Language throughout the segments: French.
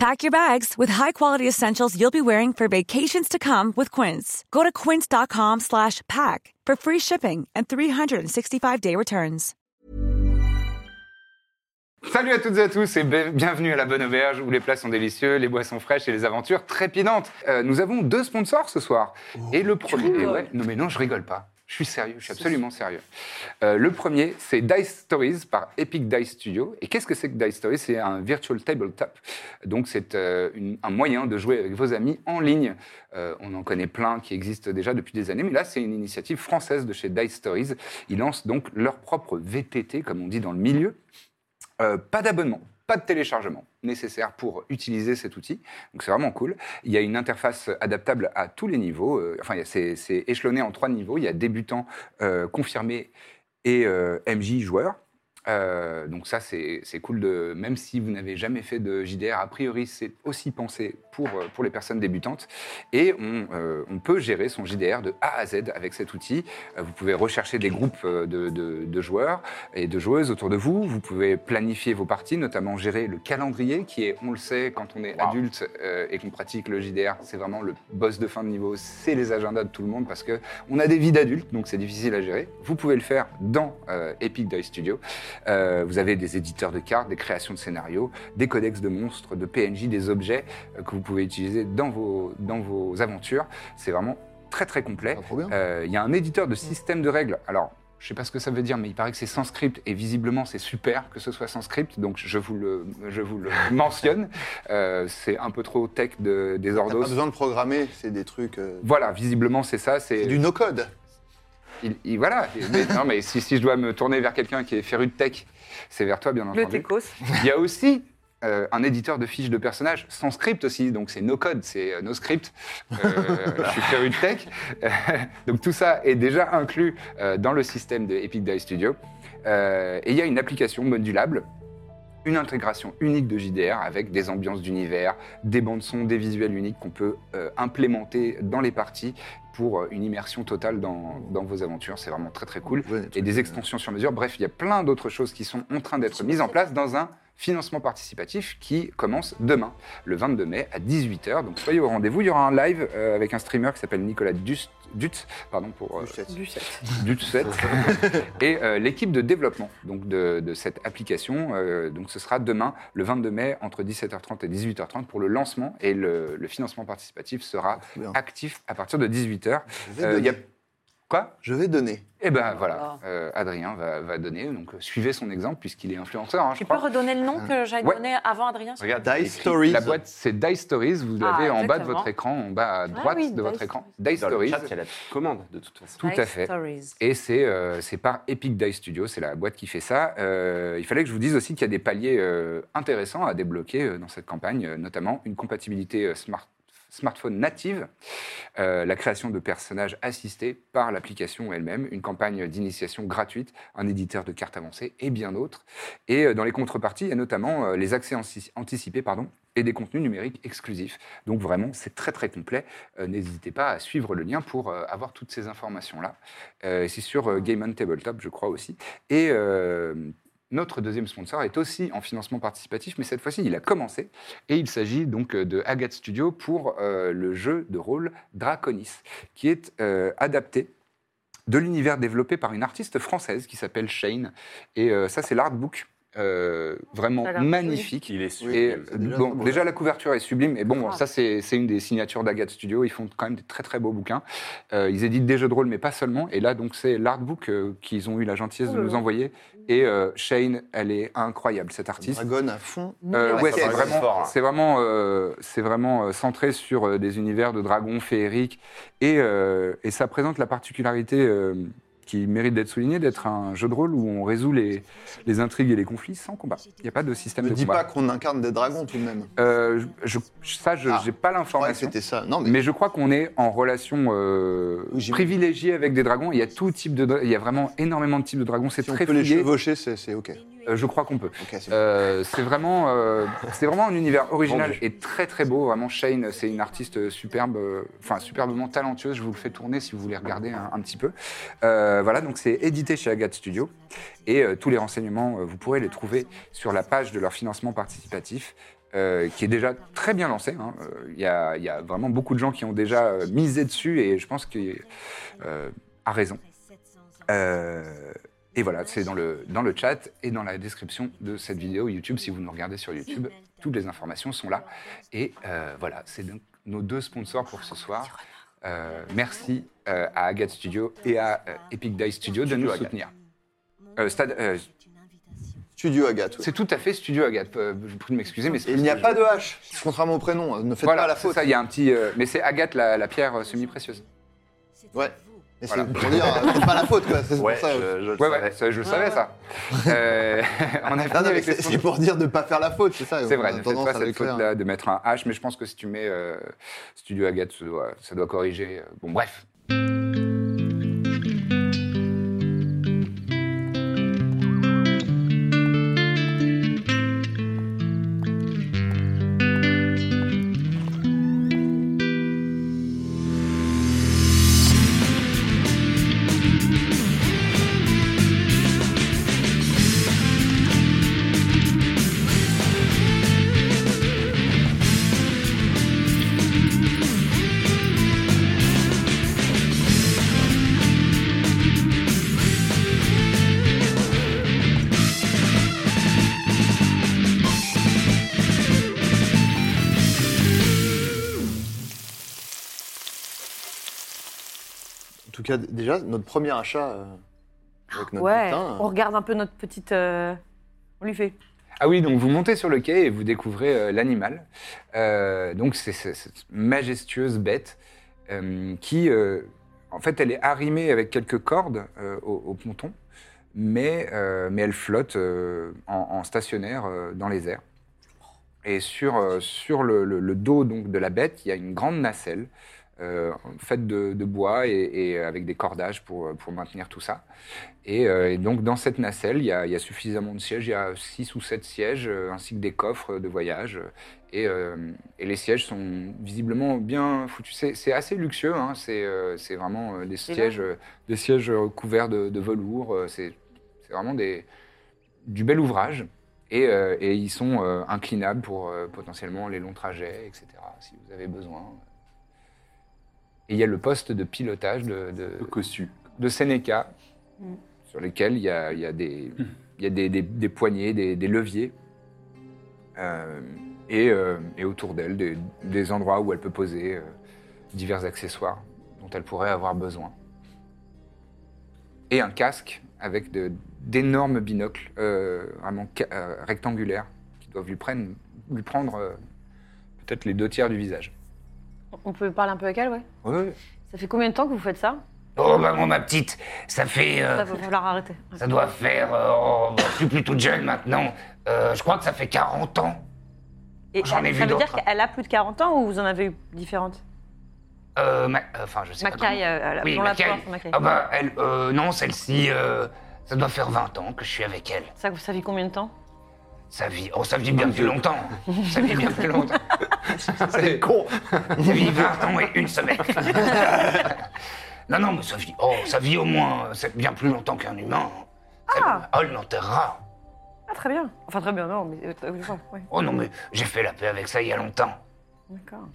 Pack your bags with high-quality essentials you'll be wearing for vacations to come with Quince. Go to quince.com slash pack for free shipping and 365-day returns. Salut à toutes et à tous et be- bienvenue à la Bonne Auberge où les plats sont délicieux, les boissons fraîches et les aventures trépidantes. Euh, nous avons deux sponsors ce soir. et le premier, eh ouais, non mais non, je rigole pas. Je suis sérieux, je suis absolument sérieux. Euh, le premier, c'est Dice Stories par Epic Dice Studio. Et qu'est-ce que c'est que Dice Stories C'est un virtual tabletop. Donc c'est euh, une- un moyen de jouer avec vos amis en ligne. Euh, on en connaît plein qui existent déjà depuis des années, mais là c'est une initiative française de chez Dice Stories. Ils lancent donc leur propre VTT, comme on dit dans le milieu. Euh, pas d'abonnement, pas de téléchargement nécessaire pour utiliser cet outil. Donc c'est vraiment cool. Il y a une interface adaptable à tous les niveaux. Euh, enfin, il y a- c'est c'est échelonné en trois niveaux. Il y a débutant, euh, confirmé et euh, MJ joueur. Euh, donc ça c'est c'est cool de même si vous n'avez jamais fait de JDR a priori c'est aussi pensé pour euh, pour les personnes débutantes et on, euh, on peut gérer son JDR de A à Z avec cet outil. Euh, vous pouvez rechercher des groupes euh, de, de- de joueurs et de joueuses autour de vous. Vous pouvez planifier vos parties, notamment gérer le calendrier, qui est, on le sait, quand on est adulte euh, et qu'on pratique le JDR, c'est vraiment le boss de fin de niveau, c'est les agendas de tout le monde, parce que on a des vies d'adultes, donc c'est difficile à gérer. Vous pouvez le faire dans euh, Epic Dice Studio. Euh, vous avez des éditeurs de cartes, des créations de scénarios, des codex de monstres, de PNJ, des objets euh, que vous pouvez utiliser dans vos, dans vos aventures. C'est vraiment très très complet. Ah, trop bien. Euh, Il y a un éditeur de système de règles. Alors, je sais pas ce que ça veut dire, mais il paraît que c'est sans script et visiblement c'est super que ce soit sans script. Donc je vous le, je vous le mentionne. Euh, c'est un peu trop tech de, des T'as pas ordos. besoin de programmer, c'est des trucs. euh, Voilà, visiblement c'est ça. c'est C'est du no-code. il- il- voilà. Mais, non, mais si, si je dois me tourner vers quelqu'un qui est féru de tech, c'est vers toi bien entendu. Le Tecos. Il y a aussi euh, un éditeur de fiches de personnages sans script aussi, donc c'est no code, c'est euh, no script. Euh, je suis féru de tech. Euh, donc tout ça est déjà inclus euh, dans le système de Epic Die Studio. Euh, et il y a une application modulable. Une intégration unique de JDR avec des ambiances d'univers, des bandes son, des visuels uniques qu'on peut euh, implémenter dans les parties pour euh, une immersion totale dans, dans vos aventures. C'est vraiment très très cool Ouais, des et trucs, des extensions sur mesure. Bref, il y a plein d'autres choses qui sont en train d'être mises en place dans un financement participatif qui commence demain, le 22 mai à 18h. Donc soyez au rendez-vous. Il y aura un live euh, avec un streamer qui s'appelle Nicolas Dust, Dutz, pardon pour euh, euh, du chat. Du chat. Dutset, et euh, l'équipe de développement donc de, de cette application. Euh, donc ce sera demain, le 22 mai, entre 17h30 et 18h30 pour le lancement et le, le financement participatif sera Trop bien. actif à partir de 18h. Je vais Euh, il y a- donner. Quoi Je vais donner. eh ben voilà, Voilà. euh, Adrien va, va donner, donc euh, suivez son exemple puisqu'il est influenceur, hein, je Tu peux crois. redonner le nom que j'avais Ouais. donné avant Adrien sur- Regarde, Dice écrit- Stories. La boîte, c'est Dice Stories, vous Ah, l'avez en bas de exactement. Ah votre écran, en bas à droite oui, de votre Dice écran. Dice Dans le Stories, chat, il y a la commande, de toute façon. tout à Nice fait. Stories. Et c'est euh, c'est par Epic Dice Studio, c'est la boîte qui fait ça. Euh, il fallait que je vous dise aussi qu'il y a des paliers euh, intéressants à débloquer euh, dans cette campagne, euh, notamment une compatibilité euh, smart- smartphone native, euh, la création de personnages assistés par l'application elle-même, une campagne d'initiation gratuite, un éditeur de cartes avancées et bien d'autres. Et euh, dans les contreparties, il y a notamment euh, les accès anci- anticipés pardon, et des contenus numériques exclusifs. Donc vraiment, c'est très très complet. Euh, N'hésitez pas à suivre le lien pour euh, avoir toutes ces informations-là. Euh, c'est sur euh, Game on Tabletop, je crois aussi. Et euh, notre deuxième sponsor est aussi en financement participatif, mais cette fois-ci, il a commencé. Et il s'agit donc euh, de Agathe Studio pour euh, le jeu de rôle Draconis, qui est euh, adapté de l'univers développé par une artiste française qui s'appelle Shane. Et euh, ça, c'est l'artbook. euh, vraiment Ça a l'air magnifique. Il est sûr. Et déjà, c'est déjà bon, très beau. déjà la couverture est sublime. Et bon, Ah. ça c'est c'est une des signatures d'Agathe Studio. Ils font quand même des très très beaux bouquins. Euh, ils éditent des jeux de rôle, mais pas seulement. Et là, donc c'est l'artbook euh, qu'ils ont eu la gentillesse Oh de là nous là. envoyer. Et euh, Shane, elle est incroyable cette artiste. Dragon à fond. Euh, Ouais, ouais, ça c'est paraît vraiment, fort, hein. c'est vraiment, euh, c'est vraiment euh, centré sur euh, des univers de dragons féeriques et, euh, et ça présente la particularité euh, qui mérite d'être souligné, d'être un jeu de rôle où on résout les, les intrigues et les conflits sans combat. Il n'y a pas de système Ne de dis combat. pas qu'on incarne des dragons tout de même. Euh, je, je- ça, je n'ai Ah. pas Je croyais que l'information. c'était ça. Non, mais, Mais je crois qu'on est en relation euh, Oui, j'imagine. privilégiée avec des dragons. Il y a tout type de, dra- il y a vraiment énormément de types de dragons. C'est si on très peut les fouillé. chevaucher, c'est c'est OK. Euh, je crois qu'on peut. Ok, c'est Euh, c'est vraiment, euh, c'est vraiment un univers original Vendu. et très très beau. Vraiment, Shane, c'est une artiste superbe, euh, enfin superbement talentueuse. Je vous le fais tourner si vous voulez regarder un, un petit peu. Euh, voilà, donc c'est édité chez Agathe Studio et euh, tous les renseignements, euh, vous pourrez les trouver sur la page de leur financement participatif. euh, qui est déjà très bien lancée. hein. Euh, Il y, a, il y a vraiment beaucoup de gens qui ont déjà euh, misé dessus et je pense qu'il euh, a raison. Euh, et voilà, c'est dans le, dans le chat et dans la description de cette vidéo YouTube. Si vous nous regardez sur YouTube, toutes les informations sont là. Et euh, voilà, c'est donc nos deux sponsors pour ce soir. Euh, merci euh, à Agathe Studio et à euh, Epic Die Studio de nous Agathe. soutenir. Euh, stade- euh, Studio Agathe. oui. c'est tout à fait Studio Agathe. euh, je vous prie de m'excuser, mais c'est Et il n'y a pas de H, contrairement au prénom. hein, Ne faites Voilà, pas la c'est faute. ça. Il y a un petit, euh, mais c'est Agathe la, la pierre euh, semi-précieuse. Ouais. Mais Voilà. c'est pour dire, euh, faites pas la faute, quoi. C'est Ouais, pour ça. euh. je, je le Ouais, savais. ouais, ça, je le savais ça. Euh, on a fini Non, non, mais avec les c'est c'est sponsors. pour dire de ne pas faire la faute, c'est ça. C'est on vrai, a ne faites tendance pas à cette l'écrire. faute-là de mettre un H, mais je pense que si tu mets euh, Studio Agathe, ça doit, ça doit corriger. euh, Bon, bref. En tout cas, d- déjà, notre premier achat euh, avec notre Ouais, hein. butin, euh, on regarde un peu notre petite. euh, On lui fait. Ah oui, donc vous montez sur le quai et vous découvrez euh, l'animal. Euh, donc c'est c'est- cette majestueuse bête euh, qui, euh, en fait, elle est arrimée avec quelques cordes euh, au, au ponton, mais, euh, mais elle flotte euh, en, en stationnaire euh, dans les airs. Et sur, euh, sur le, le- le dos donc, de la bête, il y a une grande nacelle euh, faite de, de bois et, et avec des cordages pour, euh, pour maintenir tout ça. Et, euh, et donc, dans cette nacelle, il y, a, il y a suffisamment de sièges. Il y a 6 ou 7 sièges, euh, ainsi que des coffres de voyage. Et, euh, et les sièges sont visiblement bien foutus. C'est, c'est assez luxueux. hein. C'est, euh, c'est vraiment euh, des sièges, euh, des sièges euh, couverts de, de velours. Euh, C'est, c'est vraiment des, du bel ouvrage. Et, euh, et ils sont euh, inclinables pour euh, potentiellement les longs trajets, etc., si vous avez besoin. Et il y a le poste de pilotage de, de, Le cossu. de Seneca, sur lesquels il y a, il y a des, il y a des, des- des poignées, des, des leviers, Euh, et, euh, et autour d'elle, des, des endroits où elle peut poser euh, divers accessoires dont elle pourrait avoir besoin. Et un casque avec de- d'énormes binocles, euh, vraiment ca- euh, rectangulaires, qui doivent lui, prenne- lui prendre euh, peut-être les deux tiers du visage. On peut parler un peu avec elle, ouais. Ça fait combien de temps que vous faites ça Oh, maman, ma petite, ça fait. euh, Ça va falloir arrêter. Ouais. ça doit faire. euh, oh, bah, je suis plus toute jeune maintenant. Euh, je crois que ça fait 40 ans. Et J'en ça ai vu veut dire d'autres. qu'elle a plus de 40 ans ou vous en avez eu différentes Euh, ma- euh, Enfin, je sais pas. Macaille, comment- euh, elle- oui, on la Macaille. porte, Macaille. Ah, bah, elle. euh, non, celle-ci, euh, ça doit faire 20 ans que je suis avec elle. Ça, ça fait combien de temps Ça vit. Oh, ça vit bien plus longtemps. Ça vit bien plus longtemps. C'est con Ça vit 20 ans et une semaine. non, non, mais ça vit. Oh, ça vit au moins. euh, C'est bien plus longtemps qu'un humain. Ça- Oh, elle l'enterrera. Ah, très bien. Enfin, très bien, non, mais. euh, euh, ouais, Oh non, mais j'ai fait la paix avec ça il y a longtemps. D'accord.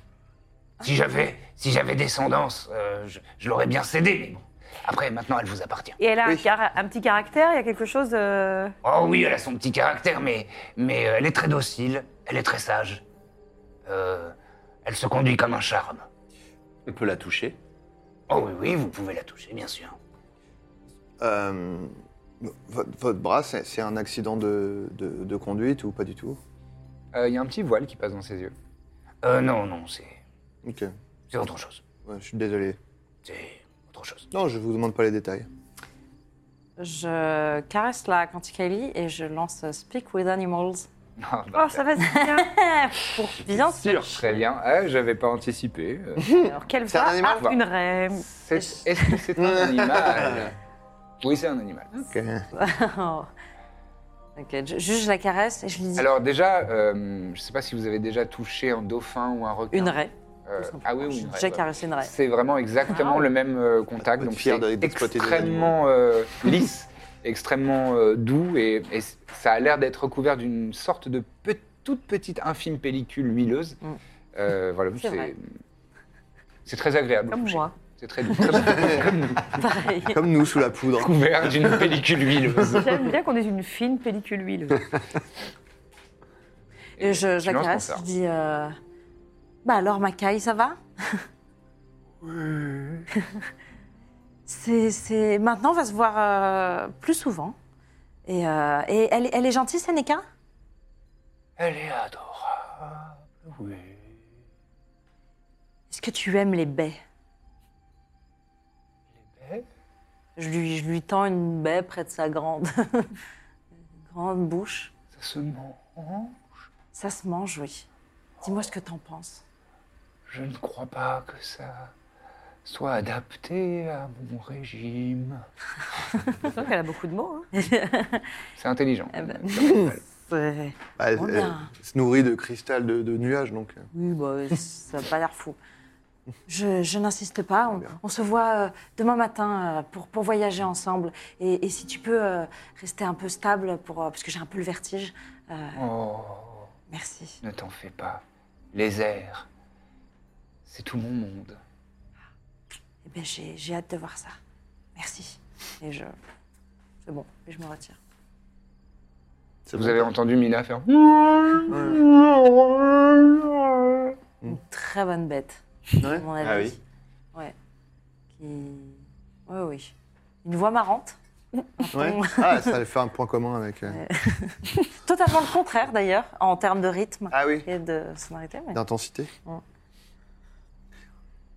Si Ah. j'avais, si j'avais descendance, euh, je, je l'aurais bien cédé, mais bon. Après, maintenant, elle vous appartient. Et elle a un, Oui. cara- un petit caractère, il y a quelque chose euh? de. Oh oui, elle a son petit caractère, mais, mais euh, elle est très docile, elle est très sage. Euh, elle se conduit comme un charme. On peut la toucher. Oh oui, oui, vous pouvez la toucher, bien sûr. euh, votre, votre bras, c'est c'est un accident de, de- de conduite ou pas du tout Il Euh, y a un petit voile qui passe dans ses yeux. Euh, non, non, c'est, Ok, c'est autre chose. Ouais, je suis désolé. C'est autre chose. Non, je vous demande pas les détails. Je caresse la Quanticali et je lance Speak with Animals. Ah, bah, Oh, ça va, c'est bien. Pour bien sûr. Très bien. Ah, J'avais pas anticipé. Euh, Alors, qu'elle C'est un va animal à une reine. c'est- Est-ce que c'est un animal Oui, c'est un animal. Ok, je- juste je la caresse et je lui dis Alors déjà, euh, je sais pas si vous avez déjà touché un dauphin ou un requin. une raie. Euh, tout simplement. ah oui, oui, une raie, J'ai voilà. caressé une raie. C'est vraiment Ah exactement le même euh, contact. Faut être Donc fier de- c'est d'exploiter des extrêmement euh, lisse, extrêmement euh, doux et, et c- ça a l'air d'être recouvert d'une sorte de pe- toute petite infime pellicule huileuse. Mm. Euh, voilà, C'est vrai. c'est très agréable. au Comme toucher. moi. C'est très doux. Comme nous, Pareil. Comme nous sous la poudre. couvert d'une pellicule huileuse. J'aime bien qu'on ait une fine pellicule huile. Et je, Tu je la lances ton caresse, sort. je dis euh, Bah alors, Makai, ça va c'est, c'est... Maintenant, on va se voir euh, plus souvent. Et, euh, et elle, est- elle est gentille, Seneca Elle est adorable, oui. Est-ce que tu aimes les baies Les baies je lui, je lui tends une baie près de sa grande, grande bouche. Ça se ment. Ça se mange, oui. Dis-moi ce que t'en penses. Je ne crois pas que ça soit adapté à mon régime. Donc, elle a beaucoup de mots. hein. Ah bah. C'est intelligent. C'est- Ah, elle, Oh elle bien. se nourrit de cristal de, de nuages, donc. euh, Oui, bah, ça n'a pas l'air fou. Je, je n'insiste pas. On, on se voit euh, demain matin euh, pour, pour voyager ensemble. Et, et si tu peux euh, rester un peu stable, pour, euh, parce que j'ai un peu le vertige. euh, Oh. Merci. Ne t'en fais pas. Les airs, c'est tout mon monde. Eh ben, j'ai j'ai hâte de voir ça. Merci. Et je. C'est bon, et je me retire. c'est Vous bon. avez entendu Mina faire Une très bonne bête, à Ouais. mon avis. Ah oui. Ouais. Qui. Oui, oui. Une voix marrante. Ouais. Ah, ça fait un point commun avec. euh, Totalement le contraire, d'ailleurs, en termes de rythme Ah oui. et de sonorité. mais- D'intensité. Ouais.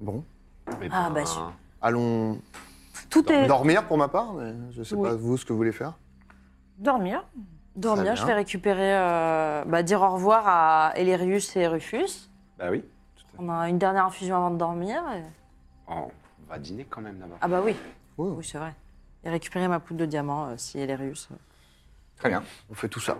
Bon, Eh Ah, bah, ben, super. allons Tout est. dormir pour ma part. Mais je sais pas vous ce que vous voulez faire. Dormir. Très Dormir, je bien. vais récupérer, euh, bah, dire au revoir à Elerius et Rufus. bah oui. On a une dernière infusion avant de dormir. et- Oh, on va dîner quand même d'abord. Ah bah oui, Ouais. oui c'est vrai. Et récupérer ma poudre de diamant euh, si Elerius. euh. Très bien. On fait tout ça.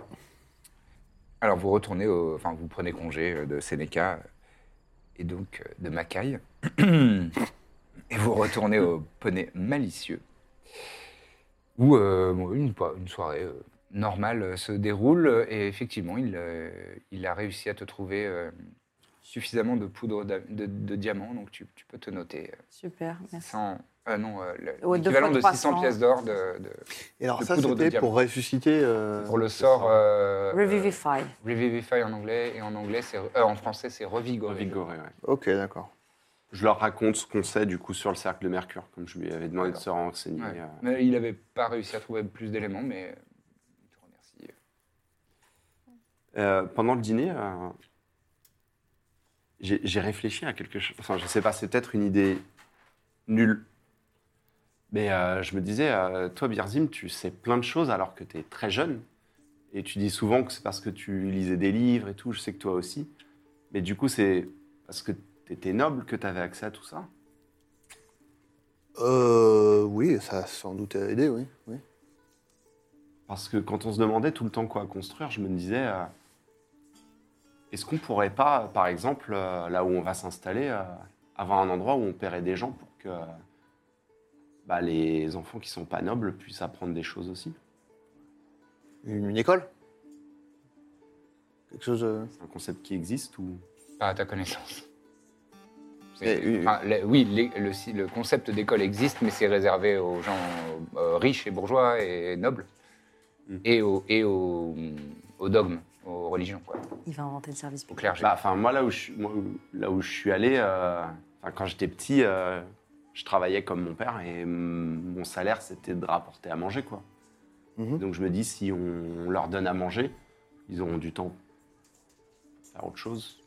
Alors vous retournez, au- enfin vous prenez congé euh, de Sénéca euh, et donc euh, de Macaille. et vous retournez au poney malicieux. Où euh, bon, une, po- une soirée euh, normale euh, se déroule euh, et effectivement il, euh, il a réussi à te trouver euh, suffisamment de poudre d'a- de, de diamant donc tu, tu peux te noter euh, Super, merci. 100, euh, non, euh, le- Ouais, deux l'équivalent fois de 600 300. pièces d'or de- de- Et alors De ça, poudre de c'était diamant. pour ressusciter. euh, pour le sort euh, euh, Revivify. Revivify en anglais et en anglais, c'est euh, en français, c'est revigorer. Revigoré, Ah, ouais. euh. Ok, d'accord. Je leur raconte ce qu'on sait du coup sur le cercle de Mercure, comme je lui avais demandé de se renseigner. Ouais. euh. Mais il n'avait pas réussi à trouver plus d'éléments, mais euh, je te remercie. Euh, pendant le dîner, euh, j'ai j'ai réfléchi à quelque chose. Enfin, je sais pas, c'est peut-être une idée nulle. Mais euh, je me disais, euh, toi, Birzim, tu sais plein de choses alors que tu es très jeune. Et tu dis souvent que c'est parce que tu lisais des livres et tout. Je sais que toi aussi. Mais du coup, c'est parce que tu étais noble que tu avais accès à tout ça. Euh, oui, ça a sans doute aidé, oui. oui. Parce que quand on se demandait tout le temps quoi construire, je me disais, euh, est-ce qu'on pourrait pas, par exemple, euh, là où on va s'installer, euh, avoir un endroit où on paierait des gens pour que euh, bah, les enfants qui sont pas nobles puissent apprendre des choses aussi Une, une école Quelque chose. euh, C'est un concept qui existe ou Pas à ta connaissance. C'est- Eh, oui, oui. enfin, la- oui, les- le, si- le concept d'école existe, mais c'est réservé aux gens euh, riches et bourgeois et nobles, Mm. et, aux, et aux, mm, aux dogmes, aux religions, quoi, Il va inventer le service au public. clergé. Bah, enfin, moi, là où je, suis- moi, où- là où je suis allé, euh, enfin, quand j'étais petit, euh, je travaillais comme mon père et mm, mon salaire, c'était de rapporter à manger, quoi. Mhm. Donc je me dis, si on, on leur donne à manger, ils auront du temps pour faire autre chose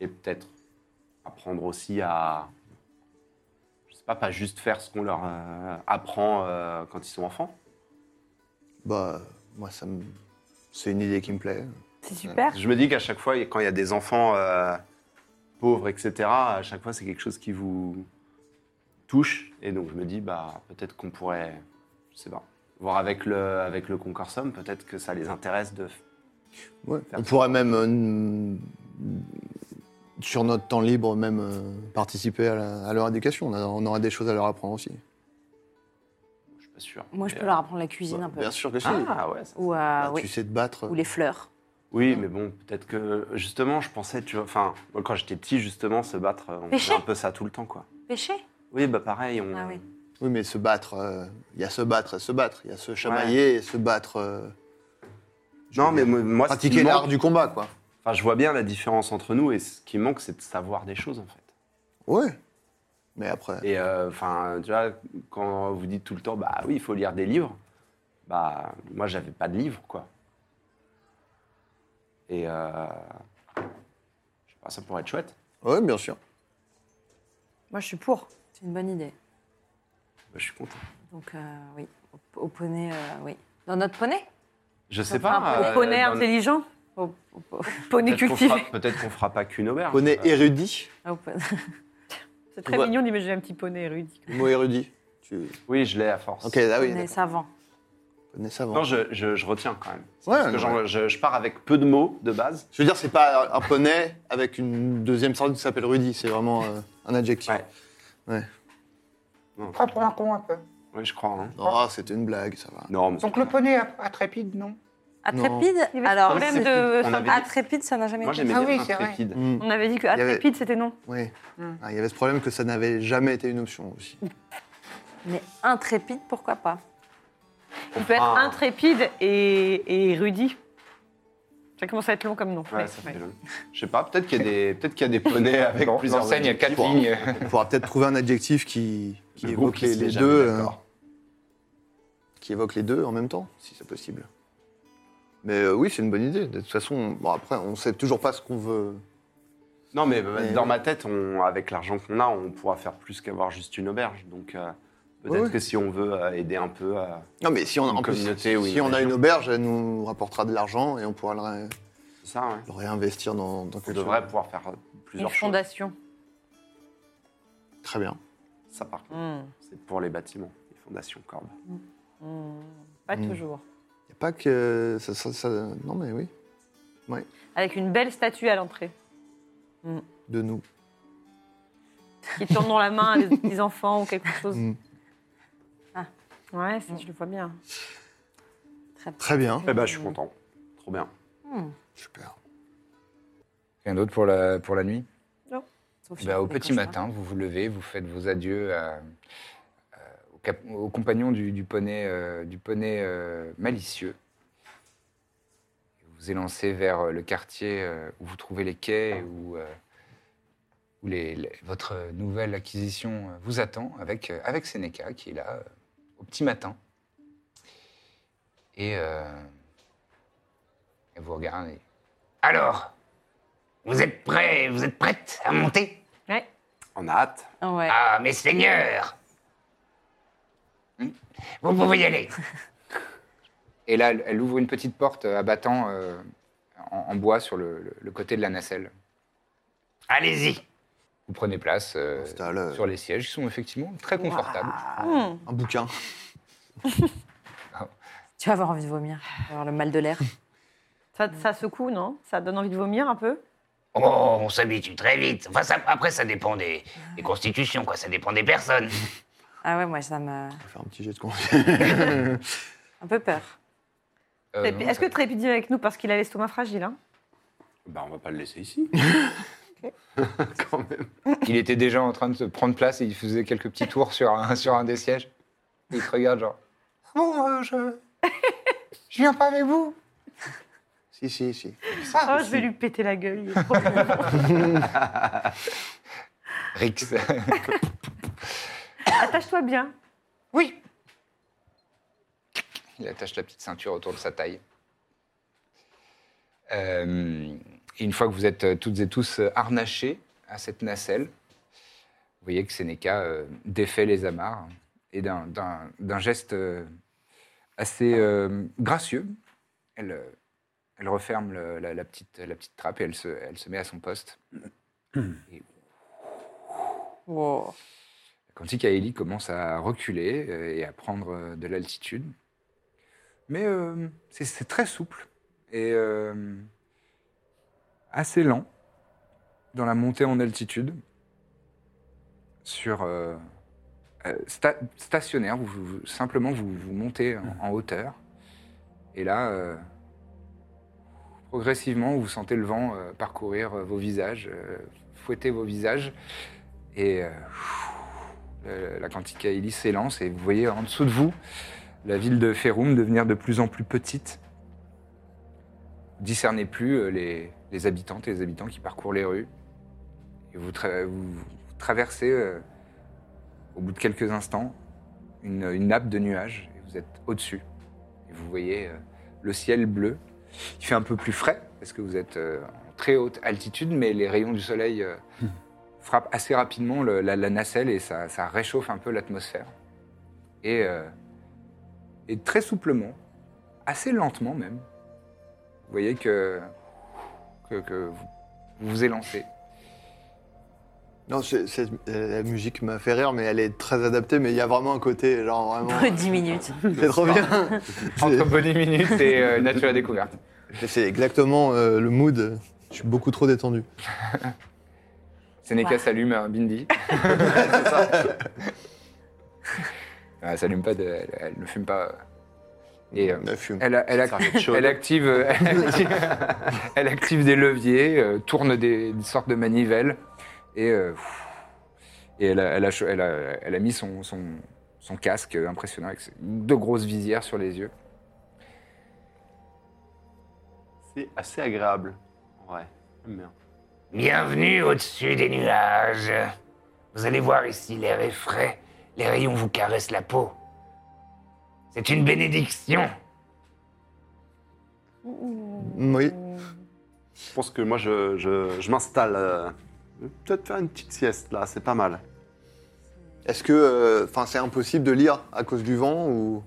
et peut-être apprendre aussi à, je sais pas, pas juste faire ce qu'on leur euh, apprend euh, quand ils sont enfants, Bah, moi, ça me... c'est une idée qui me plaît. C'est super. Je me dis qu'à chaque fois, quand il y a des enfants euh, pauvres, etc., à chaque fois, c'est quelque chose qui vous touche. Et donc, je me dis, bah, peut-être qu'on pourrait, je sais pas, voir avec le, avec le concorsum, peut-être que ça les intéresse de. Ouais. On pourrait même, euh, sur notre temps libre, même euh, participer à, la- à leur éducation. On, a- on aura des choses à leur apprendre aussi. Je suis pas sûr. Moi, je Mais, peux leur apprendre la cuisine un peu. Bah, Bien sûr que si. Ah, ouais, ça- Ou, euh, Bah, oui. Tu sais te battre. Ou les fleurs. Oui, mais bon, peut-être que justement, je pensais, tu vois, enfin, moi, quand j'étais petit, justement, se battre, on Pêcher. faisait un peu ça tout le temps, quoi. Pêcher Oui, bah pareil, on. Ah oui. Oui, mais se battre, euh, il y a se battre et se battre. Il y a se chamailler et se battre. euh, Non, mais moi, moi, ce qui pratiquer me l'art manque- du combat, quoi. Enfin, je vois bien la différence entre nous et ce qui manque, c'est de savoir des choses, en fait. Ouais. Mais après. Et euh, enfin, tu vois, quand vous dites tout le temps, bah oui, il faut lire des livres, bah moi, j'avais pas de livres, quoi. Et euh, je sais pas, ça pourrait être chouette. Oui, bien sûr. Moi, je suis pour. C'est une bonne idée. Bah, je suis content. Donc, euh, oui, au, au poney, euh, oui. Dans notre poney Je sais pas. Au euh, poney hein, dans- intelligent, au, au- au poney Peut-être qu'on fera, cultivé. peut-être qu'on fera pas qu'une auberge. Poney Euh, érudit. Au poney. C'est très Ouais. mignon d'imaginer un petit poney érudit. Le mot érudit. Tu... Oui, je l'ai à force. Ok, ah oui. poney d'accord. savant. Poney savant. Non, je, je- je retiens quand même. Ouais, Parce que ouais. genre, je, je pars avec peu de mots de base. Je veux dire, c'est pas un poney avec une deuxième sorte qui s'appelle Rudy. C'est vraiment euh, un adjectif. Ouais. Ah, pour un con un peu. Oui, je crois. hein. Oh, c'était une blague, ça va. Non, mais Donc le poney à, à trépide, non Atrépide Il y avait ce Alors, problème c'est- de. on avait- Atrépide, ça n'a jamais moi été. j'aimais Ah bien oui, c'est vrai. Intrépide. Mm. On avait dit que y avait- atrépide, c'était non. Oui. Ah, il y avait ce problème que ça n'avait jamais été une option aussi. Mais intrépide, pourquoi pas On peut être Ah. intrépide et, et érudit. Ça commence à être long comme nom. Ouais, mais- ça ouais. fait long. Je sais pas, peut-être qu'il y a des, peut-être qu'il y a des poneys avec Dans- plusieurs L'enseigne, il y a quatre pour- lignes. On pourra peut-être trouver un adjectif qui, qui Le groupe évoque qui les, se les met jamais deux, d'accord. euh, qui évoque les deux en même temps, si c'est possible. Mais euh, oui, c'est une bonne idée. De toute façon, bon après, on sait toujours pas ce qu'on veut. Non, mais bah, Mais dans oui. ma tête, on- avec l'argent qu'on a, on pourra faire plus qu'avoir juste une auberge. Donc euh, peut-être Ouais. que si on veut euh, aider un peu, euh, Non, mais si on a, Une en plus, communauté ou si une on a région. une auberge, elle nous rapportera de l'argent et on pourra le, ré- c'est ça, ouais. le réinvestir dans, dans on quelque devrait chose. pouvoir faire euh, Une plusieurs choses. fondation. Très bien. Ça par contre, Hmm. c'est pour les bâtiments, les fondations Corbe. Hmm. Pas Hmm. toujours. Y a pas que ça, ça- ça- Non, mais oui, Avec une belle statue à l'entrée. de nous. Qui tourne dans la main à des petits enfants ou quelque chose. Hmm. Ah. Ouais, ça, je le vois bien. Très bien. Eh ben, je suis Mmh. content. Trop bien. Super. Rien d'autre pour la, pour la nuit Sauf Bah, sur au les petit cauchemars. matin, vous vous levez, vous faites vos adieux à- à- au, cap- au compagnon du, du poney, euh, du poney euh, malicieux. Vous vous élancez vers euh, le quartier euh, où vous trouvez les quais, Ah. où, euh, où les- les- votre euh, nouvelle acquisition euh, vous attend, avec, euh, avec Seneca, qui est là euh, au petit matin. Et euh, elle vous regarde et- Alors Vous êtes prêts Vous êtes prêtes à monter Ouais. On a hâte. Ouais. Ah, mes seigneurs Hmm Vous pouvez y aller. Et là, elle, elle ouvre une petite porte euh, à battant euh, en, en bois sur le, le- le côté de la nacelle. Allez-y. Vous prenez place euh, On s'installe, euh, sur les sièges qui sont effectivement très confortables. Hmm. Un bouquin. Tu vas avoir envie de vomir, tu vas avoir le mal de l'air. Ça, ça secoue, non Ça donne envie de vomir un peu Oh, on s'habitue très vite. Enfin, ça- après, ça dépend des, des constitutions, quoi. Ça dépend des personnes. Ah ouais, moi, ça me. On va faire un petit jet de confiance. un peu peur. Euh, Trépi- non, Est-ce que ça- Trépide vient avec nous parce qu'il a l'estomac fragile hein Bah, on va pas le laisser ici. Quand même. Il était déjà en train de se prendre place et il faisait quelques petits tours sur un, sur un des sièges. Il te regarde genre... Bon, euh, je. Je viens pas avec vous. si, si, si. Oh, je vais lui péter la gueule. il est trop- Rix. Attache-toi bien. Oui. Il attache la petite ceinture autour de sa taille. Euh, et une fois que vous êtes euh, toutes et tous euh, harnachés à cette nacelle, vous voyez que Sénéca défait les amarres et d'un- d'un d'un geste euh, assez euh, gracieux. Elle, euh, elle referme le- la, la petite, la petite trappe et elle se, elle se met à son poste. Et Wow. La Quantique à Ellie commence à reculer euh, et à prendre euh, de l'altitude. Mais euh, c'est- c'est très souple et euh, assez lent dans la montée en altitude. Sur euh, euh, sta- stationnaire, vous, vous- vous- simplement vous, vous montez en, en hauteur. Et là, euh, progressivement, vous sentez le vent euh, parcourir euh, vos visages, euh, fouetter vos visages. Et euh, euh, la Quantica Illy s'élance et vous voyez en dessous de vous la ville de Ferum devenir de plus en plus petite. Vous discernez plus euh, les, les habitantes et les habitants qui parcourent les rues. Et vous, tra- vous- vous traversez, euh, au bout de quelques instants, une, une nappe de nuages et vous êtes au-dessus. Et vous voyez euh, le ciel bleu. Il fait un peu plus frais parce que vous êtes euh, en très haute altitude, mais les rayons du soleil euh, frappe assez rapidement le- la, la nacelle et ça, ça réchauffe un peu l'atmosphère. Et, euh, et très souplement, assez lentement même, vous voyez que, que, que vous vous vous élancez. Non, c'est- c'est- euh, la musique m'a fait rire, mais elle est très adaptée, mais il y a vraiment un côté, genre vraiment. 10 minutes. C'est trop bien Entre Bonnie Minute et euh, Nature à Découverte. C'est- C'est exactement euh, le mood. Je suis beaucoup trop détendu. Sénéca Wow. s'allume un euh, bindi. elle s'allume pas, de- elle, elle ne fume pas. Et euh, La fume. Elle, a- elle, a- elle active, euh, elle, active, elle active des leviers, euh, tourne des, des sortes de manivelles, et, euh, pff, et elle, a, elle a cho- elle a- elle a mis son, son, son casque euh, impressionnant avec ses- deux grosses visières sur les yeux. C'est assez agréable. Ouais, j'aime bien. Bienvenue au-dessus des nuages. Vous allez voir ici, l'air est frais. Les rayons vous caressent la peau. C'est une bénédiction. Mm, Oui. Je pense que moi, je, je- je m'installe. euh, je vais Peut-être faire une petite sieste là, c'est pas mal. Est-ce que. euh, Enfin, c'est impossible de lire à cause du vent ou.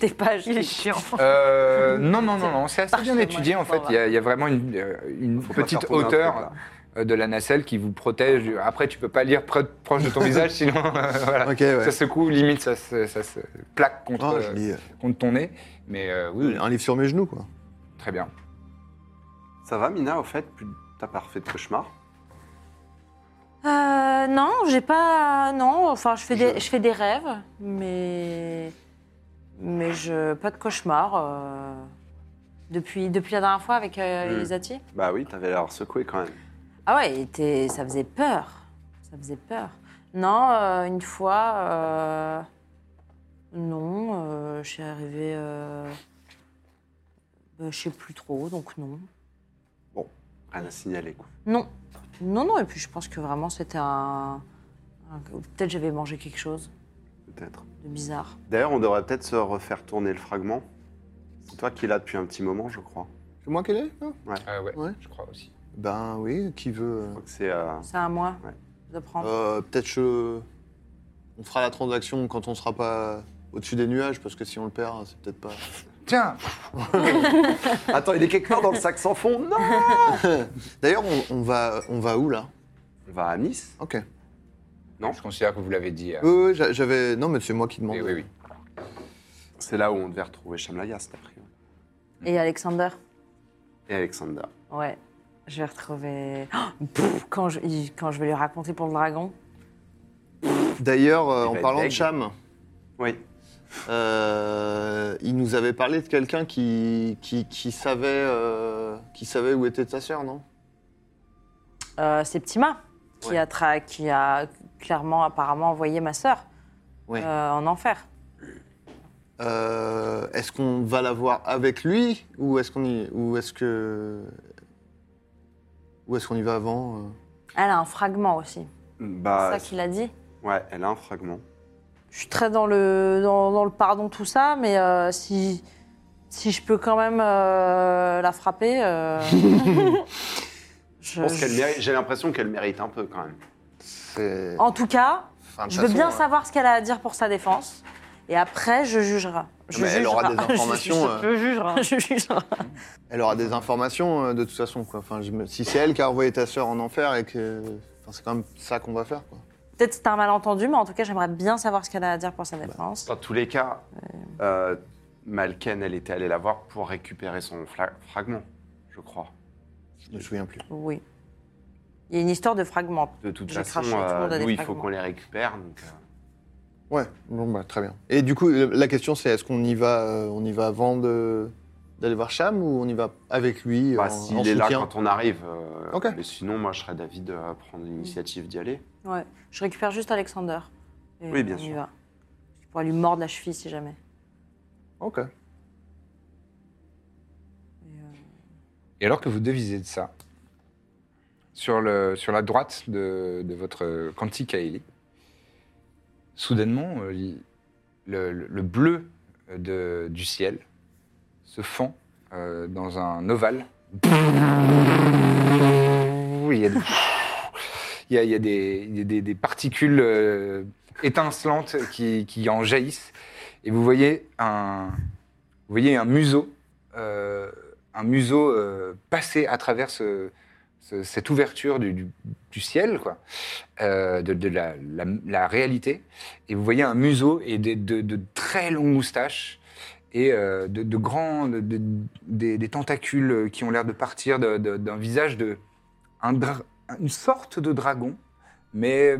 Tes pages. Il est chiant. Euh, non, non, non, non, c'est assez bien Parfait, étudié moi, en je fait. m'en Il y, a- il y a vraiment une, euh, une Faut pas petite faire tomber un truc, hauteur là. euh, de la nacelle qui vous protège. Après, tu peux pas lire pro- proche de ton visage, sinon euh, voilà. Ok, ouais. ça secoue, limite ça se, ça se plaque contre, Ah, je euh, lis contre ton nez. Mais euh, oui, euh, un livre sur mes genoux, quoi. Très bien. Ça va, Mina, au fait Plus- T'as pas refait de cauchemar Euh, non, j'ai pas. Non, enfin, je fais des, je fais des rêves, mais. Mais je. Pas de cauchemar. euh, Depuis, depuis la dernière fois avec euh, Mm. Elisati. Bah oui, t'avais l'air secoué quand même. Ah ouais, il était- ça faisait peur. Ça faisait peur. Non, euh, une fois. euh, Non, euh, je suis arrivée. euh, euh, je sais plus trop, donc non. Rien à signaler quoi. Non. Non, non, et puis je pense que vraiment c'était un. un- Peut-être j'avais mangé quelque chose Peut-être. de bizarre. D'ailleurs, on devrait peut-être se refaire tourner le fragment. C'est toi qui l'as depuis un petit moment, je crois. C'est moi qui l'ai non Ah ouais, Ouais. je crois aussi. Ben oui, qui veut. Je crois que c'est. euh, C'est à moi Ouais. de prendre. Euh, Peut-être je. On fera la transaction quand on sera pas au-dessus des nuages, parce que si on le perd, c'est peut-être pas. Tiens, Attends, il est quelque part dans le sac sans fond Non D'ailleurs, on, on va, on va où là On va à Nice Ok. non, je considère que vous l'avez dit. euh, Oui, oui, j'a- j'avais. Non, mais c'est moi qui demande. mais oui, oui. C'est là où on devait retrouver Shamlaya, c'est après. Et Alexander Et Alexander. Ouais. Je vais retrouver. Oh, pff, quand, je, il- quand je vais lui raconter pour le dragon. D'ailleurs, euh, Il en va être parlant de deg. Cham, Oui. euh, il nous avait parlé de quelqu'un qui, qui, qui savait, euh, qui savait où était ta sœur, non Euh, c'est Ptima qui, Ouais. a tra- qui a clairement, apparemment, envoyé ma sœur Ouais. euh, en enfer. Euh, Est-ce qu'on va la voir avec lui ou est-ce qu'on y, ou est-ce que, ou est-ce qu'on y va avant euh Elle a un fragment aussi. Bah. c'est ça qu'il a dit. Ouais, elle a un fragment. Je suis très dans le, dans, dans le pardon, tout ça, mais euh, si, si je peux quand même euh, la frapper. euh, je- Je pense qu'elle Euh, je- mérite- J'ai l'impression qu'elle mérite un peu quand même. C'est- En tout cas, enfin, de Oh, je toute veux bien façon, savoir ce qu'elle a à dire pour sa défense. Et après, je jugerai. Je Mais elle jugerai. aura des informations, euh, Je hein. jugera. Je jugerai. Elle aura des informations euh, de toute façon. Quoi. Enfin, je me- Si c'est elle qui a envoyé ta sœur en enfer et que. Enfin, c'est quand même ça qu'on va faire. Quoi. Peut-être que c'est un malentendu, mais en tout cas, j'aimerais bien savoir ce qu'elle a à dire pour sa défense. Dans tous les cas, euh, Malken, elle était allée la voir pour récupérer son fla- fragment, je crois. Je me souviens plus. Oui. Il y a une histoire de fragments. De toute J'ai façon, craché, tout le euh, monde a des nous, il faut fragments. qu'on les récupère. donc, euh, Ouais, bon, bah, très bien. Et du coup, euh, la question c'est est-ce qu'on y va, euh, on y va avant de- d'aller voir Cham ou on y va avec lui bah, en, S'il en est là soutien quand on arrive. euh, Ok. Mais sinon, moi, je serais d'avis de euh, prendre l'initiative d'y aller. Ouais. Je récupère juste Alexander. Et Oui, bien on y sûr. va. Je pourrais lui mordre la cheville si jamais. Ok. Et alors que vous devisez de ça, sur, le, sur la droite de, de votre euh, cantique à Ellie, soudainement, euh, il- le, le- le bleu de- du ciel se fend euh, dans un ovale. Il y a des, il y a- il y a des- il y a des- des particules euh, étincelantes qui, qui en jaillissent. Et vous voyez un, vous voyez un museau euh, un museau euh, passé à travers ce- ce- cette ouverture du, du- du ciel, quoi, euh, de, de la, la- la réalité. Et vous voyez un museau et des- de, de très longues moustaches et euh, de, de grands, de- de- des, des tentacules qui ont l'air de partir de- de- d'un visage de un dra- une sorte de dragon, mais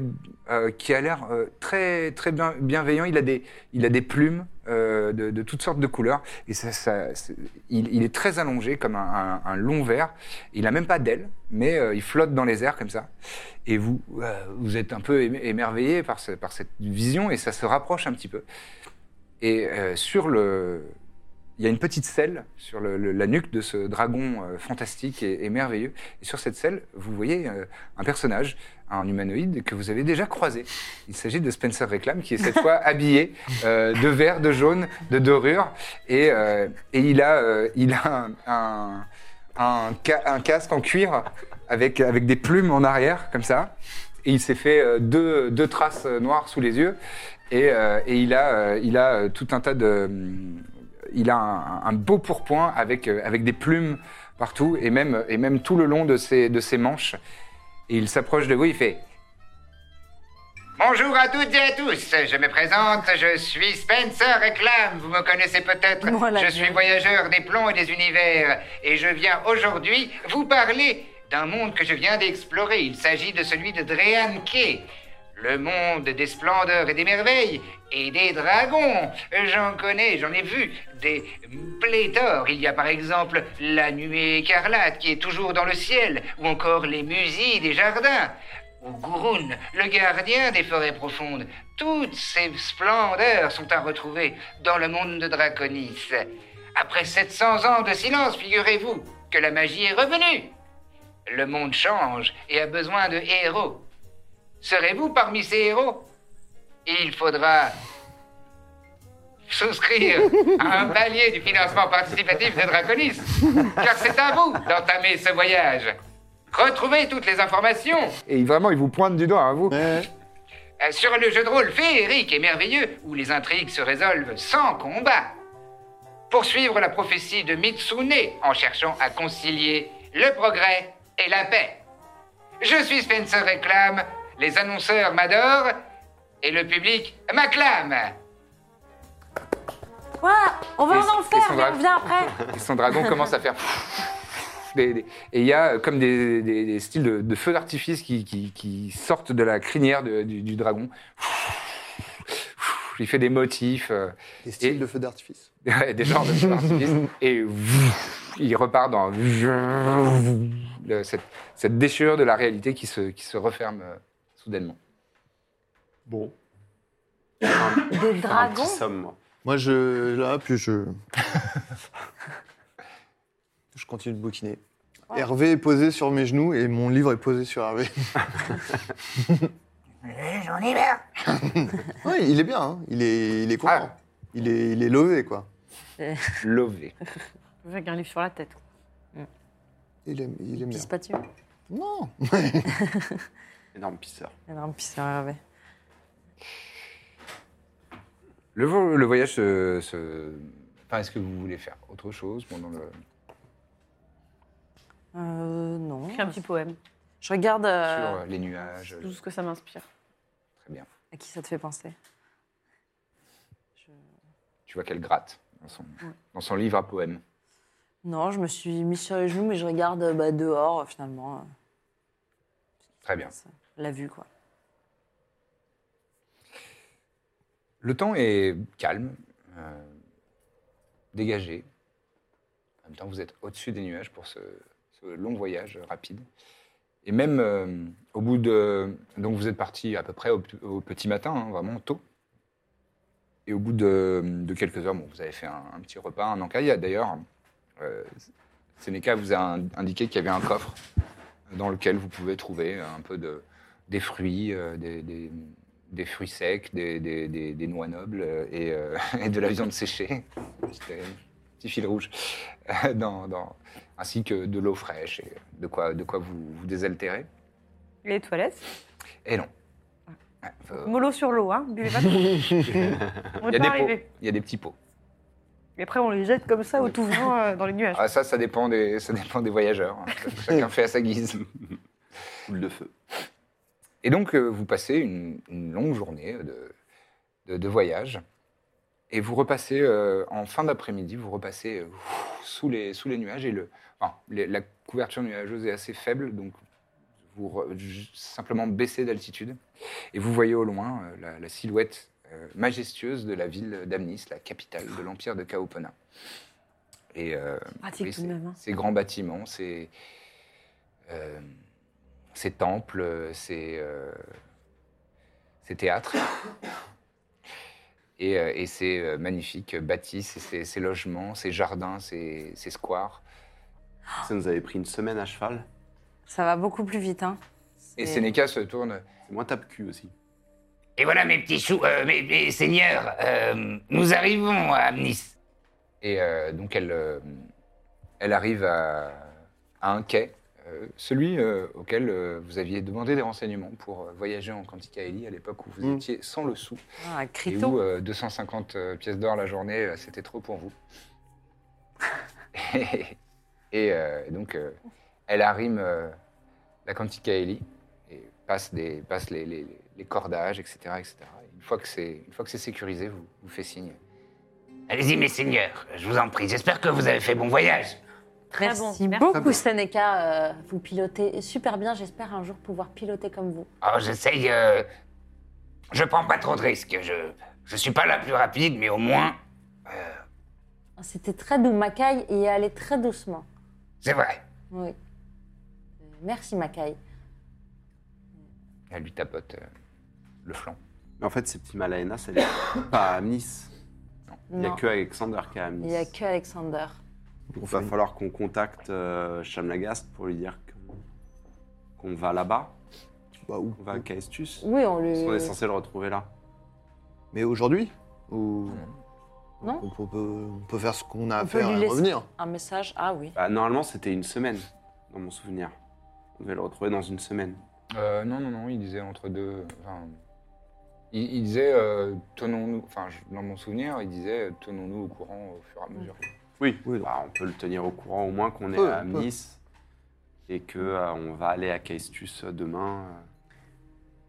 euh, qui a l'air euh, très très bien- bienveillant. Il a des, il a des plumes euh, de, de toutes sortes de couleurs et ça, ça- c'est- il, il est très allongé comme un, un- un long verre. Il n'a même pas d'ailes, mais euh, il flotte dans les airs comme ça. Et vous, euh, vous êtes un peu éme- émerveillé par, ce- par cette vision et ça se rapproche un petit peu. Et euh, sur le, il y a une petite selle sur le- le- la nuque de ce dragon euh, fantastique et, et merveilleux. Et sur cette selle, vous voyez euh, un personnage, un humanoïde que vous avez déjà croisé. Il s'agit de Spencer Reclam, qui est cette fois habillé euh, de vert, de jaune, de dorure. Et, euh, et il a, euh, il a un, un- un ca- un casque en cuir avec, avec des plumes en arrière, comme ça. Et il s'est fait euh, deux, deux traces euh, noires sous les yeux. Et, euh, et il a, euh, il a euh, tout un tas de... hum, Il a un, un beau pourpoint avec, euh, avec des plumes partout et même, et même tout le long de ses, de ses manches. Et il s'approche de vous, il fait Bonjour à toutes et à tous, je me présente, je suis Spencer Reclam, vous me connaissez peut-être. Moi, la je suis gueule. voyageur des plombs et des univers, et je viens aujourd'hui vous parler d'un monde que je viens d'explorer. Il s'agit de celui de Dreanke, le monde des splendeurs et des merveilles, et des dragons. J'en connais, j'en ai vu des pléthores. Il y a par exemple la nuée écarlate qui est toujours dans le ciel, ou encore les musies des jardins ou Gurun, le gardien des forêts profondes. Toutes ces splendeurs sont à retrouver dans le monde de Draconis. Après 700 ans de silence, figurez-vous que la magie est revenue. Le monde change et a besoin de héros. Serez-vous parmi ces héros Il faudra souscrire à un palier du financement participatif de Draconis, car c'est à vous d'entamer ce voyage. Retrouvez toutes les informations Et il- vraiment, il vous pointe du doigt, hein, vous. euh, Sur le jeu de rôle féerique et merveilleux où les intrigues se résolvent sans combat. Poursuivre la prophétie de Mitsune en cherchant à concilier le progrès et la paix. Je suis Spencer Réclame, les annonceurs m'adorent et le public m'acclame. Quoi On va Et- en et enfer, son mais on bras- vient après. Et son dragon commence à faire. des- des- Et il y a euh, comme des, des- des styles de, de feux d'artifice qui, qui- qui sortent de la crinière de- du, du dragon. Il fait des motifs, euh, Des styles de feu d'artifice. des genres de feux d'artifice, et il repart dans le- cette, cette déchirure de la réalité qui se, qui se referme euh, soudainement. Bon. Des faire un petit dragons somme, moi. Moi, je. Là, puis je. je continue de bouquiner. Hervé est posé sur mes genoux et mon livre est posé sur Hervé. J'en ai marre. ouais, il est bien, hein. il, est, il est content. Ah. Il, est, il est levé, quoi. Lové. Avec un livre sur la tête. Il est, il est bien. Pisse pas dessus. Non Énorme pisseur. Elle a un pisse à rêver. Le, vo- le voyage se. se- Enfin, est-ce que vous voulez faire autre chose pendant le. Euh, non. Écris un petit poème. Je regarde euh, sur les nuages Tout ce que ça m'inspire. Très bien. à qui ça te fait penser. Tu vois qu'elle gratte dans son, dans son livre à poèmes. Non, je me suis mise sur les genoux, mais je regarde euh, bah, dehors, euh, finalement. euh, Très bien. ça- la vue, quoi. Le temps est calme, euh, dégagé. En même temps, vous êtes au-dessus des nuages pour ce, ce long voyage rapide. Et même euh, au bout de... Donc vous êtes parti à peu près au, au petit matin, hein, vraiment tôt. Et au bout de, de quelques heures, bon, vous avez fait un, un petit repas, un encas. Il y a D'ailleurs, euh, Sénéca vous a in- indiqué qu'il y avait un coffre dans lequel vous pouvez trouver un peu de, des fruits, euh, des- des, des fruits secs, des, des- des- des noix nobles euh, et, euh, et de la viande séchée. C'était un petit fil rouge. Euh, dans- dans- ainsi que de l'eau fraîche et de quoi, de quoi vous, vous désaltérer. Les toilettes. Et non. Ouais, faut- Mollo sur l'eau, hein. Buvez pas trop. on Il y, n'est a des pas pots, arrivé. il y a des petits pots. Et après, on les jette comme ça au tout vent euh, dans les nuages. Ah, ça, ça dépend des, ça dépend des voyageurs. hein. Chacun fait à sa guise. Boule de feu. Et donc, euh, vous passez une, une longue journée de, de- de voyage. Et vous repassez, euh, en fin d'après-midi, vous repassez euh, ouf, sous, les, sous les nuages. Et le, enfin, les- la couverture nuageuse est assez faible, donc vous re- ju- simplement baissez d'altitude. Et vous voyez au loin euh, la, la silhouette euh, majestueuse de la ville d'Amnis, la capitale de l'empire de Kaopona. Et euh, Pratique oui, tout ces- de même. hein. ces grands bâtiments, ces, euh, ces temples, euh, ces, euh, ces théâtres. Et, euh, et ces euh, magnifiques bâtisses, et ces, ces logements, ces jardins, ces, ces squares. Ça nous avait pris une semaine à cheval. Ça va beaucoup plus vite, hein. Et C'est- Sénéca se tourne. C'est moins tape cul aussi. Et voilà mes petits choux, euh, mes, mes seigneurs, euh, nous arrivons à Amnis. Et euh, donc elle, euh, elle arrive à, à un quai, euh, celui euh, auquel euh, vous aviez demandé des renseignements pour euh, voyager en Canticaeli à l'époque où vous Mm. étiez sans le sou. Ah, un Et criton. où euh, 250 euh, pièces d'or la journée, euh, c'était trop pour vous. et euh, donc, euh, elle arrime euh, la Canticaeli et passe, des, passe les, les- les cordages, etc. etc. Et une fois que c'est une fois que c'est sécurisé, vous, vous fait signe. Allez-y mes seigneurs, je vous en prie, j'espère que vous avez fait bon voyage. Très Merci bon. beaucoup, Seneca. euh, vous pilotez super bien. J'espère un jour pouvoir piloter comme vous. Oh, j'essaye, euh, je prends pas trop de risques, je, je suis pas la plus rapide, mais au moins, C'était très doux. Macaille y est allé très doucement. c'est vrai. Oui. Euh, Merci, Macaille. Elle lui tapote euh, le flanc. Mais en fait, ces petits Malaena, ça les pas à Amnis. Il n'y a Non, que Alexander qui est à il Amnis. n'y a que Alexander. Il va falloir qu'on contacte euh, Chamlagast pour lui dire qu'on- qu'on va là-bas, Bah, où qu'on va à Caestus. Oui, on lui. Parce qu'on est censé le retrouver là. Mais aujourd'hui Ou. Non. on, peut, on peut- on peut faire ce qu'on a à On peut faire lui et laisser- revenir. Un message Ah oui. Bah, normalement, c'était une semaine, dans mon souvenir. On devait le retrouver dans une semaine. Euh, non, non, non, il disait entre deux. enfin, il, il disait, euh, tenons-nous. Enfin, je- dans mon souvenir, il disait, euh, tenons-nous au courant au fur et à mesure. Oui, Bah, on peut le tenir au courant au moins qu'on est peut, à on peut. Amnis et qu'on va aller à Caestus euh, demain. euh.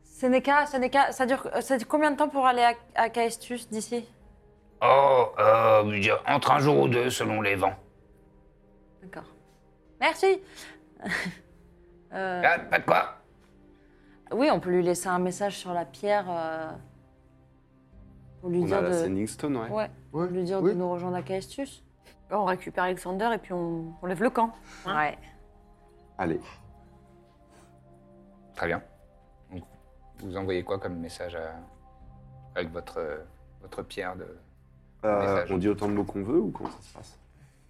Seneca, Seneca, ça dure, euh, ça dure combien de temps pour aller à, à Caestus d'ici Oh, euh, je- entre un jour ou deux selon les vents. D'accord. Merci Euh, Ah, pas de quoi Oui, on peut lui laisser un message sur la pierre euh, pour lui on a dire, la de... Sending Stone, Ouais, ouais. Ouais, pour lui dire oui. de nous rejoindre à Caestus. On récupère Alexander et puis on, on lève le camp. Hein Ouais. Allez, Très bien. Donc, vous envoyez quoi comme message à- avec votre, euh, votre pierre de... Euh, Message. on dit autant de mots qu'on veut ou comment ça se passe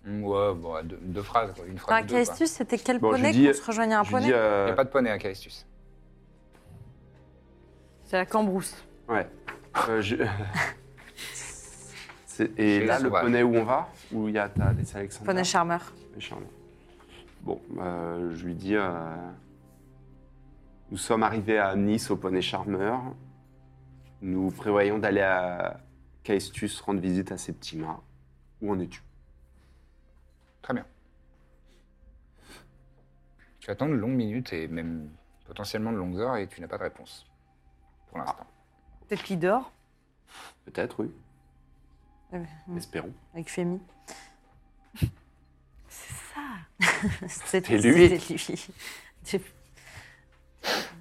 Hmm, Ouais, bon, à deux, deux phrases, quoi. une À phrase ou deux. quoi. Caestus, c'était quel Bon, je poney dis- qu'on se rejoignait à un Je lui poney dis, Il euh, n'y a pas de poney à Caestus. C'est la cambrousse. Ouais. Euh, je- C'est- Et Chez là, les le sauvages. poney où on va Où il y a ta des Alexandre Poney charmeur. Bon, euh, je lui dis euh, Nous sommes arrivés à Nice au poney charmeur. Nous prévoyons d'aller à Caestus rende visite à Septima. Où en es-tu Très bien. Tu attends de longues minutes et même potentiellement de longues heures et tu n'as pas de réponse. Pour l'instant. Peut-être qu'il dort. Peut-être, oui. Ah ouais, Espérons. avec Femi. C'est ça. C'est C'est lui. C'est lui.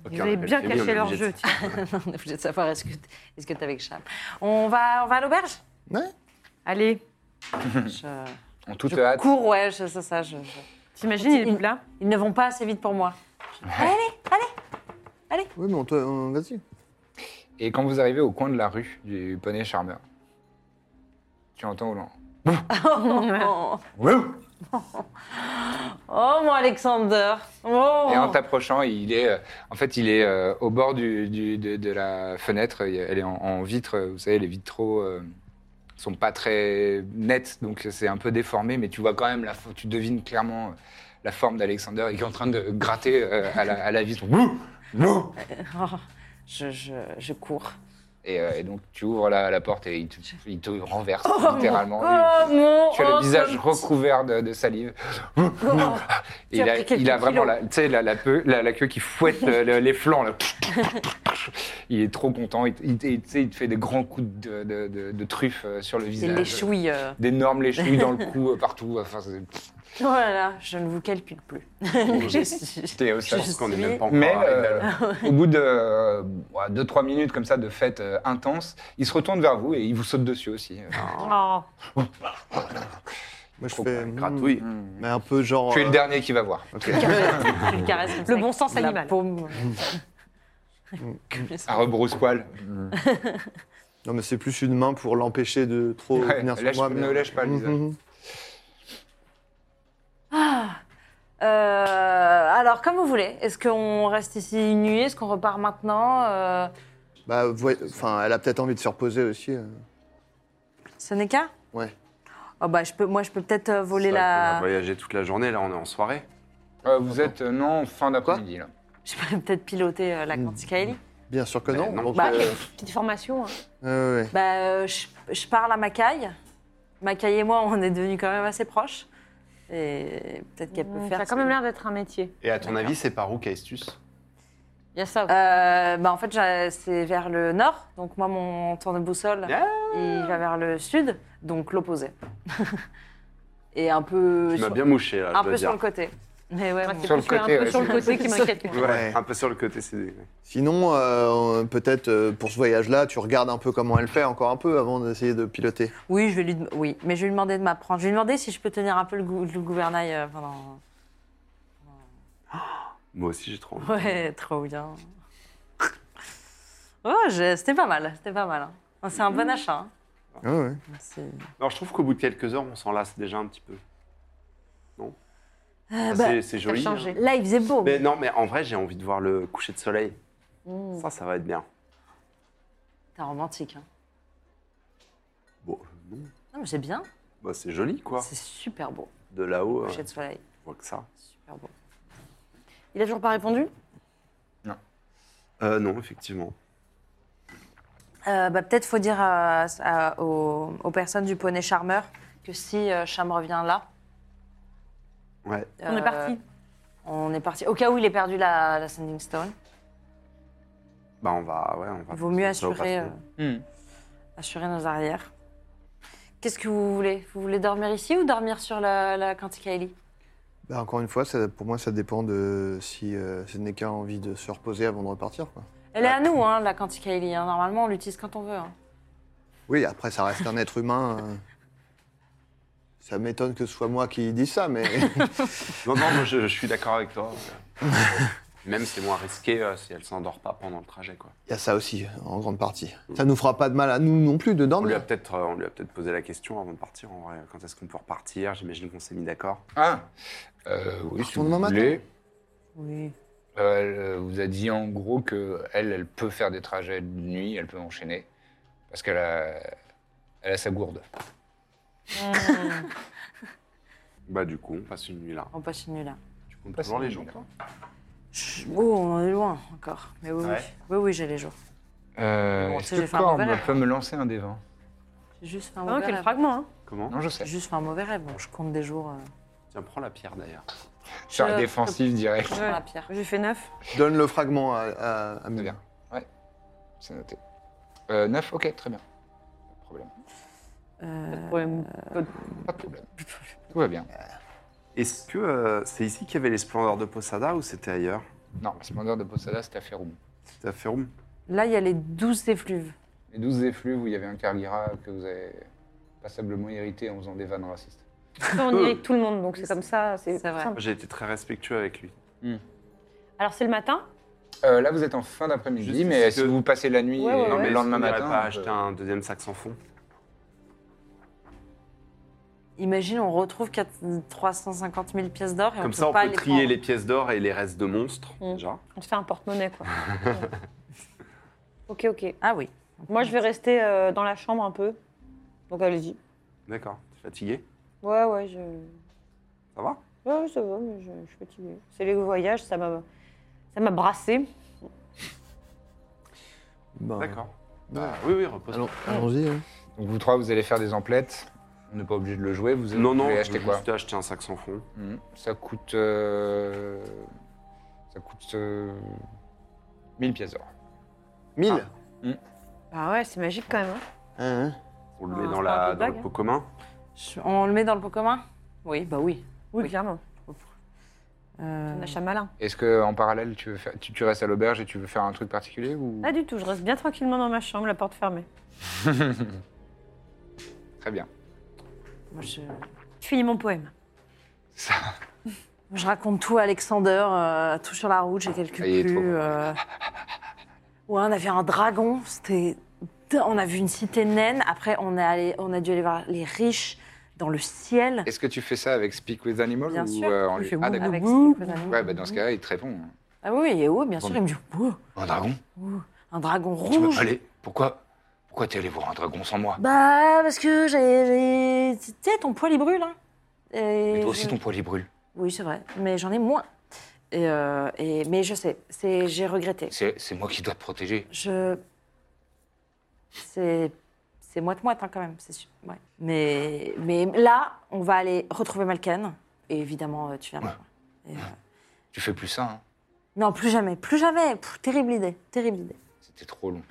Vous avez bien caché leur jeu, tiens. on est obligé de savoir est-ce que t- est-ce que t'es avec Cham. On va, on va à l'auberge Ouais. Allez, Mm. Je- En toute hâte. Cours, ouais, je- c'est ça. je- je- t'imagines, il est plus là. Ils ne vont pas assez vite pour moi. Oui, mais on te- on- vas-y. Et quand vous arrivez au coin de la rue du poney charmeur, tu entends au loin. Oh, Wouh oh, mon Alexander. Oh. Et en t'approchant, il est, euh, en fait, il est euh, au bord du, du- de, de la fenêtre. Il y a- Elle est en, en vitre. Vous savez, les vitraux euh, sont pas très nets, donc c'est un peu déformé, mais tu vois quand même, la, fo- tu devines clairement euh, la forme d'Alexander et qui est en train de gratter euh, à, la, à la vitre. Wouh Wouh Oh, je, je, je cours. et, euh, et donc tu ouvres la, la porte et il te, il te renverse littéralement. Oh mon Tu as le oh, visage comme- recouvert de, de salive. Oh. Et Tu as il, a, pris quelques il a vraiment kilos. la, tu sais, la, la, peu- la- la queue qui fouette euh, le- le- les flancs. là. Il est trop content. Il, il- il- tu sais, il te fait des grands coups de, de, de- de truffe euh, sur le Il visage. l'échouille. euh. D'énormes léchouilles dans le cou, euh, partout. Enfin, c'est- Oh là là, je ne vous calcule plus. je suis... t'es au hein, Je sol. pense qu'on n'est suis- même pas encore Mais arrivé à euh, Ah au bout de euh, 2-3 minutes comme ça de fête euh, intense, il se retourne vers vous et il vous saute dessus aussi. Ah. Oh. Moi, je Trop fais. la gratouille. Hmm. Mais un peu genre. Tu es le euh, dernier qui va voir. Tu le caresses comme ça Le bon sens avec la animal. paume. À rebrousse-poil. Non, mais c'est plus une main pour l'empêcher de trop Ouais, venir sur lâche- moi. ne mais... lâche pas le Mhm. visage. Euh, alors, comme vous voulez, est-ce qu'on reste ici une nuit Est-ce qu'on repart maintenant Euh, Bah, voy- enfin, elle a peut-être envie de se reposer aussi. euh. Ce n'est qu'un Ouais. Oh bah, je peux, moi, je peux peut-être euh, voler C'est vrai qu'on la. a voyagé toute la journée, là on est en soirée. Euh, vous êtes, euh, non, fin d'après-midi. là. Je peux peut-être piloter euh, la Quanticaeli. Bien sûr que Mais non. non. donc, Bah, euh, Petite formation. hein. ouais, ouais, ouais. Bah, euh, je, je parle à Macaille. Macaille et moi, on est devenus quand même assez proches. Et peut-être qu'elle peut Mmh, faire. Ça a quand même l'air d'être un métier. Et à ton avis, c'est par où Caestus Il y a ça. aussi. Euh, bah, en fait, j'ai- c'est vers le nord. Donc, moi, mon tour de boussole, Ah il va vers le sud. Donc, l'opposé. et un peu. Tu m'as sur- bien mouché là, un je peu dois sur dire. le côté. Mais ouais, Moi, mon- c'est sur le plus un côté, peu ouais, sur le c'est- côté qui m'inquiète. moi. Ouais. Un peu sur le côté, c'est. ouais. Sinon, euh, peut-être euh, pour ce voyage-là, tu regardes un peu comment elle fait encore un peu avant d'essayer de piloter. Oui, je vais lui, dem- oui, mais je vais lui demander de m'apprendre. Je vais lui demander si je peux tenir un peu le, gou- le gouvernail euh, pendant. Moi aussi, j'ai trop envie. Ouais, trop bien. Oh, j'ai- c'était pas mal, c'était pas mal. hein. Oh, C'est un bon achat. hein. Ouais, ouais. C'est- Non, je trouve qu'au bout de quelques heures, on s'en lasse déjà un petit peu. Non Ah, bah, c'est- C'est joli. hein. changé. Là, il faisait beau. Mais non, mais en vrai, j'ai envie de voir le coucher de soleil. Hmm. Ça, ça va être bien. T'es romantique. hein. Bon, non. Non, mais c'est bien. Bah, c'est joli, quoi. C'est super beau. De là-haut, euh, Coucher de soleil, je vois que ça. super beau. Il a toujours pas répondu Euh, non, effectivement. Euh, bah, Peut-être faut dire à- à- aux, aux personnes du poney charmeur que si euh, Cham revient là. Ouais. On est euh, parti. On est parti. Au cas où il ait perdu la, la Sending Stone, Bah, on va. Ouais, on va il vaut mieux ça au assurer, euh. patron. Hmm. assurer nos arrières. Qu'est-ce que vous voulez Vous voulez dormir ici ou dormir sur la, la Canticaeli Bah, encore une fois, ça- pour moi, ça dépend de si euh, Seneca a envie de se reposer avant de repartir. Quoi. Elle est à nous, hein, la Canticaeli. hein. Normalement, on l'utilise quand on veut. hein. Oui, après, ça reste un être humain. euh. Ça m'étonne que ce soit moi qui dise ça, mais Non, non, moi, je, je suis d'accord avec toi. Même, c'est moins risqué euh, si elle s'endort pas pendant le trajet, quoi. il y a ça aussi, en grande partie. Ça nous fera pas de mal à nous non plus de On lui a dormir. peut-être euh, on lui a peut-être posé la question avant de partir, en vrai. Quand est-ce qu'on peut repartir J'imagine qu'on s'est mis d'accord. Ah euh, Oui, si Partons vous demain matin. voulez. Oui. Euh, elle euh, vous a dit en gros que elle, elle peut faire des trajets de nuit, elle peut enchaîner parce qu'elle a, elle a sa gourde. Bah, du coup, on passe une nuit là. On passe une nuit là. Tu comptes passe toujours une nuit les jours, là. toi Chut, Oh, on en est loin encore. Mais oui, oui. Ouais. Oui, oui, j'ai les jours. Euh, Bon, tu sais, Est-ce j'ai que fait un Corbe mauvais rêve. peut me lancer un des vins J'ai juste fait un Ah ouais, mauvais quel rêve. fragment, hein Comment Non, je sais. J'ai juste fait un mauvais rêve. Bon, je compte des jours. euh, Tiens, prends la pierre d'ailleurs. Sur la je- défensive direct. je prends la pierre. J'ai fait 9. Donne le fragment à, à, à Très Mimi. bien. Ouais, c'est noté. Euh, 9, ok, très bien. Pas de problème. Euh, Pas de problème. Tout va bien. Est-ce que euh, c'est ici qu'il y avait les splendeurs de Posada ou c'était ailleurs Non, la splendeur de Posada, c'était à Ferrum. C'était à Ferrum Là, il y a les 12 effluves. Les 12 effluves où il y avait un Carlira que vous avez passablement hérité en faisant des vannes racistes. On y est avec tout le monde, donc c'est comme ça, c'est C'est vrai. simple. J'ai été très respectueux avec lui. Alors c'est le matin Euh, là, vous êtes en fin Juste d'après-midi, mais que- si vous passez la nuit Ouais, et ouais, le ouais. lendemain Est-ce qu'on matin. n'aurait pas euh, acheté un deuxième sac sans fond. Imagine, on retrouve 4 350 000 pièces d'or et on Comme peut ça, on Ah, pas peut les trier prendre. les pièces d'or et les restes de monstres, Mm. déjà. On se fait un porte-monnaie, quoi. Ouais. ok, ok. Ah oui. Moi, je vais rester euh, dans la chambre un peu. Donc allez-y. D'accord. T'es fatigué Ouais, ouais, je... Ça va ouais, ouais, ça va, mais je, je suis fatiguée. C'est les voyages, ça m'a... Ça m'a brassé. Ben, D'accord. Bah, oui, oui, repose. allons- Allons-y. hein. Donc vous trois, vous allez faire des emplettes. On n'est pas obligé de le jouer. Vous, non, vous non, allez je acheter vais quoi juste acheter un sac sans fond. Mhm. Ça coûte. euh, Ça coûte. euh, 1000 pièces d'or. 1000 Bah ouais, c'est magique quand même. hein. Ah. Hein, hein. On le Ah, met c'est dans, pas un la, peu de dans le bague, pot commun. Je- On le met dans le pot commun Oui, bah oui. Oui, clairement. Euh, Un achat malin. Est-ce que en parallèle, tu, veux faire- tu, tu restes à l'auberge et tu veux faire un truc particulier ou Pas du tout, je reste bien tranquillement dans ma chambre, la porte fermée. Très bien. moi, je... Je finis mon poème. Ça. je raconte tout à Alexander, euh, tout sur la route, j'ai quelques Ah, il est plus. trop fort. euh, Ouais, on avait un dragon, c'était. On a vu une cité naine, après on, est allé... on a dû aller voir les riches dans le ciel. Est-ce que tu fais ça avec Speak with Animal Bien ou sûr. euh, en Il lui- fait Ah wouh, d'accord. avec Ouh. ses animaux. Ouais, bah dans ce cas-là, il te répond. Ah oui, oui, et oui, bien sûr, Bon. il me dit Ouh, Un dragon un dragon Tu m'as rouge. pas allé Pourquoi Pourquoi t'es allé voir un dragon sans moi Bah, parce que j'ai. j'ai- Tu sais, ton poil il brûle, hein. Et Mais toi aussi, je- ton poil il brûle. Oui, c'est vrai, mais j'en ai moins. Et, euh, et- Mais je sais, c'est... j'ai regretté. C'est c'est moi qui dois te protéger. Je. C'est. C'est moite-moite, hein, quand même, c'est sûr. Ouais. Mais... mais là, on va aller retrouver Malken, et évidemment, euh, tu viens. Tu fais plus ça. hein. Non, plus jamais, plus jamais Pff, Terrible idée, terrible idée. C'était trop long.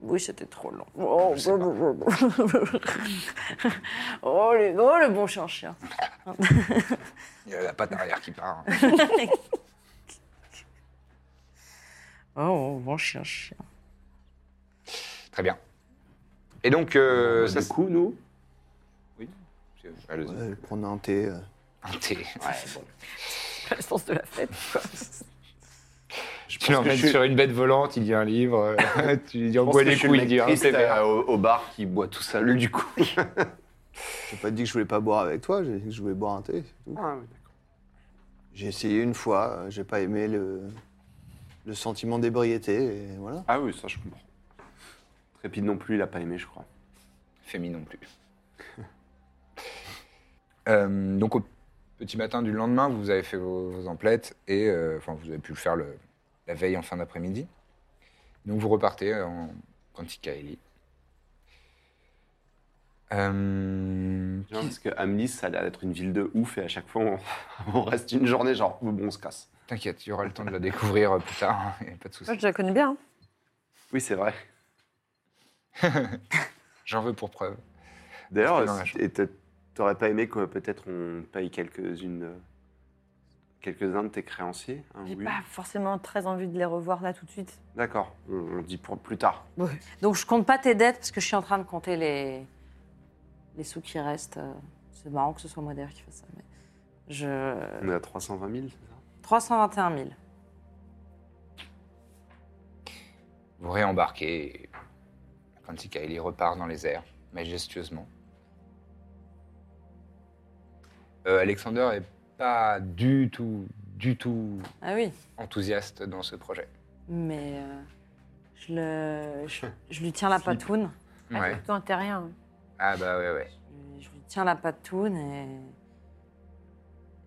Oui, c'était trop long. Oh, Je sais pas. oh, les- oh, le bon chien-chien. Il y a la patte arrière qui part. hein. Oh, bon chien-chien. Très bien. Et donc, euh, Bah, ça du se- coup, nous Euh, allez-y. Ouais, Prendre un thé. euh. Un thé. Le sens de la fête. Je Tu pense que l'emmènes je suis- sur une bête volante, il y a un livre, euh, tu lui dis je pense envoie que je les suis le couilles, il mec dit hein, un triste, thé vert. euh, au, au bar qui boit tout seul, du coup. J'ai pas dit que je voulais pas boire avec toi, j'ai dit que je voulais boire un thé. c'est tout. Ah, oui, d'accord. J'ai essayé une fois, euh, j'ai pas aimé le, le sentiment d'ébriété, et voilà. Ah oui, ça, je comprends. Trépide non plus, il a pas aimé, je crois. Fémi non plus. Euh, donc au petit matin du lendemain, vous avez fait vos, vos emplettes et euh, enfin vous avez pu le faire le- la veille en fin d'après-midi. Donc vous repartez en Quanticaeli. Euh, Genre, Parce que Amnis, ça a l'air d'être une ville de ouf et à chaque fois, on, on reste une journée, genre, bon, on se casse. T'inquiète, il y aura le temps de la découvrir euh, plus tard, hein, y a pas de Moi, souci. je la connais bien. hein. Oui, c'est vrai. J'en veux pour preuve. D'ailleurs, Parce que dans la si- et t'a- t'aurais pas aimé que peut-être on paye quelques-unes, euh, quelques-uns de tes créanciers hein, J'ai oui. pas forcément très envie de les revoir là tout de suite. D'accord, on, on le dit pour plus tard. Donc je compte pas tes dettes parce que je suis en train de compter les, les sous qui restent. euh, C'est marrant que ce soit moi d'ailleurs qui fasse ça. Mais je... On est à 320 000, c'est ça 321 000. Vous réembarquez et Quanticaeli repart dans les airs, majestueusement. Euh, Alexander est pas du tout, du tout Ah oui, enthousiaste dans ce projet. mais euh, je, le... je, je lui tiens la Slip. patoune. Ah, c'est plutôt un terrien. hein. Ah bah ouais, ouais. Je lui tiens la patoune et...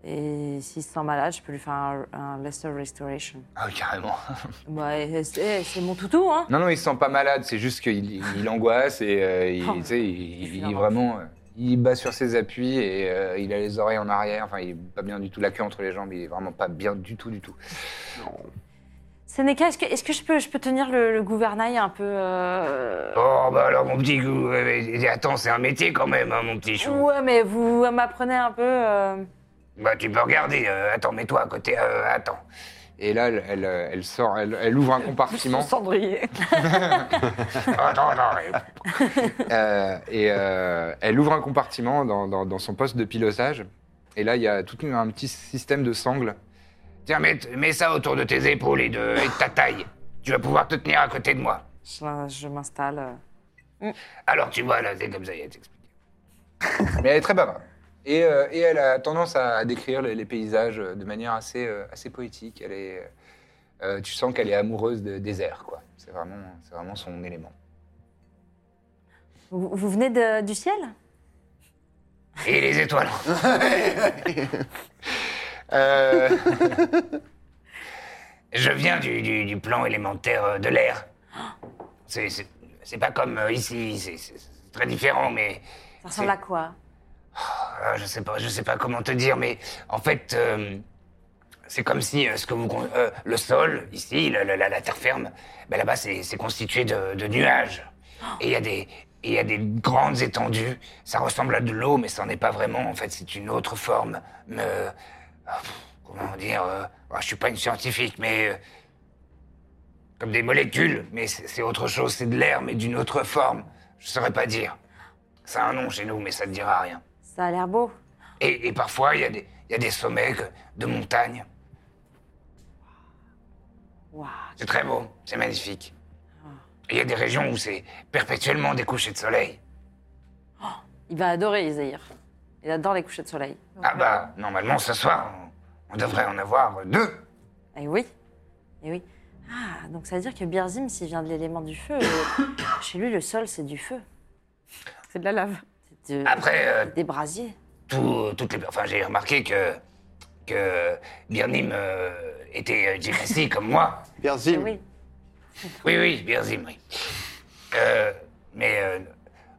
Et s'il se sent malade, je peux lui faire un, un Lesser Restoration. Ah, carrément. Ouais, et c'est c'est mon toutou, hein Non, non, il se sent pas malade, c'est juste qu'il il- il angoisse et euh, il, Oh. tu sais, il- il- Il il fait un vraiment. euh, Il bat sur ses appuis et euh, il a les oreilles en arrière. Enfin, il est pas bien du tout, la queue entre les jambes, il est vraiment pas bien du tout, du tout. Sénéca, est-ce que, est-ce que je, peux, je peux tenir le, le gouvernail un peu. euh, Oh, bah alors, mon petit goût. euh, mais Attends, c'est un métier quand même, hein, mon petit chou. Ouais, mais vous m'apprenez un peu. euh, Bah, tu peux regarder. euh, attends, mets-toi à côté. euh, attends. Et là, elle, elle, euh, elle sort, elle, elle ouvre un compartiment Cendrier. Attends, attends. euh, euh, et euh, elle ouvre un compartiment dans, dans- dans son poste de pilotage. Et là, il y a tout un petit système de sangles. Tiens, mets, mets ça autour de tes épaules et de, et de ta taille. Tu vas pouvoir te tenir à côté de moi. je je m'installe. euh. Alors, tu vois, là, c'est comme ça, il t'explique. Mais elle est très bavarde. Et, euh, et elle a tendance à décrire les, les paysages euh, de manière assez, euh, assez poétique. Elle est, euh, tu sens qu'elle est amoureuse de- des airs, quoi. C'est vraiment, c'est vraiment son élément. Vous, vous venez de- du ciel Et les étoiles. Euh, Je viens du, du- du plan élémentaire euh, de l'air. Ah. C'est- C'est c'est pas comme euh, ici, c'est- c'est c'est très différent, mais Ça ressemble C'est- à quoi ah, je sais pas, je sais pas comment te dire, mais en fait, euh, c'est comme si euh, ce que vous con- euh, le sol ici, la, la- la- la terre ferme, ben là-bas c'est c'est constitué de, de nuages. Et il y a des et il y a des grandes étendues. Ça ressemble à de l'eau, mais ça n'en est pas vraiment. En fait, c'est une autre forme. Mais, euh, ah, pff, comment dire euh, ah, Je suis pas une scientifique, mais euh, comme des molécules, mais c'est c'est autre chose. C'est de l'air, mais d'une autre forme. Je saurais pas dire. Ça a un nom chez nous, mais ça ne dira rien. Ça a l'air beau. Et, et parfois, il y, a des- il y a des sommets que- de montagnes. Waouh. C'est très beau, c'est magnifique. Et Il y a des régions où c'est perpétuellement des couchers de soleil. Il va adorer Isaïr. Il adore les couchers de soleil. Ah bah, normalement, ce soir, on, on devrait en avoir deux. Eh oui. Eh oui. Ah, donc ça veut dire que Birzim, s'il vient de l'élément du feu, euh, chez lui, le sol, c'est du feu. C'est de la lave. C'est de- Après, euh, des brasiers. tout- toutes les... Enfin, j'ai remarqué que... que Birnim euh, était euh, gynécie comme moi. Merci. Eh oui. Oui, oui, Birzim, oui. Euh, mais euh,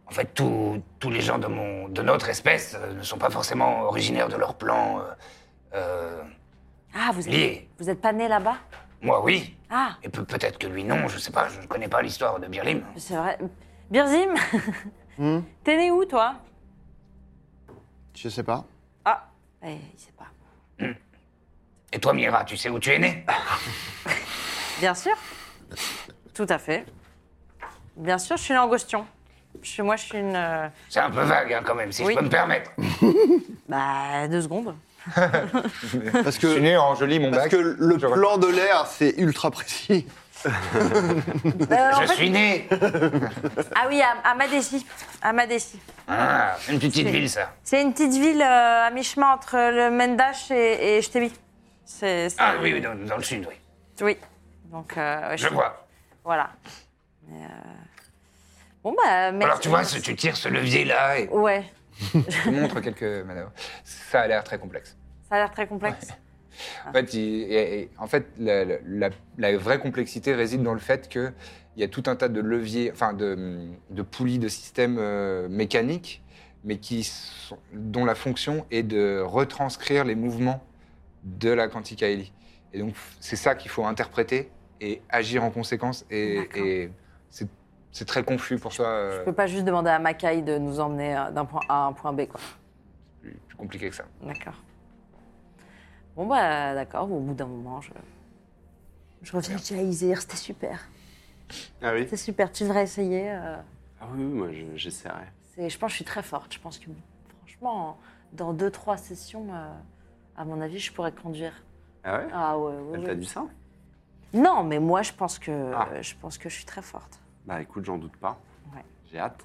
en fait, tous- tous les gens de, mon, de notre espèce euh, ne sont pas forcément originaires de leur plan. euh, euh, Ah, vous êtes, Lié. vous êtes pas né là-bas moi, oui. Ah, Et peut- peut-être que lui, non, je sais pas, je ne connais pas l'histoire de Birlim. c'est vrai. Birzim, t'es né où, toi Je sais pas. Ah, eh, il sait pas. Et toi, Mira, tu sais où tu es né Bien sûr. Tout à fait. Bien sûr, je suis née en Gostion. Je suis, moi, je suis une... euh, C'est un peu vague, hein, quand même, si Oui. je peux me permettre. bah, deux secondes. Parce je suis que, né en joli mon parce bac. que le Je- plan de l'air, c'est ultra précis. Euh, en je fait- suis né Ah oui, à, à Madécy. À Madécy. Ah, Une petite C'est- ville, ça. C'est une petite ville euh, à mi-chemin entre le Mendash et, et Jtebi. C'est, c'est- Ah oui, oui, dans, dans le sud, oui. Oui. Donc, euh, ouais, Je je- vois. voilà. Mais, euh, Bon, bah, merci. Alors, tu vois, ce- tu tires ce levier-là et... Ouais, Je vous montre quelques manœuvres. Ça a l'air très complexe. ça a l'air très complexe. En fait, il- et- et- en fait la, la- la- la vraie complexité réside dans le fait qu'il y a tout un tas de leviers, enfin de, de poulies, de systèmes euh, mécaniques, mais qui sont- dont la fonction est de retranscrire les mouvements de la Quantica Ellie. Et donc, f- c'est ça qu'il faut interpréter et agir en conséquence. Et, D'accord. et c'est c'est très confus pour toi. euh, Je peux pas juste demander à Makai de nous emmener euh, d'un point A à un point B, quoi. plus- plus compliqué que ça. D'accord. Bon, bah, d'accord, au bout d'un moment, je. Je reviens chez Isaïr, c'était super. Ah oui C'était super, tu devrais essayer. euh, Ah oui, oui, moi je- j'essaierai. c'est- Je pense que je suis très forte. Je pense que, franchement, dans deux, trois sessions, euh, à mon avis, je pourrais conduire. Ah ouais Ah ouais, ouais, Elle ouais. t'a dit ça Non, mais moi, je pense que Ah. je pense que je suis très forte. Bah écoute, j'en doute pas. Ouais. J'ai hâte.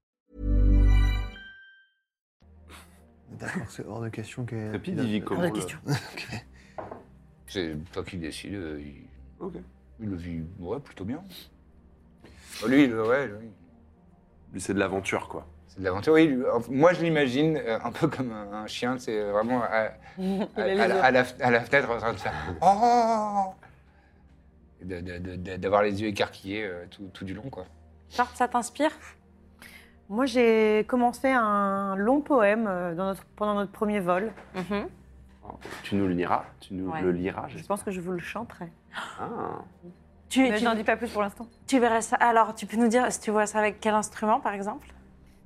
D'accord, c'est hors de question qu'elle. Rapide, il vit comment, Hors de là question. Ok. C'est toi qui décide. euh, Il... Ok. il le vit ouais, plutôt bien. Oh, Lui, il- ouais, lui, Lui, c'est de l'aventure, quoi. c'est de l'aventure. Oui, lui, enfin, moi, je l'imagine euh, un peu comme un, un chien, c'est vraiment à, à- à- à la, à la f- à la fenêtre en train de faire « Oh !» Et de- de- de- de- D'avoir les yeux écarquillés euh, tout, tout du long, quoi. Charles, ça t'inspire Moi, j'ai commencé un long poème euh, dans notre- pendant notre premier vol. Mhm. Tu nous le liras, tu nous Ouais. le liras. Je j'espère. pense que je vous le chanterai. Ah. tu, Mais tu- je n'en dis pas plus pour l'instant. tu verrais ça. Alors, tu peux nous dire si tu vois ça avec quel instrument, par exemple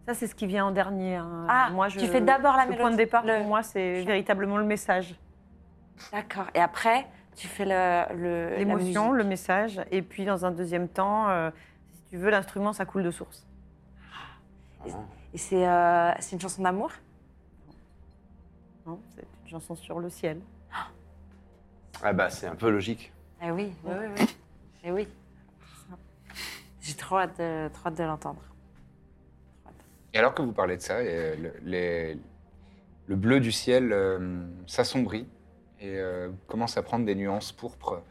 Ça, c'est ce qui vient en dernier. hein. Ah, moi, je, tu fais d'abord la le point de mélodie, départ, le- pour moi, c'est véritablement le message. D'accord. Et après, tu fais le, euh, le- la L'émotion, musique. le message. Et puis, dans un deuxième temps, euh, si tu veux, l'instrument, ça coule de source. Et c'est euh, c'est une chanson d'amour Non, hein. c'est une chanson sur le ciel. Ah bah, c'est un peu logique. Eh oui, oui, oui. oui. Eh oui. J'ai trop hâte de, trop hâte de l'entendre. Et alors que vous parlez de ça, et euh, le, les- le bleu du ciel euh, s'assombrit et euh, commence à prendre des nuances pourpres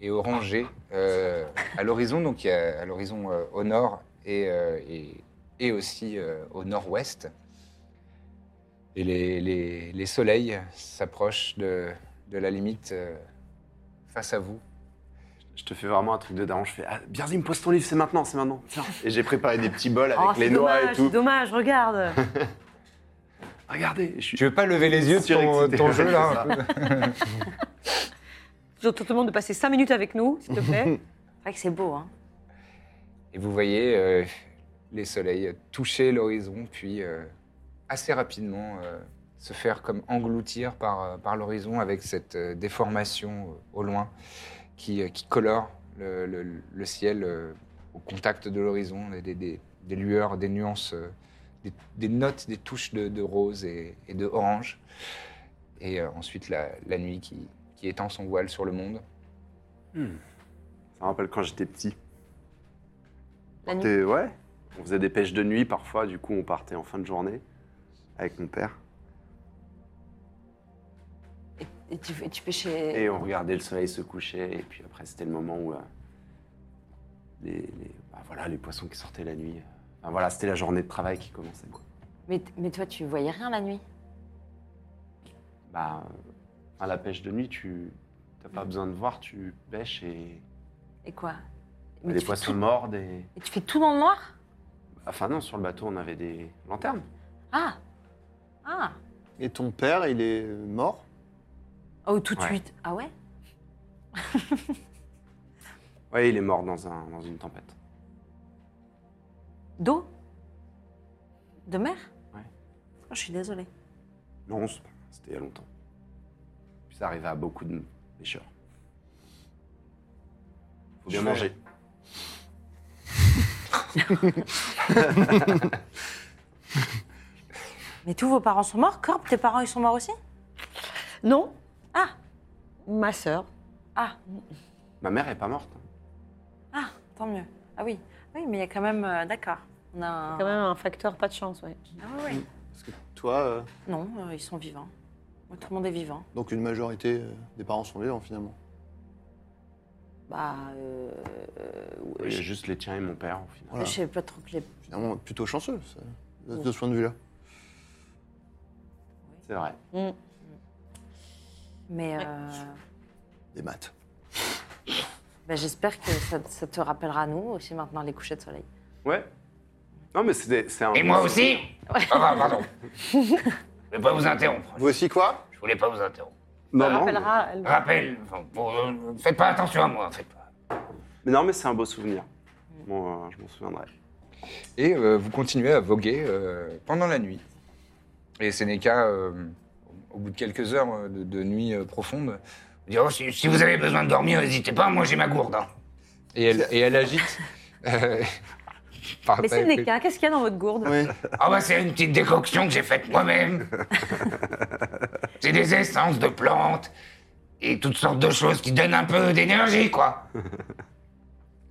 et orangées euh, à l'horizon, donc il y a- à l'horizon euh, au nord et, euh, et, et aussi euh, au nord-ouest. Et les, les- les soleils s'approchent de, de la limite euh, face à vous. Je te fais vraiment un truc de daron. Je fais, ah, Birzim, pose ton livre, c'est maintenant, c'est maintenant. Tiens. Et j'ai préparé des petits bols avec Oh, les c'est noix dommage, et tout. dommage, regarde. Regardez, je suis Tu veux pas lever les yeux de ton, Surexcité. ton jeu là C'est un peu Je demande à tout le monde de passer cinq minutes avec nous, s'il te plaît. C'est vrai que c'est beau, hein Et vous voyez euh, les soleils euh, toucher l'horizon, puis euh, assez rapidement euh, se faire comme engloutir par, euh, par l'horizon avec cette euh, déformation euh, au loin qui, euh, qui colore le, le- le ciel euh, au contact de l'horizon, des, des- des- des lueurs, des nuances, euh, des, des notes, des touches de, de rose et, et de orange. Et euh, ensuite la, la nuit qui, qui étend son voile sur le monde. Ça me rappelle quand j'étais petit. La T'es- Ouais. On faisait des pêches de nuit parfois, du coup on partait en fin de journée avec mon père. Et, et tu, et tu pêchais. Et on regardait le soleil se coucher, et puis après c'était le moment où euh, les, les- bah, voilà, les poissons qui sortaient la nuit. Enfin, voilà, c'était la journée de travail qui commençait. Quoi. Mais, mais toi, tu voyais rien la nuit Bah, euh, à la pêche de nuit, tu t'as pas besoin de voir, tu pêches et Et quoi et Mais Bah, les tu fais poissons tout- mordent. Et... Et tu fais tout dans le noir Enfin non, sur le bateau on avait des lanternes. Ah Ah Et ton père, il est euh, mort Oh, tout de Ouais. suite. Ah ouais Ouais, il est mort dans, un, dans une tempête. D'eau De mer Ouais. Oh, je suis désolée. Non, c'est pas- c'était il y a longtemps. Puis ça arrivait à beaucoup de pêcheurs. Faut bien Je manger. Mais tous vos parents sont morts Corbe, tes parents, ils sont morts aussi Non Ah. Ma sœur. Ah, Ma mère est pas morte. hein. ah, tant mieux. Ah oui, oui, mais il y a quand même. euh, D'accord. On a un- Quand même un facteur pas de chance, ouais. Ah ouais, ouais. Toi, euh, Non, euh, ils sont vivants. Moi, Tout le monde est vivant. donc une majorité euh, des parents sont vivants finalement. Bah, euh, euh, Il y je, a juste les tiens et mon père au final. Voilà. je sais pas trop que les. Finalement, plutôt chanceux ça, de de ce point de vue-là. C'est vrai. Mais euh, Des maths. bah, j'espère que ça, ça te rappellera à nous aussi maintenant les couchers de soleil. Ouais. Non, mais c'est c'est un. Et moi aussi Ah, pardon. Je ne pas vous interrompre. Vous aussi quoi Je voulais pas vous interrompre. Non, Elle non, mais, rappellera, elle- Rappel, enfin, bon, euh, faites pas attention à moi, faites pas. mais non, mais c'est un beau souvenir. Bon, euh, je m'en souviendrai. Et euh, vous continuez à voguer euh, pendant la nuit. Et Sénéca, euh, au bout de quelques heures euh, de, de nuit euh, profonde, Vous direz, oh, si, si vous avez besoin de dormir, n'hésitez pas, moi j'ai ma gourde. hein. et elle, et elle agite, euh, Par- Mais c'est t'avais pris- Neka, qu'est-ce qu'il y a dans votre gourde Ah bah c'est une petite décoction que j'ai faite moi-même. c'est des essences de plantes et toutes sortes de choses qui donnent un peu d'énergie, quoi.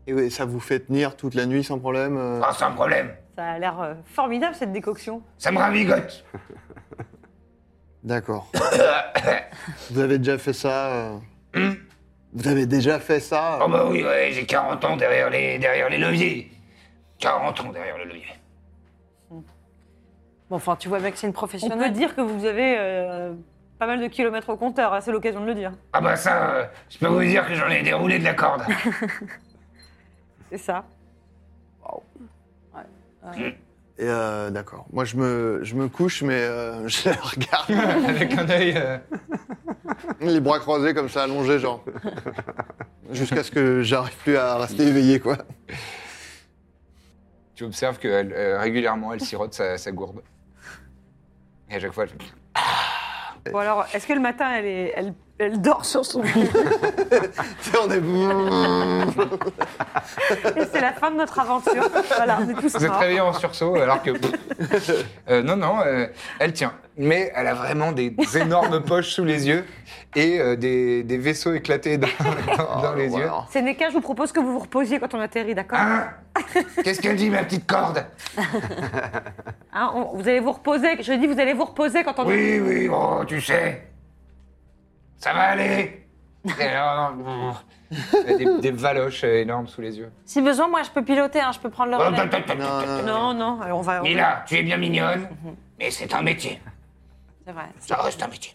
Et ouais, ça vous fait tenir toute la nuit sans problème euh Ah, sans problème. Ça a l'air euh, formidable cette décoction. Ça me ravigote. D'accord. vous avez déjà fait ça euh Mm. Vous avez déjà fait ça euh. Oh bah oui, ouais, j'ai 40 ans derrière les, derrière les leviers. 40 ans derrière le levier. Bon, enfin, tu vois bien que c'est une On professionnelle. peut dire que vous avez euh, pas mal de kilomètres au compteur, hein, c'est l'occasion de le dire. Ah bah ça, euh, je peux vous dire que j'en ai déroulé de la corde. C'est ça. Et, euh, D'accord. Moi, je me, je me couche, mais euh, je la regarde. Avec un œil. euh, Les bras croisés comme ça, allongés, genre. Jusqu'à ce que j'arrive plus à rester éveillé, quoi. Tu observes que elle, euh, régulièrement, elle sirote sa, sa gourde. Et à chaque fois, elle fait- Bon alors, est-ce que le matin elle, est, elle, elle dort sur son lit On est... Et c'est la fin de notre aventure. Voilà, on est tous vous êtes morts. réveillé en sursaut alors que. Euh, non, non, euh, elle tient. Mais elle a vraiment des énormes poches sous les yeux et euh, des, des vaisseaux éclatés dans, dans- Oh, dans les yeux. C'est Neka, je vous propose que vous vous reposiez quand on atterrit, d'accord Hein Qu'est-ce qu'elle dit, ma petite corde Hein, on- Vous allez vous reposer, je dis vous allez vous reposer quand on Oui, oui, oh, tu sais. Ça va aller. Et alors, brrr. Elle a Des, des valoches euh, énormes sous les yeux. Si besoin, moi, je peux piloter, hein, je peux prendre le Bah, Oh, relais. ta, ta, ta, ta, ta. Non, non, alors on va... on- Mila, tu es bien mignonne, mais c'est un métier. C'est vrai. Ça reste un métier.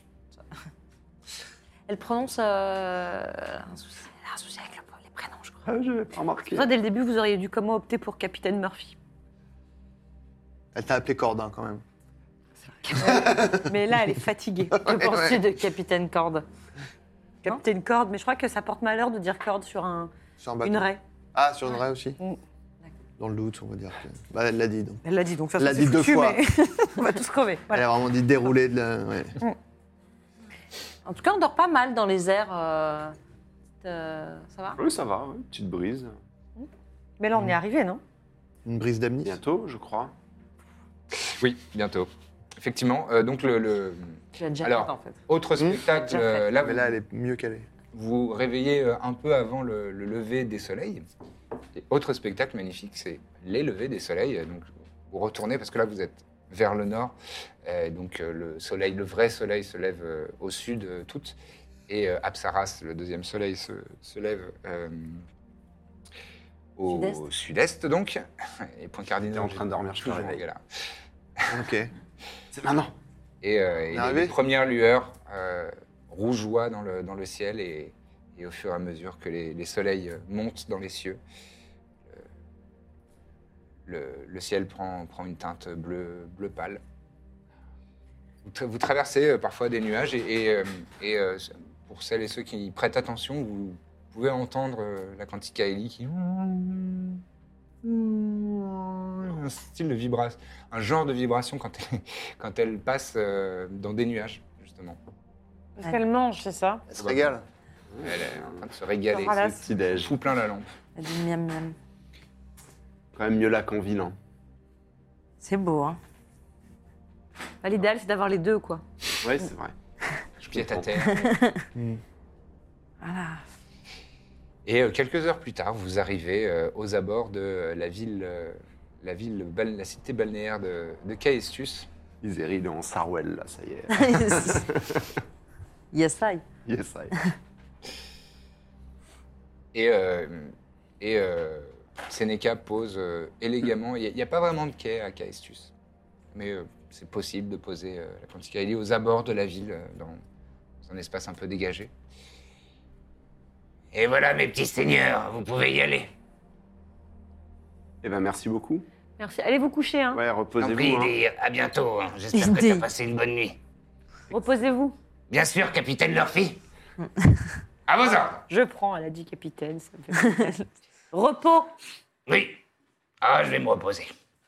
Elle prononce euh, un, souci, elle a un souci avec le- les prénoms, je crois. je vais pas remarquer. Ça, dès le début, vous auriez dû comment opter pour Capitaine Murphy. Elle t'a appelé Cordin, quand même. Mais là, elle est fatiguée. Que penses-tu de Capitaine Corde Capitaine Corde, mais je crois que ça porte malheur de dire corde sur un, Sur un bateau. une raie. Ah, sur une raie aussi Mm. Dans le doute, on va dire. que- Bah, elle l'a dit, donc. Elle l'a dit, donc ça Elle l'a dit deux fois. on va tous crever. Voilà. Elle a vraiment dit dérouler de la... ouais. En tout cas, on dort pas mal dans les airs. euh, euh, ça va Oui, ça va, ouais, petite brise. Mais là, on est arrivé, non Une brise d'amnistie. Bientôt, je crois. Oui, bientôt. Effectivement. euh, donc, le, le- Tu l'as déjà Alors, fait, en fait. autre Hmm. spectacle, Déjà fait. euh, là, Mais là, elle est mieux calée. vous vous réveillez euh, un peu avant le, le lever des soleils. Et autre spectacle magnifique, c'est les levées des soleils. Donc, vous retournez parce que là, vous êtes vers le nord. Euh, donc, euh, le soleil, le vrai soleil se lève euh, au sud, euh, toutes. Et euh, Apsaras, le deuxième soleil, se, se lève euh, au Sud-est. sud-est, donc. Et point cardinal. J'étais en train de dormir, je suis toujours réveillé. là. Ok. C'est maintenant. Et, euh, et est les arrivé premières lueurs euh, rougeoient dans le, dans le ciel et, et au fur et à mesure que les, les soleils euh, montent dans les cieux, euh, le, le ciel prend, prend une teinte bleu, bleu pâle. Vous, tra- vous traversez euh, parfois des nuages et, et, euh, et, euh, pour celles et ceux qui y prêtent attention, vous pouvez entendre euh, la cantique Aélie qui... Un style de vibration, un genre de vibration quand elle, quand elle passe euh, dans des nuages, justement. Parce qu'elle mange, c'est ça Elle se régale. Elle est en train de se régaler. Voilà. Le petit déj. Fou plein la lampe. Elle dit miam miam. Quand même mieux là qu'en ville. hein. C'est beau, hein Bah, L'idéal, c'est d'avoir les deux, quoi. Ouais, c'est vrai. Je pied à comprends. terre. Et euh, quelques heures plus tard, vous arrivez euh, aux abords de euh, la ville, euh, la ville, bal- la cité balnéaire de, de Caestus. Isérie, il est en Sarwell, là, ça y est. Yes, I. yes, I. Et, euh, et euh, Sénéca pose euh, élégamment. Il n'y a, pas vraiment de quai à Caestus. Mais euh, c'est possible de poser euh, la Cantica Aelia aux abords de la ville, euh, dans, dans un espace un peu dégagé. Et voilà, mes petits seigneurs, vous pouvez y aller. Eh ben, merci beaucoup. Merci. Allez vous coucher, hein. Ouais, Tant pis, reposez-vous. hein. Dee, à bientôt. hein. J'espère que tu as passé une bonne nuit. Reposez-vous. Bien sûr, capitaine Murphy. à vos ordres. Je prends, elle a dit capitaine. Ça me fait plaisir. Repos. Oui. Ah, je vais me reposer.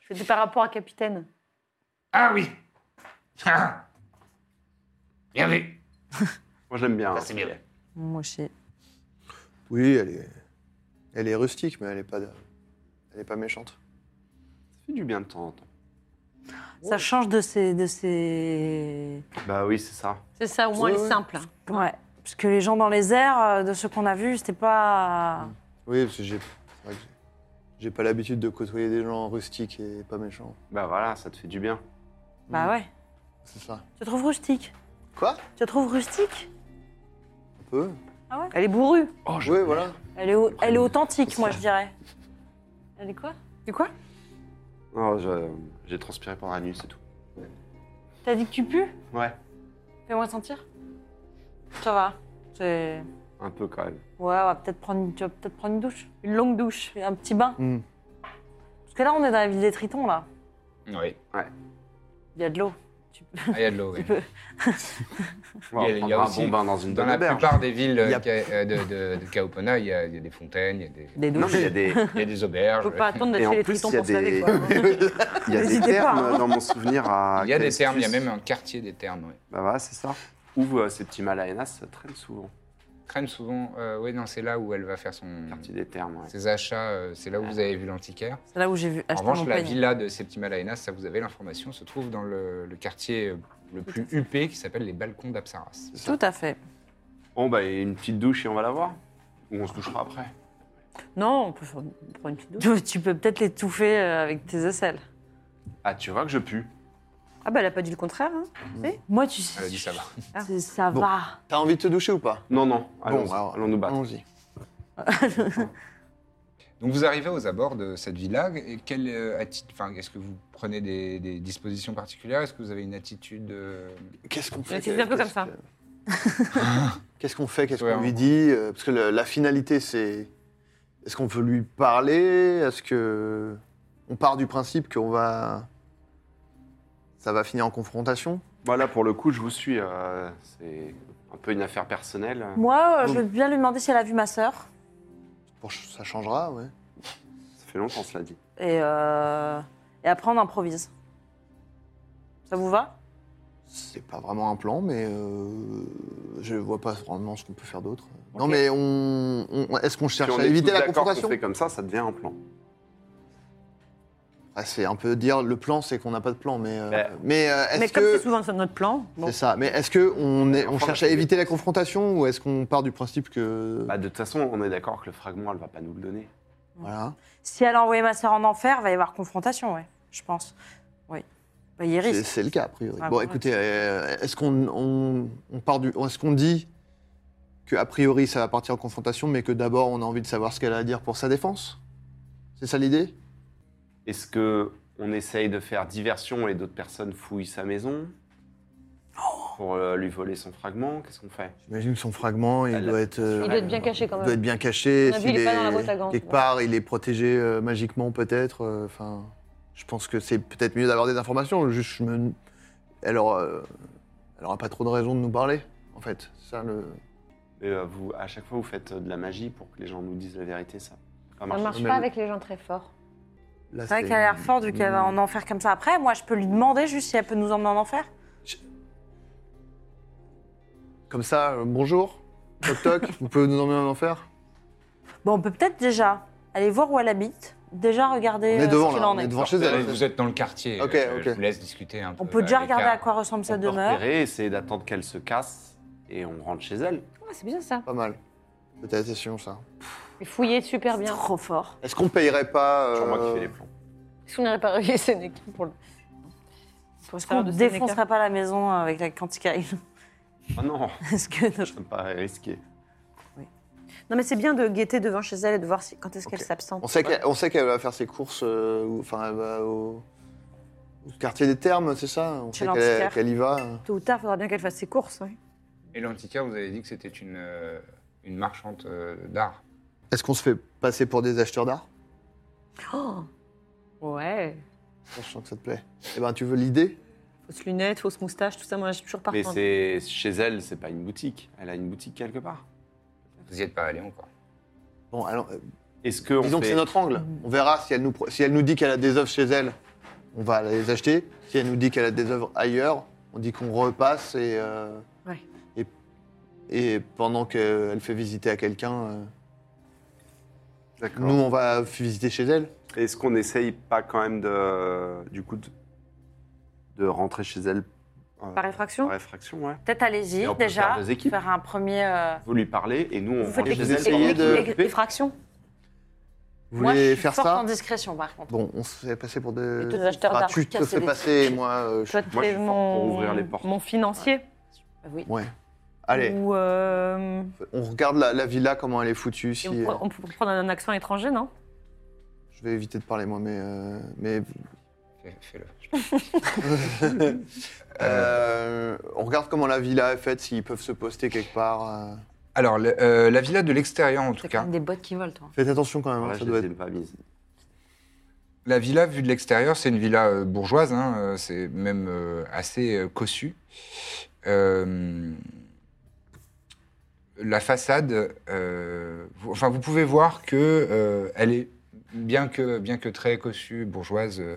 Je fais par rapport à capitaine. Ah oui. Ah. Bien vu. Moi, j'aime bien. Ça, c'est bien. Moi, je sais. Oui, elle est... Elle est rustique, mais elle est pas... de- Elle est pas méchante. fait du bien de temps en temps. Ça change de ces... De ces... Bah oui, c'est ça. C'est ça, au moins Ouais, elle est ouais. simple. Ouais. Parce que les gens dans les airs, euh, de ceux qu'on a vus, c'était pas... Mm. Oui, parce que j'ai c'est vrai que j'ai pas l'habitude de côtoyer des gens rustiques et pas méchants. Bah voilà, ça te fait du bien. Bah ouais. C'est ça. Tu te trouves rustique Quoi Tu te trouves rustique Un peu. Ah ouais Elle est bourrue. oui, voilà. Elle est, au- elle est Mm. authentique, moi, je dirais. Elle est quoi C'est quoi Non, je- j'ai transpiré pendant la nuit, c'est tout. T'as dit que tu pues Ouais, Fais-moi sentir. Ça va. C'est... un peu quand même. Ouais, on va peut-être prendre, une- tu vas peut-être prendre une douche. Une longue douche. Un petit bain. Parce que là, on est dans la ville des Tritons, là. Oui. Ouais. Il y a de l'eau. Ah, il y a de l'eau, oui. On Il y a- il y a prendra aussi- un bon bain dans une Dans bonne la auberge. plupart des villes Il y a- euh, ca- euh, de, de, de Kaopona, il y, a, il y a des fontaines, il y a des, Des Non, mais il y a des, il y a des auberges. Faut pas attendre Et d'être en chez les plus, tritons il y a pour se laver, des- quoi. il y a des N'hésitez pas, thermes hein. dans mon souvenir à. Il y a des Calestus. thermes, il y a même un quartier des thermes. Ouais. Bah voilà, c'est ça. Où euh, ces petits malaenas traînent souvent. Crème souvent, oui, non, c'est là où elle va faire son, Quartier des thermes, ouais. ses achats, euh, c'est là où vous avez vu l'antiquaire. C'est là où j'ai vu En acheter revanche, mon la peigne. villa de Septima Laena, ça vous avez l'information, se trouve dans le, le quartier euh, le plus huppé qui s'appelle les Balcons d'Apsaras. Tout à fait. Bon, bah, et une petite douche et on va la voir. Ou on se douchera après. Non, on peut faire- on prend une petite douche. Tu, tu peux peut-être l'étouffer euh, avec tes aisselles. Ah, tu vois que je pue. Ah bah elle a pas dit le contraire. Hein. Ah. Moi, tu sais, Mm. Elle a dit ça va. c'est- ça Bon. va. T'as envie de te doucher ou pas Non, non, allons, alors, allons nous battre. Allons-y. Donc vous arrivez aux abords de cette villa. Et quelle, euh, atti- enfin, est-ce que vous prenez des, des dispositions particulières Est-ce que vous avez une attitude euh, Qu'est-ce qu'on fait Mais c'est un peu comme ça. Qu'est-ce qu'on fait Qu'est-ce Ouais, qu'on on- lui dit Euh, Parce que la, la finalité, c'est est-ce qu'on veut lui parler Est-ce que on part du principe qu'on va ça va finir en confrontation Voilà, Bah, pour le coup, je vous suis. euh, c'est un peu une affaire personnelle. Moi, euh, je Mm. veux bien lui demander si elle a vu ma sœur. Bon, ch- Ça changera, ouais. Ça fait longtemps, cela dit. Et, euh, et après, on improvise. Ça vous va C'est pas vraiment un plan, mais euh, je vois pas vraiment ce qu'on peut faire d'autre. Non, Ok. mais on, on- est-ce qu'on Si cherche on à est éviter tous la d'accord confrontation qu'on fait comme ça, ça devient un plan. Ah, C'est un peu dire le plan, c'est qu'on n'a pas de plan, mais euh, Ouais. mais euh, Mais est-ce comme c'est que souvent sur notre plan, bon, c'est ça Mais est-ce que on, est- on Enfin, cherche la- à éviter la confrontation ou est-ce qu'on part du principe que Bah, de toute façon, on est d'accord que le fragment, elle va pas nous le donner. voilà Si elle a envoyé ma sœur en enfer, il va y avoir confrontation, ouais, je pense. Oui. Bah, il y a c'est, risque. c'est le cas a priori. Ah, bon, ouais. écoutez, euh, est-ce qu'on on, on part du est-ce qu'on dit que a priori ça va partir en confrontation, mais que d'abord on a envie de savoir ce qu'elle a à dire pour sa défense C'est ça l'idée Est-ce que on essaye de faire diversion et d'autres personnes fouillent sa maison pour euh, lui voler son fragment Qu'est-ce qu'on fait J'imagine que son fragment, il Elle- doit être euh, Il doit être bien caché quand Il même. doit être bien caché. On a vu, s'il il est pas dans la boîte à gants, Quelque c'est part, il est protégé euh, magiquement, peut-être. euh, Enfin, je pense que c'est peut-être mieux d'avoir des informations. Juste, je me... elle, aura, euh, elle aura pas trop de raison de nous parler, en fait. C'est Ça, le... Et, euh, vous, À chaque fois, vous faites euh, de la magie pour que les gens nous disent la vérité, ça. Ça Ça marche. marche Mais pas le- avec les gens très forts. là, C'est vrai qu'elle a l'air forte vu qu'elle va en enfer comme ça. Après, moi, je peux lui demander juste si elle peut nous emmener en enfer. Comme ça, euh, bonjour, toc toc, vous pouvez nous emmener en enfer Bon, on peut peut-être déjà aller voir où elle habite, déjà regarder On est euh, devant, ce qu'il là, en on est. est devant chez Vous elle. vous êtes dans le quartier. Ok, euh, Je ok. vous laisse discuter un peu. On peut déjà avec regarder Karl. à quoi ressemble sa On peut demeure. repérer, essayer d'attendre qu'elle se casse et on rentre chez elle. Ah, c'est bien ça. Pas mal. Peut-être attention, ça. Mais fouiller super bien. Trop fort. Est-ce qu'on payerait pas C'est euh, moi qui fais les plans. Est-ce qu'on n'irait pas réveiller Sénèque pour le. Est-ce faire qu'on de défoncerait pas la maison avec la quanticaille Ah non, Est-ce que ça me paraît risqué. Non, mais c'est bien de guetter devant chez elle et de voir si- quand est-ce qu'elle Ok. s'absente. On sait qu'elle on sait qu'elle va faire ses courses, euh, ou- enfin, elle va au... au quartier des Thermes, c'est ça On Chez sait l'antiquaire. qu'elle, qu'elle y va. euh. Tôt ou tard, il faudra bien qu'elle fasse ses courses. oui. Et l'antiquaire, vous avez dit que c'était une, euh, une marchande euh, d'art. Est-ce qu'on se fait passer pour des acheteurs d'art Ouais. Je sens que ça te plaît. Eh ben, tu veux l'idée Fausse lunettes, fausse moustache, tout ça, moi j'ai toujours pas Mais retendu. c'est chez elle, c'est pas une boutique. Elle a une boutique quelque part. Vous n'y êtes pas allé encore. Bon, alors, euh, Est-ce que on disons que fait- c'est notre angle. On verra si elle nous, pro- si elle nous dit qu'elle a des œuvres chez elle, on va les acheter. Si elle nous dit qu'elle a des œuvres ailleurs, on dit qu'on repasse et. euh, Ouais. et, et pendant qu'elle fait visiter à quelqu'un, euh, D'accord. nous, on va visiter chez elle. Est-ce qu'on essaye pas quand même de, du coup, de, de rentrer chez elle euh, Par effraction Par effraction, ouais. Peut-être allez-y Et on peut déjà. faire deux équipes. un premier. euh, Vous lui parlez et nous on Vous faites rentre chez l'équipe elle. essayez de... effraction. Vous Moi, je voulez suis faire forte ça en discrétion, par contre. Bon, on se fait passer pour des. Et tous les acheteurs Ah, d'art tu te cassés fais des- passer, moi. euh, je- Toi, moi, t'es je suis fort mon... pour ouvrir les portes. Mon financier. Euh, Oui. Ouais. Allez, Ou, euh, on regarde la, la villa, comment elle est foutue. Si, et on, euh, pourrait- on peut prendre un accent étranger, non Je vais éviter de parler, moi, mais. euh, mais... Fais-le. Euh, on regarde comment la villa est faite, s'ils peuvent se poster quelque part. euh. Alors, le- euh, la villa de l'extérieur, en tout cas. Des bottes qui volent, toi. Faites attention quand même, hein, ça doit être. La villa vue de l'extérieur, c'est une villa euh, bourgeoise, hein, euh, c'est même euh, assez euh, cossu. Euh, la façade, euh, vous, enfin, vous pouvez voir que euh, elle est bien que bien que très cossue, bourgeoise, euh,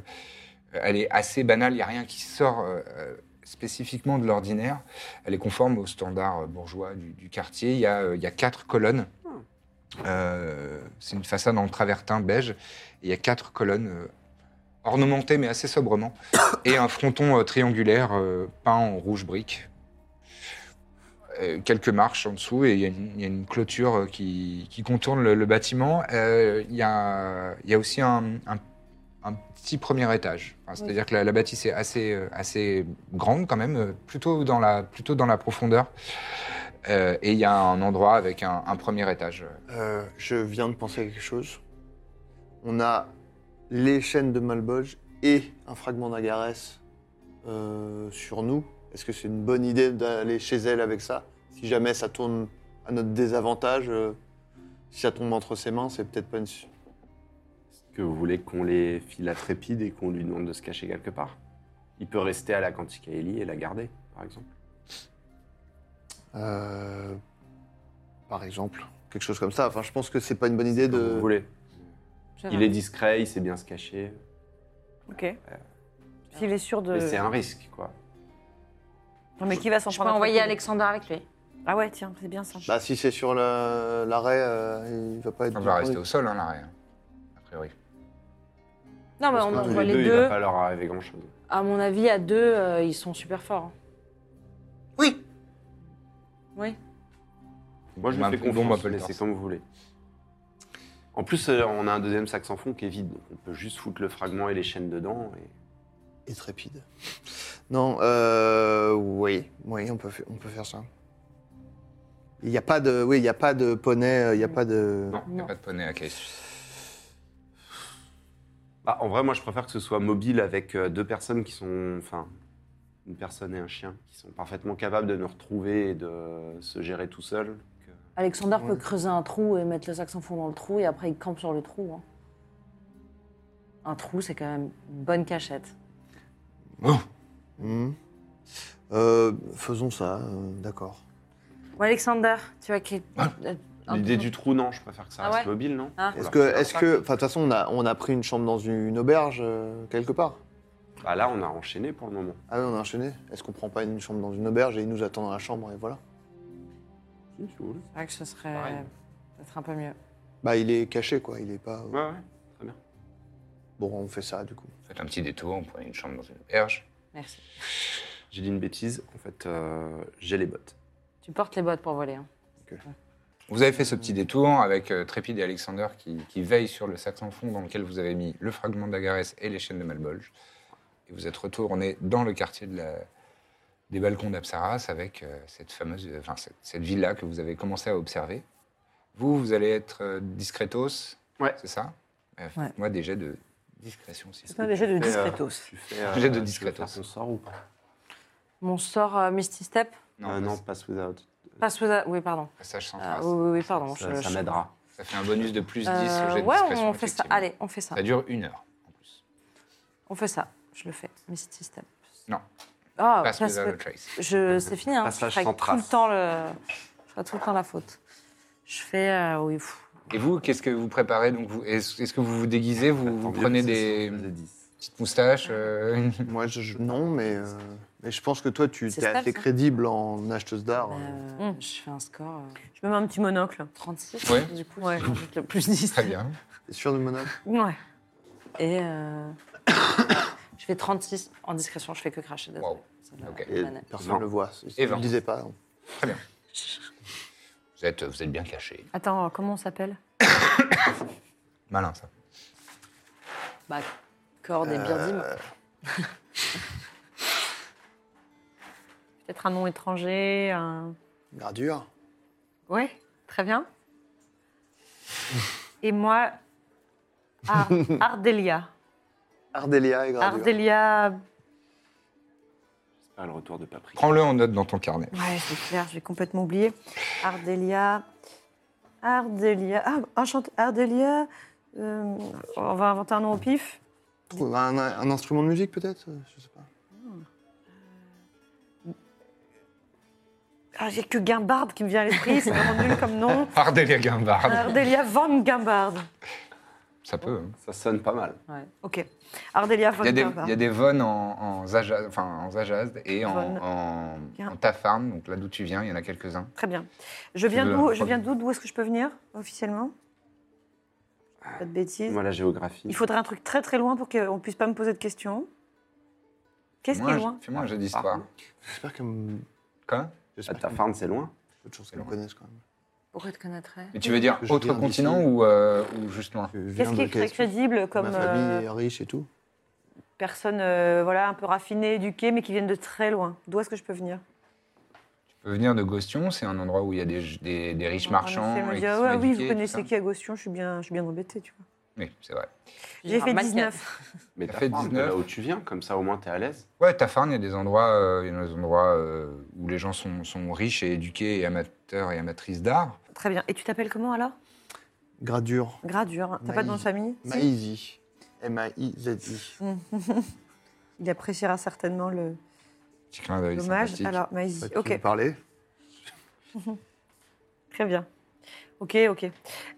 elle est assez banale. Il n'y a rien qui sort euh, euh, spécifiquement de l'ordinaire. Elle est conforme aux standards euh, bourgeois du, du quartier. Il y a, euh, il y a quatre colonnes. Euh, c'est une façade en travertin beige. Et Il y a quatre colonnes euh, ornementées, mais assez sobrement, et un fronton euh, triangulaire euh, peint en rouge brique. Euh, quelques marches en dessous, et il y a une, il y a une clôture euh, qui, qui contourne le, le bâtiment. Euh, Il y, a, il y a aussi un, un- un petit premier étage. Enfin, C'est-à-dire que la, la bâtisse est assez, euh, assez grande quand même, euh, plutôt dans la, plutôt dans la profondeur. Euh, et il y a un endroit avec un, un premier étage. Euh, je viens de penser à quelque chose. On a les chaînes de Malbolge et un fragment d'agarès euh, sur nous. Est-ce que c'est une bonne idée d'aller chez elle avec ça Si jamais ça tourne à notre désavantage, euh, si ça tombe entre ses mains, c'est peut-être pas une. su- Que vous voulez qu'on les file à Trépide et qu'on lui demande de se cacher quelque part Il peut rester à la Canticaeli et la garder, par exemple. Euh, par exemple, quelque chose comme ça. Enfin, je pense que c'est pas une bonne idée de. Comme vous voulez. C'est Il vrai. est discret, il sait bien se cacher. Ok. S'il est sûr Euh, de. Mais c'est un risque, quoi. Non, mais qui va s'en Je peux prendre un envoyer truc Alexander avec lui. Ah ouais, tiens, c'est bien ça. Bah, si c'est sur la- l'arrêt, euh, il va pas être. On va rester au sol, hein, l'arrêt, hein, a priori. Non, mais Parce on que tous envoie les Il va deux. pas leur arriver grand-chose. À mon avis, à deux, euh, ils sont super forts. Oui. Oui. Moi, je Bon, lui fais bah, bon, confiance, bah, mais peut-être. c'est comme vous voulez. En plus, euh, on a un deuxième sac sans fond qui est vide. donc on peut juste foutre le fragment et les chaînes dedans. Et... Et trépide. Non, euh, oui, oui, on peut, fa- on peut faire ça. Il n'y a pas de, oui, il y a pas de poney, euh, il n'y a pas de. Non, il n'y a pas de poney à Case. Bah, en vrai, moi, je préfère que ce soit mobile avec euh, deux personnes qui sont. Enfin, une personne et un chien, qui sont parfaitement capables de nous retrouver et de se gérer tout seul. Alexander peut creuser un trou et mettre le sac sans fond dans le trou et après il campe sur le trou. hein. Un trou, c'est quand même une bonne cachette. Hmm. Euh, faisons ça, euh, d'accord. Bon, Alexander, tu vois qui. Ah, euh, un L'idée peu- du trou, non, je préfère que ça Ah reste ouais mobile, non Ah. Est-ce que, est-ce que, enfin, de toute façon, on a, on a pris une chambre dans une auberge euh, quelque part. Bah, là, on a enchaîné pour le moment. Ah oui, on a enchaîné. Est-ce qu'on prend pas une chambre dans une auberge et ils nous attendent dans la chambre et voilà. Si, si vous voulez. C'est vrai que ce serait Pareil. peut-être un peu mieux. Bah, il est caché, quoi. Il est pas. euh, Ouais, ouais. Bon, on fait ça du coup. Faites un petit détour, on prend une chambre dans une auberge. Merci. J'ai dit une bêtise. En fait, euh, j'ai les bottes. Tu portes les bottes pour voler. hein. Vous avez fait ce petit détour avec euh, Trépide et Alexander qui, qui veillent sur le sac sans fond dans lequel vous avez mis le fragment d'Agarès et les chaînes de Malbolge. Et vous êtes retourné dans le quartier de la- des balcons d'Apsaras avec euh, cette fameuse, euh, enfin cette, cette villa que vous avez commencé à observer. Vous, vous allez être euh, discretos, Ouais. c'est ça Euh, Ouais. Moi, des jets de discrétion, si C'est un déjà de fais, euh, discretos. Tu fais. euh, J'ai de tu veux discretos. faire ton sort ou pas Mon sort euh, Misty Step. Non, Ah non, pass without. Passe aux. Oui, pardon. Passage sans Euh, trace. oui, oui, oui, pardon. Ah, Ça, je- ça je- m'aidera. Ça fait un bonus de plus 10 Euh, au jet de ouais, discrétion. on fait ça. effectivement. Ah, Allez, on fait ça. Ça dure une heure, Oh, en plus. On fait ça. Je le fais. Misty Step. Non. Ah, Pass passe- without a trace. Je, c'est fini, hein. Passage je ferai sans tout le trace. temps le, je ferai tout le temps la faute. Je fais, euh, oui, pff, Et vous, qu'est-ce que vous préparez donc vous- Est-ce est-ce que vous vous déguisez Vous, vous prenez des petites moustaches Ah. euh, une- Moi, je, je- non, mais, euh, mais je pense que toi, tu C'est es stable, assez ça. crédible en acheteuse d'art. euh, Mm. je fais un score euh, Je me mets un petit monocle. 36. Ouais. Du coup, Ouais. je rajoute le plus 10. Très bien. T'es sûr de mon âge Ouais. Et euh, je fais 36 en discrétion, je fais que cracher des Ça me- Ok. ça me- Personne ne le voit. Si Et ne le vingt. disais pas. Très bien. Vous êtes, vous êtes bien caché. Attends, comment on s'appelle Malin, ça. Bah, corde et birdim. Peut-être un nom étranger, un... Gradure. Ouais, très bien. Et moi, Ar- Ardelia. Ardelia et Gradure. Ardelia, Ah, le retour de Paprika. Prends-le en note dans ton carnet. ouais, c'est clair, j'ai complètement oublié. Ardelia, Ardelia, ah, enchantée, Ardelia, euh, on va inventer un nom au pif. Trouve Un, un instrument de musique peut-être euh, Je sais pas. Ah, j'ai que Guimbarde qui me vient à l'esprit, c'est vraiment nul comme nom. Ardelia Gambard. Ah. Ardelia Van Guimbarde. Ça peut. hein. Ça sonne pas mal. Ok. Ardelia Von Il y a des, Guimbarde. il y a des Von en, en, Zaja- enfin, en Zajazd et en, Von. en, Bien. en Tafarn, donc là d'où tu viens, il y en a quelques-uns. Très bien. Je Tu viens veux d'où un Je viens d'où D'où est-ce que je peux venir officiellement Pas de bêtises. Moi, la géographie. Il faudrait un truc très très loin pour qu'on puisse pas me poser de questions. Qu'est-ce qui Moi, est je- loin Fais-moi un jeu d'histoire. J'espère que m- Quoi Ah, j'espère Ta que farm, c'est loin. peu de choses qu'elle connaisse quand même. Pourquoi te connaîtrais Mais tu veux dire Que je autre viens continent d'ici. ou, euh, ou juste loin Je viens Qu'est-ce de qui est très Calais. crédible comme Ma euh, famille est riche et tout. personne euh, voilà, un peu raffinée, éduquée, mais qui viennent de très loin D'où est-ce que je peux venir Tu peux venir de Gostion, c'est un endroit où il y a des, des- des riches En marchands. effet, me et qui dire, sont ouais, Ah oui, éduqués, vous tout ça. connaissez qui à Gostion Je suis bien, je suis bien embêtée, tu vois. Oui, c'est vrai. J'ai fait Remarque, 19. Mais Ça ta fait farm, 19. de là où tu viens, comme ça au moins t'es à l'aise. Ouais, Tafarn, il y a des endroits, euh, il y a des endroits euh, où les gens sont, sont riches et éduqués et amateurs et amatrices d'art. Très bien. Et tu t'appelles comment alors Gradure. Gradure. hein. T'as pas de nom de Maï- famille Si. Maïzi. M-A-I-Z-I. Il appréciera certainement le Petit clin d'œil dommage. sympathique. Alors, Maïsi. Pas de qui Ok, vous parler. très bien. Ok, ok.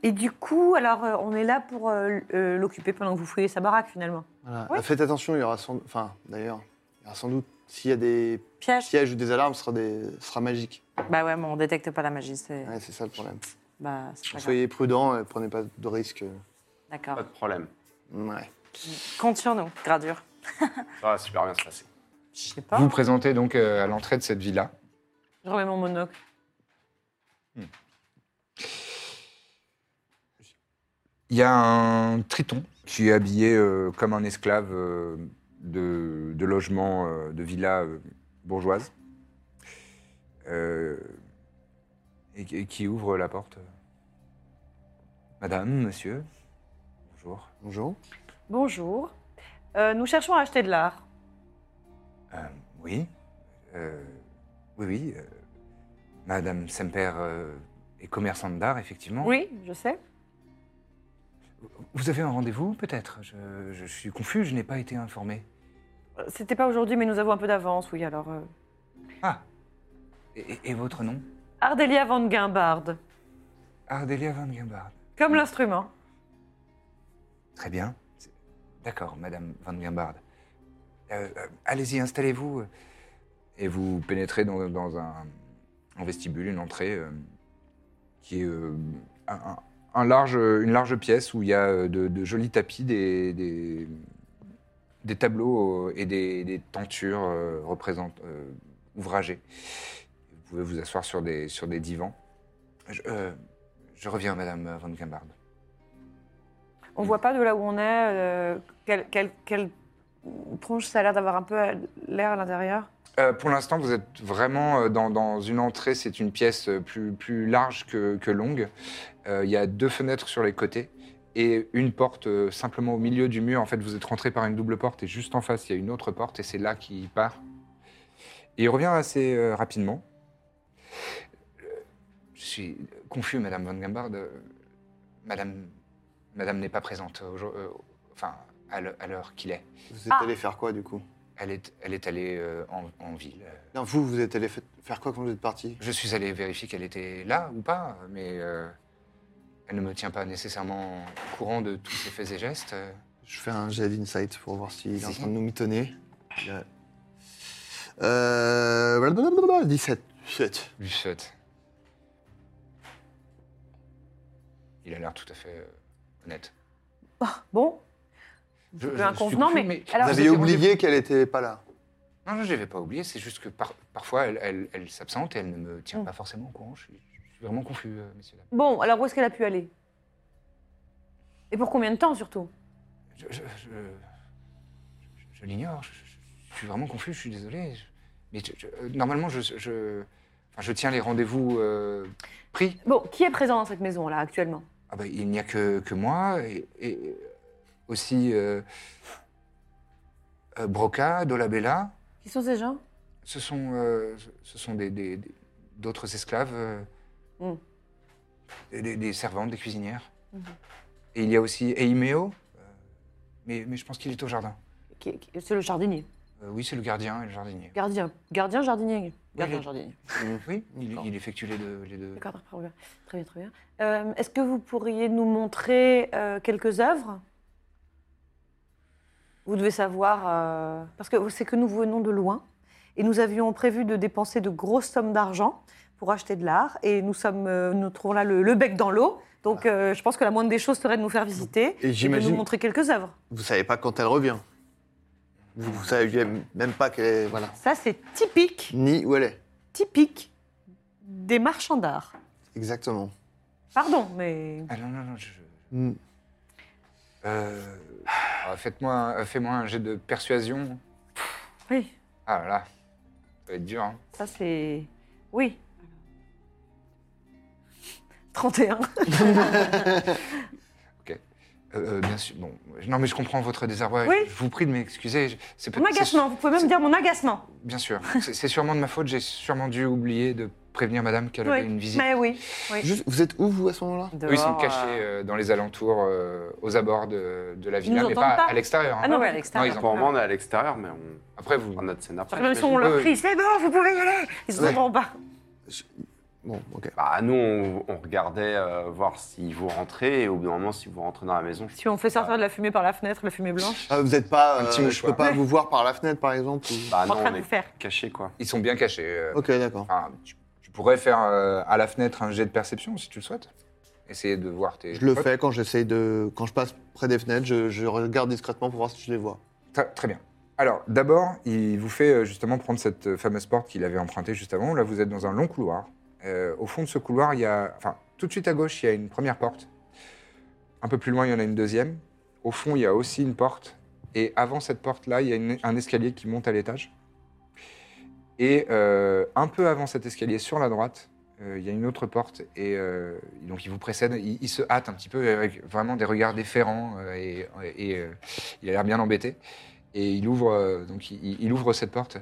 Et du coup, alors, euh, on est là pour euh, l- euh, l'occuper pendant que vous fouillez sa baraque, finalement. Voilà. Bah, Ouais. Faites attention, il y aura sans enfin d'ailleurs, il y aura sans doute s'il y a des Piège pièges ou des alarmes, ce sera des ce sera magique. Bah ouais, mais on détecte pas la magie. C'est Ouais, c'est ça le problème. bah, c'est pas grave. Soyez prudents et prenez pas de risques. D'accord. Pas de problème. Ouais. Compte sur nous, gradure. Ça va super bien se passer. Je sais Vous pas. vous présentez donc euh, à l'entrée de cette villa. Je remets mon monocle. Il y a un triton qui est habillé euh, comme un esclave euh, de, de logement, euh, de villa euh, bourgeoise, Euh, et, qui- et qui ouvre la porte. Madame, monsieur, bonjour. Bonjour. Bonjour. Euh, nous cherchons à acheter de l'art. Euh, oui, Euh, oui, oui. euh, Madame Semper euh, est commerçante d'art, effectivement. Oui, je sais. Vous avez un rendez-vous, peut-être je, je suis confus, je n'ai pas été informé. Euh, C'était pas aujourd'hui, mais nous avons un peu d'avance, oui, alors. euh. Ah Et, et- et votre nom Ardelia Van Guimbarde. Ardelia Van Gambard. Comme l'instrument. Très bien. C'est- D'accord, Madame Van Gambard. Allez-y, installez-vous. Et vous pénétrez dans, dans un, un vestibule, une entrée, euh, qui est euh, un, un- un large, une large pièce où il y a euh, de, de jolis tapis, des, des, des tableaux euh, et des, des tentures euh, représent- euh, ouvragées. Vous pouvez vous asseoir sur des, sur des divans. Je, euh, je reviens, Madame Van Gambard. On voit pas de là où on est, euh, quelle, quelle- quelle tronche ça a l'air d'avoir un peu à- l'air à l'intérieur. Euh, pour l'instant, vous êtes vraiment euh, dans, dans une entrée. C'est une pièce euh, plus, plus large que, que longue. Euh, Il y a deux fenêtres sur les côtés et une porte euh, simplement au milieu du mur. En fait, vous êtes rentré par une double porte et juste en face, il y a une autre porte et c'est là qu'il part. Et il revient assez euh, rapidement. Euh, Je suis confus, Madame Van Gambard. Euh, Madame, Madame n'est pas présente, aujourd'hui- euh, enfin, à l'heure- à l'heure qu'il est. Vous êtes allé faire quoi du coup Elle est, elle est allée euh, en, en ville. euh, Non, vous vous êtes allé fa- faire quoi quand vous êtes parti Je suis allé vérifier qu'elle était là ou pas, mais euh, elle ne me tient pas nécessairement au courant de tous ses faits et gestes. euh. Je fais un jet d'insight pour voir s'il est en Si. train de nous mitonner. Il a- Euh, blablabla, 17. 17. Lui saute. Il a l'air tout à fait euh, honnête. Bon, Je- peu je- inconvenant, je suis- mais- Vous alors- aviez oublié qu'elle n'était pas là. Non, non, je n'avais pas oublié. C'est juste que par- parfois, elle, elle- elle s'absente et elle ne me tient pas forcément au courant. Je suis, je suis vraiment confus, euh, messieurs, dames. Bon, alors où est-ce qu'elle a pu aller Et pour combien de temps surtout Je, je- je- je- je l'ignore. Je, je- je suis vraiment confus. Je suis désolé. Je- mais je- je- euh, normalement, je, je- enfin, je tiens les rendez-vous euh, pris. Bon, qui est présent dans cette maison là actuellement Ah bah, il n'y a que, que moi et, et aussi euh, euh, Broca, Dolabella. Qui sont ces gens Ce sont, euh, ce- ce sont des, des- des- d'autres esclaves, euh, Mm. des, des- des servantes, des cuisinières. Et il y a aussi Eimeo, euh, mais, mais je pense qu'il est au jardin. Qui- qui- C'est le jardinier. Euh, oui, c'est le gardien et le jardinier. Gardien, gardien, jardinier. Gardien, Oui. jardinier. Oui, il, il effectue les deux. les deux. D'accord, très bien. Très bien, très bien. Euh, Est-ce que vous pourriez nous montrer euh, quelques œuvres Vous devez savoir, euh, parce que c'est que nous venons de loin et nous avions prévu de dépenser de grosses sommes d'argent pour acheter de l'art et nous sommes, euh, nous trouvons là le, le bec dans l'eau. Donc euh, je pense que la moindre des choses serait de nous faire visiter Ah. Et et, de j'imagine- nous montrer quelques œuvres. Vous savez pas quand elle revient. Vous, vous saviez même pas qu'elle est. Voilà. Ça c'est typique, Ni où elle est. typique des marchands d'art. Exactement. Pardon, mais Ah non, non, non, je- je- Mm. euh, ah, faites-moi, un- euh, fais-moi un jet de persuasion. oui, Ah là là, ça va être dur. hein. ça c'est oui. 31. Euh, euh, bien sûr, bon. Non, mais je comprends votre désarroi. Oui. Je vous prie de m'excuser. je- C'est peut- Mon c'est- agacement, vous pouvez même dire mon agacement. Bien sûr. C'est c'est sûrement de ma faute. J'ai sûrement dû oublier de prévenir madame qu'elle Oui, avait une visite. Mais oui. oui. Juste, vous êtes où, vous, à ce moment-là Eux, ils sont cachés euh, dans les alentours, euh, aux abords de, de la villa, nous mais entendent pas, pas. à l'extérieur. hein. Ah non, Ouais, à l'extérieur. ils ont- Pour le moment, on est à l'extérieur, mais on Après, vous. prend notre scène après. Même si on j'imagine. leur oui. crie, c'est bon, vous pouvez y aller. Ils sont Ouais. en bas. Bon, ok. Bah, nous, on, on regardait euh, voir si vous rentrez, et au bout d'un moment, si vous rentrez dans la maison. Si on fait sortir de la fumée par la fenêtre, la fumée blanche, Ah, vous n'êtes pas. Un euh, petit je mouchoir. peux pas vous voir par la fenêtre, par exemple. ou- Bah, on est en non, train on de vous est faire. caché, quoi. Ils sont bien cachés. euh, Ok, d'accord. enfin, tu, tu pourrais faire euh, à la fenêtre un jet de perception si tu le souhaites. Essayer de voir tes. Je le potes. fais quand j'essaye de. Quand je passe près des fenêtres, je, je regarde discrètement pour voir si je les vois. Très, très bien. Alors, d'abord, il vous fait euh, justement prendre cette euh, fameuse porte qu'il avait empruntée juste avant. Là, vous êtes dans un long couloir. Euh, au fond de ce couloir, il y a. Enfin, tout de suite à gauche, il y a une première porte. Un peu plus loin, il y en a une deuxième. Au fond, il y a aussi une porte. Et avant cette porte-là, il y a une- un escalier qui monte à l'étage. Et euh, un peu avant cet escalier, sur la droite, euh, il y a une autre porte. Et euh, donc, il vous précède. Il, il se hâte un petit peu avec vraiment des regards déférents. euh, et et, euh, il a l'air bien embêté. Et il ouvre, euh, donc il, il ouvre cette porte.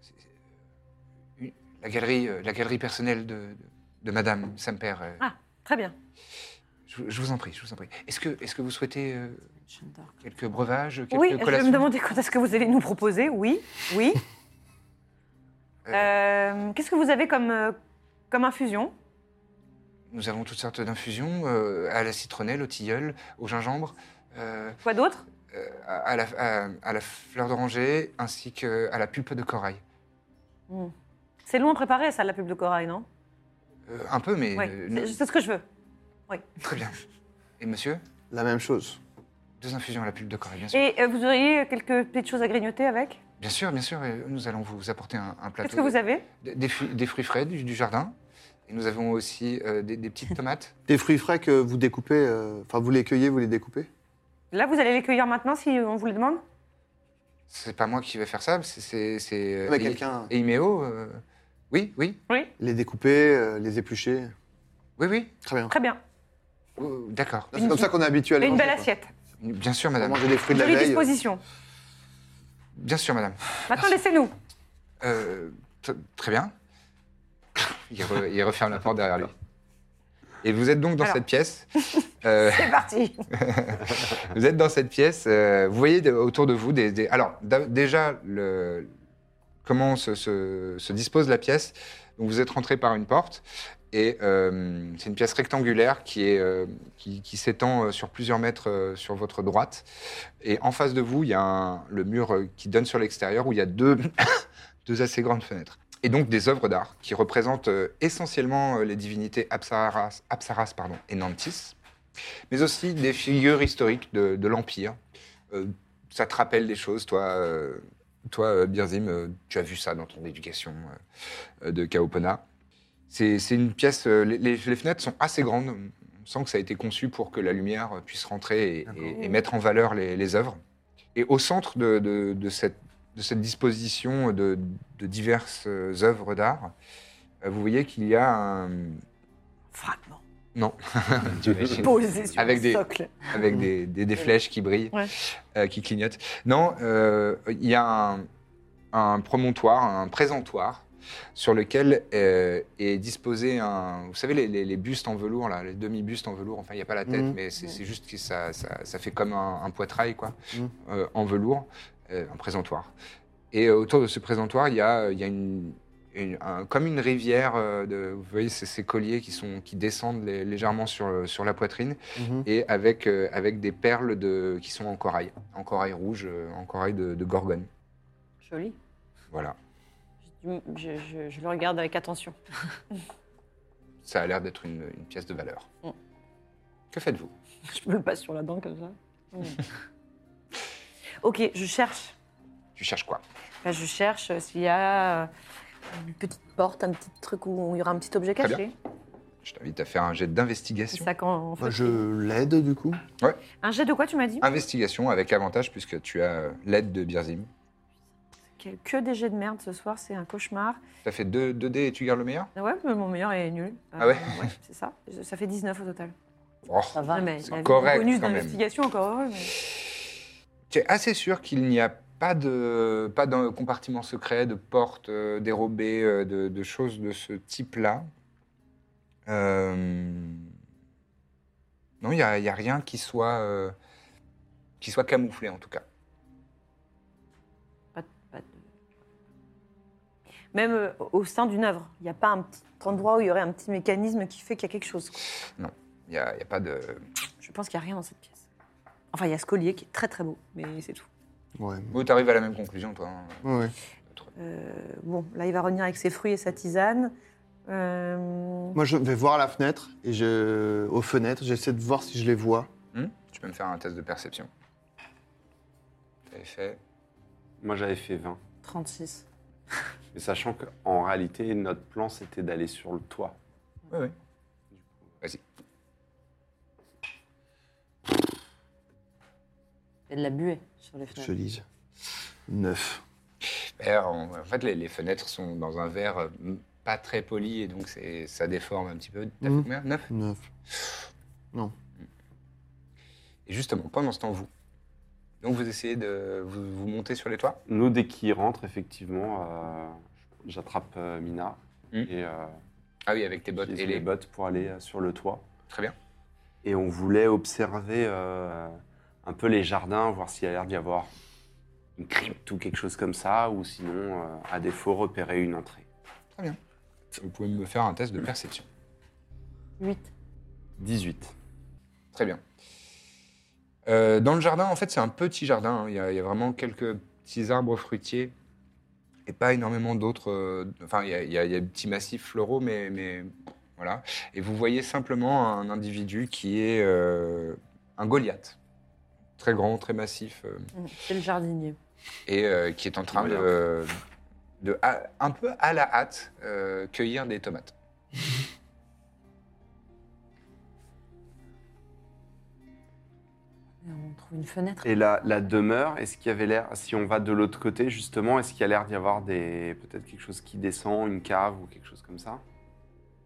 C'est- c'est une- La galerie, euh, la galerie personnelle de, de, de Madame Semper. euh, Ah. très bien. Je, je vous en prie, je vous en prie. Est-ce que, est-ce que vous souhaitez euh, J'adore. quelques breuvages, quelques Oui, je vais collations me demander quand est-ce que vous allez nous proposer. Oui, oui. Euh, Euh, Qu'est-ce que vous avez comme, euh, comme infusion Nous avons toutes sortes d'infusions euh, à la citronnelle, au tilleul, au gingembre, euh, Quoi d'autre euh, à, à la, à- à la fleur d'oranger, ainsi qu'à la pulpe de corail. C'est long à préparer, ça, la pub de corail, non Euh, un peu, mais Oui, euh, c'est ne- c'est ce que je veux. très bien. Et monsieur, La même chose. deux infusions à la pulpe de corail, bien sûr. Et euh, vous auriez quelques petites choses à grignoter avec Bien sûr, bien sûr. euh, Nous allons vous apporter un, un plateau. Qu'est-ce que vous avez de- des, fruits- des fruits frais du, du jardin. Et nous avons aussi euh, des, des petites tomates. Des fruits frais que vous découpez, euh, enfin, vous les cueillez, vous les découpez Là, vous allez les cueillir maintenant si on vous les demande C'est pas moi qui vais faire ça, c'est- c'est. c'est, euh, Mais Et- quelqu'un- Et Imeo, euh, Oui, oui, Les découper, euh, les éplucher. oui, oui. Très bien. Très bien. Oh, D'accord. C'est comme ça qu'on est habitué à les Et une manger, belle quoi. assiette. Bien sûr, On madame. mangeait des fruits de la Jolie veille. euh, disposition. Bien sûr, madame. Ah. Maintenant, laissez-nous. Euh, t- très bien. Il, re- il referme la porte derrière lui. Et vous êtes donc dans Alors. cette pièce. euh, C'est parti. Vous êtes dans cette pièce, euh, vous voyez de- autour de vous des... des- alors, d'a- déjà, le- comment se, se- se dispose la pièce Donc, vous êtes rentré par une porte, et euh, c'est une pièce rectangulaire qui est, euh, qui, qui s'étend euh, sur plusieurs mètres euh, sur votre droite. Et en face de vous, il y a un- le mur euh, qui donne sur l'extérieur, où il y a deux, deux assez grandes fenêtres. Et donc des œuvres d'art qui représentent euh, essentiellement euh, les divinités Apsaras, Apsaras pardon, et Nantis mais aussi des figures historiques de, de l'Empire, Euh, ça te rappelle des choses, toi, euh, toi euh, Birzim, euh, tu as vu ça dans ton éducation euh, euh, de Kaopona. C'est c'est une pièce, euh, les, les- les fenêtres sont assez grandes. On sent que ça a été conçu pour que la lumière euh, puisse rentrer et, et- et mettre en valeur les, les œuvres. Et au centre de, de- de cette, de cette disposition de, de diverses euh, œuvres d'art, euh, vous voyez qu'il y a un... Fragment. Non. Tu imagines. Posé sur Avec un des- socle. avec des, des- des flèches qui brillent, Ouais. euh, qui clignotent. Non, euh, il y a un, un promontoire, un présentoir, sur lequel euh, est disposé un... Vous savez, les, les- les bustes en velours, là, les demi-bustes en velours, enfin, il n'y a pas la tête, Mhm. mais c'est c'est juste que ça, ça- ça fait comme un, un poitrail, quoi, Mhm. euh, en velours, euh, un présentoir. Et euh, autour de ce présentoir, il y a, il y a une... une- un- comme une rivière, euh, de, vous voyez ces, ces colliers qui, sont, qui descendent lé- légèrement sur, sur la poitrine, Mhm. et avec, euh, avec des perles de, qui sont en corail, en corail rouge, euh, en corail de, de gorgone. Joli. Voilà, Je, je- je le regarde avec attention. ça a l'air d'être une, une pièce de valeur. Mm. Que faites-vous Je me le passe sur la dent comme ça. Mm. ok, je cherche. Tu cherches quoi Enfin, je cherche euh, s'il y a euh, une petite porte, un petit truc où il y aura un petit objet Très caché. Je t'invite à faire un jet C'est d'investigation. ça quand on fait. Bah, je Ah. l'aide du coup. Un jet de quoi tu m'as dit Investigation avec avantage puisque tu as euh, l'aide de Birzim. Que- Que des jets de merde ce soir, c'est un cauchemar. T'as fait 2 dés et tu gardes le meilleur Ah Ouais, mais mon meilleur est nul. Euh, Ah ouais C'est ça. Ça fait 19 au total. Oh, Ça va. Non, mais c'est il y avait correct, un bonus quand même. d'investigation encore heureux. mais- Tu es assez sûr qu'il n'y a pas de pas d'un compartiment secret, de porte euh, dérobée, euh, de, de choses de ce type-là. Euh, Non, il n'y a, il y a rien qui soit, euh, qui soit camouflé, en tout cas. Pas de- pas de- Même euh, au sein d'une œuvre, il n'y a pas un petit endroit où il y aurait un petit mécanisme qui fait qu'il y a quelque chose. quoi. Il n'y a, il y a pas de... Je pense qu'il n'y a rien dans cette pièce. Enfin, il y a ce collier qui est très très beau, mais c'est tout. Ouais. Bon, tu arrives à la même conclusion, toi. hein. Ouais. Euh, bon, là, il va revenir avec ses fruits et sa tisane. Euh, Moi, je vais voir à la fenêtre et je, aux fenêtres, j'essaie de voir si je les vois. Hum tu peux me faire un test de perception. T'avais fait... Moi, j'avais fait 20. 36. Mais sachant qu'en réalité, notre plan, c'était d'aller sur le toit. Oui, oui. Il y a de la buée sur les Je fenêtres. lise. Neuf. verre, En, en fait, les, les fenêtres sont dans un verre euh, pas très poli et donc c'est- ça déforme un petit peu. T'as Mhm. fait combien Neuf Neuf. Et justement, pendant ce temps, vous. Donc vous essayez de vous, vous monter sur les toits Nous, dès qu'il rentre, effectivement, euh, j'attrape euh, Mina Hmm. et euh, Ah oui, avec tes bottes j'utilise et mes les bottes pour aller euh, sur le toit. Très bien. Et on voulait observer euh, un peu les jardins, voir s'il y a l'air d'y avoir une crypte ou quelque chose comme ça, ou sinon, euh, à défaut, repérer une entrée. Vous pouvez me faire un test de perception. 18. Très bien. Euh, dans le jardin, en fait, c'est un petit jardin. hein. Il y, a, il y a vraiment quelques petits arbres fruitiers et pas énormément d'autres. euh, Enfin, il y, a- il y a il y a des petits massifs floraux, mais, mais voilà. Et vous voyez simplement un individu qui est euh, un Goliath, très grand, très massif, euh, C'est le jardinier. et euh, qui est en train de, de à- un peu à la hâte, euh, cueillir des tomates. Et On trouve une fenêtre. Et la, la demeure, est-ce qu'il y avait l'air, si on va de l'autre côté, justement, est-ce qu'il y a l'air d'y avoir des peut-être quelque chose qui descend, une cave ou quelque chose comme ça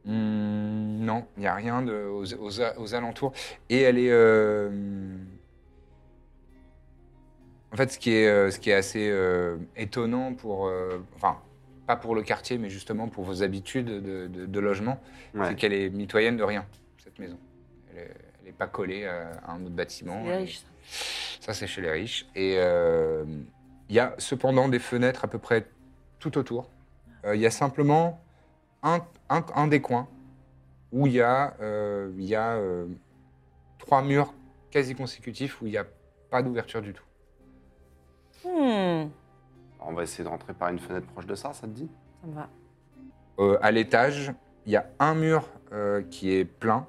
Hmm, non, il n'y a rien de- aux, aux a- aux alentours. Et elle est. euh, En fait, ce qui est, euh, ce qui est assez euh, étonnant pour. euh, Enfin, pas pour le quartier, mais justement pour vos habitudes de, de- de logement, c'est Ouais. qu'elle est mitoyenne de rien, cette maison. Elle n'est pas collée à, à un autre bâtiment. C'est les Elle est- riches, ça. Ça, c'est chez les riches. Et euh, il y a cependant des fenêtres à peu près tout autour. Euh, Il y a simplement un, un- un des coins où il y a, euh, il y a euh, trois murs quasi consécutifs où il n'y a pas d'ouverture du tout. Hmm. Alors, on va essayer de rentrer par une fenêtre proche de ça, ça te dit Ça me va. Euh, à l'étage, il y a un mur euh, qui est plein.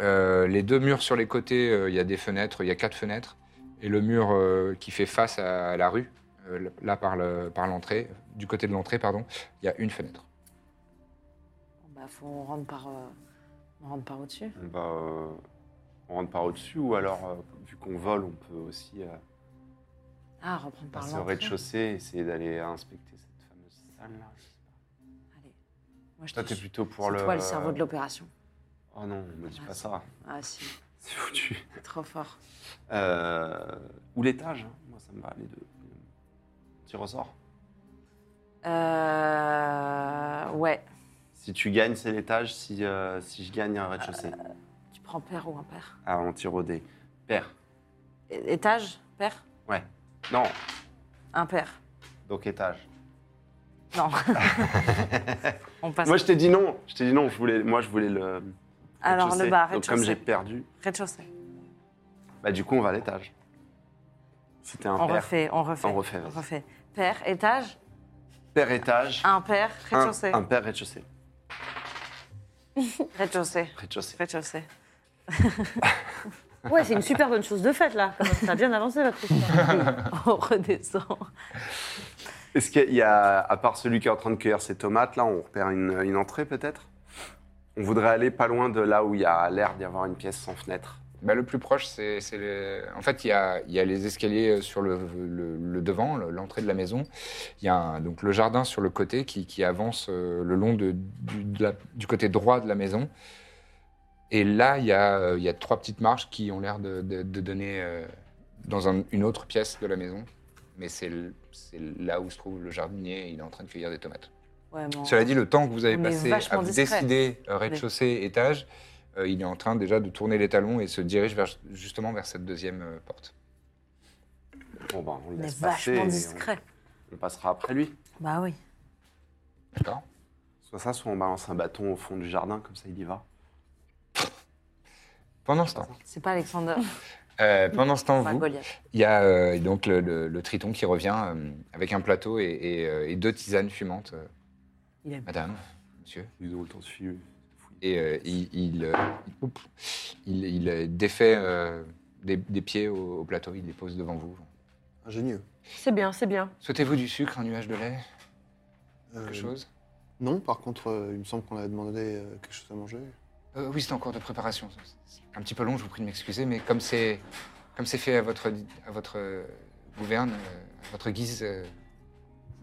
Euh, les deux murs sur les côtés, euh, il y a des fenêtres, il y a quatre fenêtres. Et le mur euh, qui fait face à la rue, euh, là par le- par l'entrée, du côté de l'entrée, pardon, il y a une fenêtre. Bah, faut, on rentre par, euh, on rentre par au-dessus. On va, euh, on rentre par au-dessus ou alors, euh, vu qu'on vole, on peut aussi euh, Ah, reprendre par passer l'entrée. au rez-de-chaussée et essayer d'aller inspecter cette fameuse salle-là. je sais pas. Allez. Moi, je Toi, te t'es suis. plutôt pour C'est le. toi le cerveau de l'opération. Oh non, me dis pas ça. Ah si, C'est foutu. t'es trop fort. Euh, ou l'étage, hein. moi ça me va, les deux. Tu ressors Euh... Ouais. Si tu gagnes, c'est l'étage. Si, euh, si je gagne, un rez-de-chaussée. Tu prends père ou impair Ah, on tire au dé. Père. É- Étage Père Ouais. Non, Impair. donc étage. Non. on passe. Moi, je t'ai dit non. Je t'ai dit non. Je voulais, moi, je voulais le. Alors rez-de-chaussée. le bas, Donc, comme j'ai rez-de-chaussée. perdu, Rez-de-chaussée. bah, du coup, on va à l'étage. C'était un On père. refait, on refait. On refait, vas-y. On refait. Père, étage, Père étage. impair, un- rez-de-chaussée. Un père rez-de-chaussée. Rez-de-chaussée. Rez-de-chaussée. Rez-de-chaussée. Ouais, c'est une super bonne chose de faite, là. quand même. Ça a bien avancé, votre histoire. On redescend. Est-ce qu'il y a, à part celui qui est en train de cueillir ses tomates, là, on repère une, une entrée peut-être On voudrait aller pas loin de là où il y a l'air d'y avoir une pièce sans fenêtre. Bah, le plus proche, c'est c'est le... En fait, il y a, il y a les escaliers euh, sur le, le- le devant, le- l'entrée de la maison. Il y a un- donc le jardin sur le côté qui, qui avance euh, le long de- du, de la- du côté droit de la maison. Et là, il y a, euh, il y a trois petites marches qui ont l'air de, de- de donner euh, dans un- une autre pièce de la maison. Mais c'est le- c'est là où se trouve le jardinier. Il est en train de cueillir des tomates. Ouais, mais on- Cela dit, le temps que vous avez on est passé à vachement vous discret. décider euh, rez-de-chaussée, étage, euh, il est en train déjà de tourner les talons et se dirige vers- justement vers cette deuxième euh, porte. Bon, ben, on le on laisse est passer. et vachement on- discret. on passera après lui. Bah oui. D'accord Soit ça, soit on balance un bâton au fond du jardin, comme ça il y va. Pendant ce temps, C'est pas Alexander, euh, pendant ce temps c'est pas vous, Goliath. il y a euh, donc le, le- le triton qui revient euh, avec un plateau et, et, euh, et deux tisanes fumantes. euh, Il est- Madame, monsieur. Ils ont le temps de fuir. Et euh, il, il, euh, il- oups. Il- il, euh, défait euh, des, des pieds au, au plateau, il les pose devant vous. Ingénieux. C'est bien, c'est bien. Souhaitez-vous du sucre, un nuage de lait, Euh, quelque chose Non, par contre, euh, il me semble qu'on avait demandé euh, quelque chose à manger. Euh, oui, c'est en cours de préparation. C'est un petit peu long, je vous prie de m'excuser, mais comme c'est comme c'est fait à votre à votre euh, gouverne, euh, à votre guise, euh,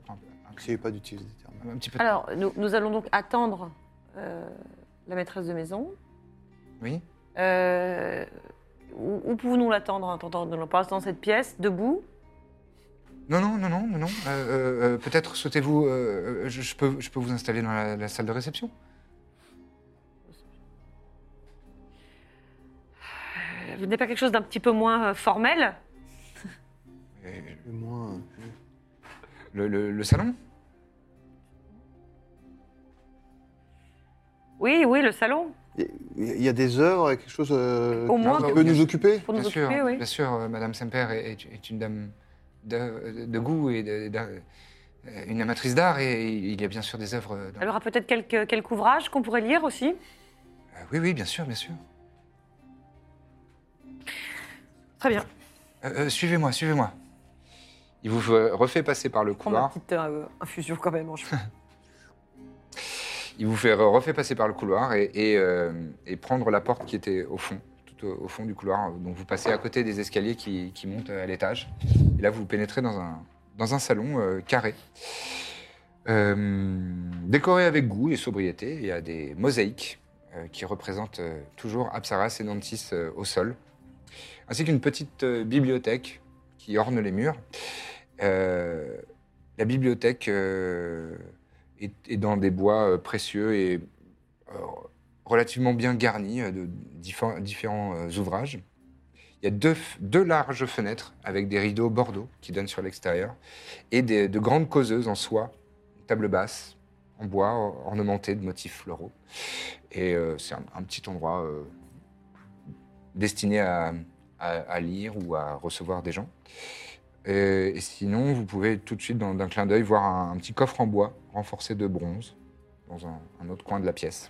un, un- Essayez pas d'utiliser des termes. un petit peu. de Alors, nous, nous allons donc attendre euh, la maîtresse de maison. temps. Oui. Euh, où où pouvons-nous l'attendre en attendant Nous passons dans cette pièce, debout. Non, non, non, non, non, non. Euh, euh, euh, Peut-être souhaitez-vous, euh, euh, je, je peux je peux vous installer dans la, la salle de réception. Euh, Vous n'avez pas quelque chose d'un petit peu moins euh, formel Et Mais moi, euh, Le, le- le salon Oui, oui, le salon. il euh, y, a- il y a des œuvres, et quelque chose euh, Au moins qui bah, peut bien nous sûr. occuper pour nous Bien sûr, occuper, oui. bien sûr. euh, Madame Semper est, est- est une dame de, de goût et de- d'un- euh, une amatrice d'art, et il y a bien sûr des œuvres. dans- Elle aura peut-être quelques, quelques ouvrages qu'on pourrait lire aussi. Euh, oui, oui, bien sûr, bien sûr. Très bien. Euh, euh, suivez-moi, suivez-moi. Il vous euh, refait passer par le Prends ma couloir. petite euh, infusion quand même. en chemin. Il vous fait euh, refait passer par le couloir et, et, euh, et prendre la porte qui était au fond, tout au, au fond du couloir. euh, Donc vous passez à côté des escaliers qui, qui montent euh, à l'étage. Et là, vous pénétrez dans un, dans un salon euh, carré, Euh, décoré avec goût et sobriété. Il y a des mosaïques euh, qui représentent euh, toujours Apsaras et Nantis euh, au sol, ainsi qu'une petite euh, bibliothèque qui orne les murs. Euh, la bibliothèque euh, est, est dans des bois euh, précieux et euh, relativement bien garnis euh, de diffé- différents euh, ouvrages. Il y a deux, f- deux larges fenêtres avec des rideaux bordeaux qui donnent sur l'extérieur et des- de grandes causeuses en soie, une table basse en bois or- ornementée de motifs floraux. Et euh, c'est un, un petit endroit euh, destiné à- à- à lire ou à recevoir des gens. Et, et sinon, vous pouvez tout de suite, dans- d'un clin d'œil, voir un, un petit coffre en bois renforcé de bronze dans un, un autre coin de la pièce.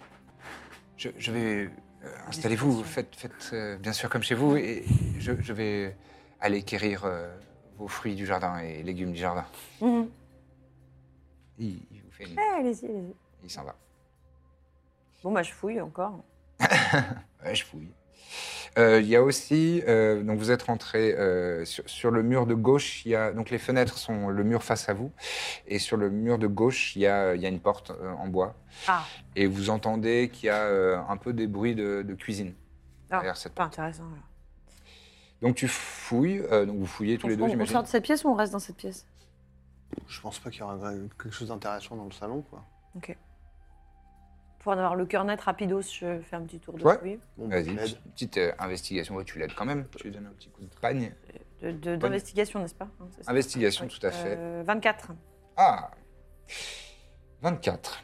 Je, je vais Euh, Installez-vous, faites, faites euh, bien sûr comme chez vous, et je, je vais aller quérir euh, vos fruits du jardin et légumes du jardin. Mhm. Il, il vous fait une- Eh, allez-y, allez-y. Il s'en va. Bon, bah, je fouille encore. Ouais, je fouille. Euh, Il y a aussi, euh, donc vous êtes rentré euh, sur, sur le mur de gauche, il y a, donc les fenêtres sont le mur face à vous, et sur le mur de gauche, il y a, il y a une porte euh, en bois, Ah, et vous entendez qu'il y a euh, un peu des bruits de, de cuisine Ah. derrière cette pas porte. intéressant. alors. Donc tu fouilles, euh, donc vous fouillez tous les deux, on, on j'imagine. sort de cette pièce ou on reste dans cette pièce Je pense pas qu'il y aura quelque chose d'intéressant dans le salon, quoi. Pour en avoir le cœur net, rapidos, je fais un petit tour de Ouais. fouille. Bon, bah, Vas-y, on l'aide. petite- petite euh, investigation, Ouais, tu l'aides quand même, tu lui donnes un petit coup de tragne. De- de- D'investigation, n'est-ce pas Hein, c'est ça Investigation, Ouais. Ah, tout à fait. Euh, 24. Ah 24.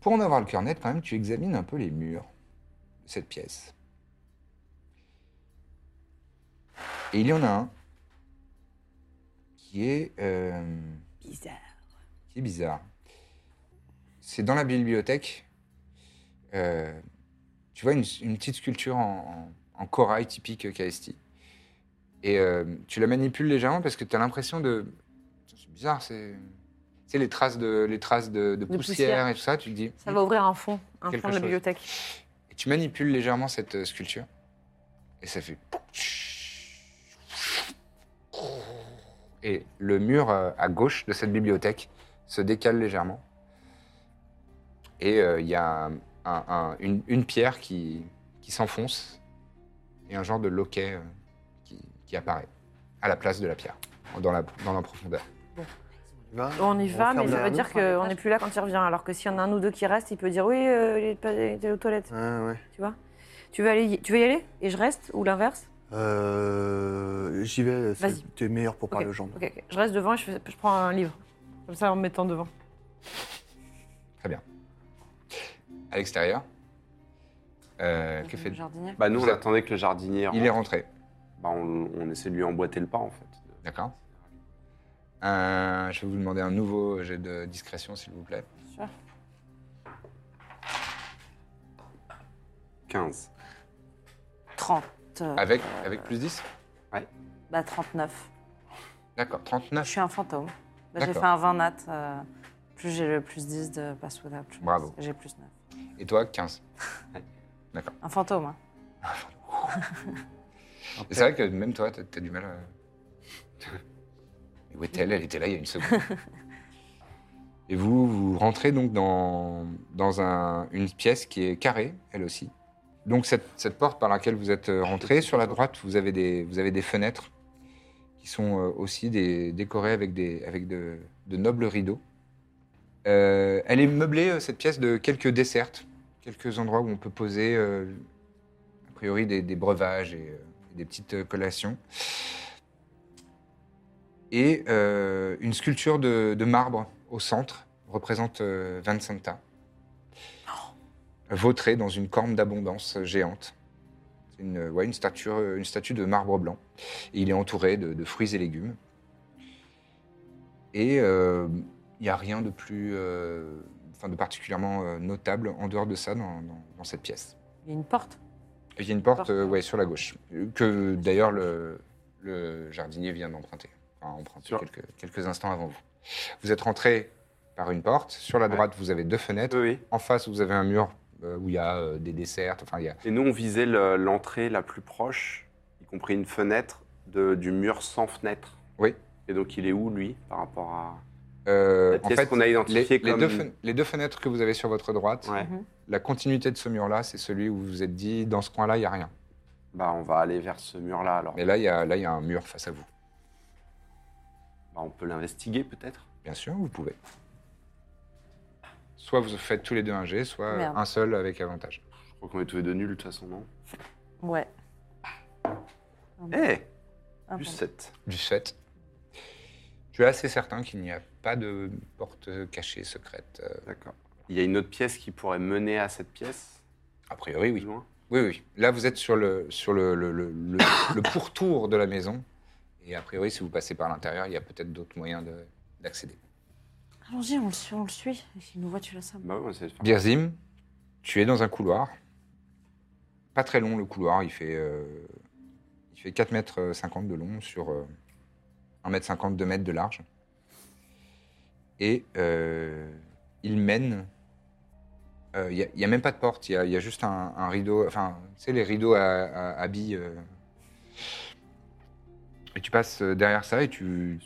Pour en avoir le cœur net, quand même, tu examines un peu les murs de cette pièce. Et il y en a un qui est. euh, Bizarre. qui est bizarre. C'est dans la bibliothèque. euh, tu vois une, une petite sculpture en, en- en corail typique Caesti. Et euh, tu la manipules légèrement parce que tu as l'impression de. C'est bizarre, c'est. Tu sais, les traces de, les traces de, de poussière, poussière. et tout ça, tu te dis. Ça va ouvrir un fond, un Quelque fond de la chose. bibliothèque. Et tu manipules légèrement cette euh, sculpture. Et ça fait. Et le mur euh, à gauche de cette bibliothèque se décale légèrement. Et euh, il y a un- un- un- une, une pierre qui, qui s'enfonce et un genre de loquet euh, qui, qui apparaît à la place de la pierre, dans la, dans la profondeur. On y va, On y va, mais referme ça la veut main. dire qu'on n'est plus là quand il revient. Alors que s'il y en a un ou deux qui restent, il peut dire oui, euh, il est pas- il était aux toilettes. Ouais, ouais. Tu vois Tu veux, aller y... tu veux y aller Et je reste Ou l'inverse Euh, J'y vais. c'est- Vas-y. T'es meilleur pour parler aux gens. Ok, ok. je reste devant et je, fais- je prends un livre. Comme ça, en me mettant devant. À l'extérieur. Euh, que Le fait jardinier. Bah, nous, Vous on êtes- attendait que le jardinier. Il est rentre. rentré. Bah, on, on essaie de lui emboîter le pas, en fait. D'accord. Euh, je vais vous demander un nouveau jet de discrétion, s'il vous plaît. 15. 30. Avec, avec plus 10 Bah, 39. D'accord, Je Ah, 39. suis un fantôme. Bah, j'ai D'accord. fait un 20 nat. euh, plus j'ai le plus 10 de Passouda. plus- Bravo. J'ai plus 9. Et toi, 15. Un fantôme. hein. Et C'est vrai que même toi, t'as t'as du mal à... Mais où est-elle Elle était là il y a une seconde. Et vous, vous rentrez donc dans, dans un- une pièce qui est carrée, elle aussi. Donc cette, cette porte par laquelle vous êtes euh, rentré, sur la droite, vous avez des, vous avez des fenêtres qui sont euh, aussi des- décorées avec, des, avec de, de nobles rideaux. Euh, elle est meublée, euh, cette pièce, de quelques dessertes, quelques endroits où on peut poser, euh, a priori, des, des breuvages et, euh, des petites euh, collations. Et euh, une sculpture de, de marbre au centre représente euh, Vincenta, vautrée dans une corne d'abondance euh, géante. C'est Une, euh, ouais, une, statue, une statue de marbre blanc. Et il est entouré de, de fruits et légumes. Et euh, il n'y a rien de plus, euh, enfin de particulièrement euh, notable en dehors de ça dans, dans- dans cette pièce. Il y a une porte. Et Il y a une porte Porte. euh, ouais, sur la gauche, euh, que d'ailleurs le, le jardinier vient d'emprunter, enfin emprunter Sur- quelques, quelques instants avant vous. Vous êtes rentré par une porte, sur la Ouais. Euh. droite vous avez deux fenêtres, Oui, oui. en face vous avez un mur euh, où il y a euh, des desserts, enfin il y a... Et nous, on visait le- l'entrée la plus proche, y compris une fenêtre de- du mur sans fenêtre. Oui. Et donc, il est où, lui, par rapport à. Euh, La pièce qu'on a identifiée les, les comme- deux fen- les deux fenêtres que vous avez sur votre droite, Ouais. la continuité de ce mur-là, c'est celui où vous vous êtes dit, dans ce coin-là, il n'y a rien. Bah, on va aller vers ce mur-là, alors. Mais là, il y a, là, il y a un mur face à vous. Bah, on peut l'investiguer, peut-être Bien sûr, vous pouvez. Soit vous faites tous les deux un jet, soit euh, Merde. un seul avec avantage. Je crois qu'on est tous les deux nuls, de toute façon, non Ouais. Eh Un fantôme. Plus 7. Du fait, tu es assez certain qu'il n'y a pas de porte cachée secrète. euh, D'accord. Il y a une autre pièce qui pourrait mener à cette pièce a priori, plus oui. loin Oui, oui. Là, vous êtes sur le, sur le, le- le- le- le pourtour de la maison. Et a priori, si vous passez par l'intérieur, il y a peut-être d'autres moyens de- d'accéder. Allons-y, on le suit, on le suit. Et S'il nous voit, tu l'assommes. Bah oui, on essaie de faire. Birzim, Tu es dans un couloir. Pas très long le couloir, il fait, euh, il fait 4 mètres 50 de long sur euh, 1 mètre 50, 2 mètres de large. Et euh, il mène. euh, Il n'y a, même pas de porte, il y a- il y, a juste un, un rideau. Enfin, tu sais, les rideaux à, à- à billes. euh. Et tu passes derrière ça et tu,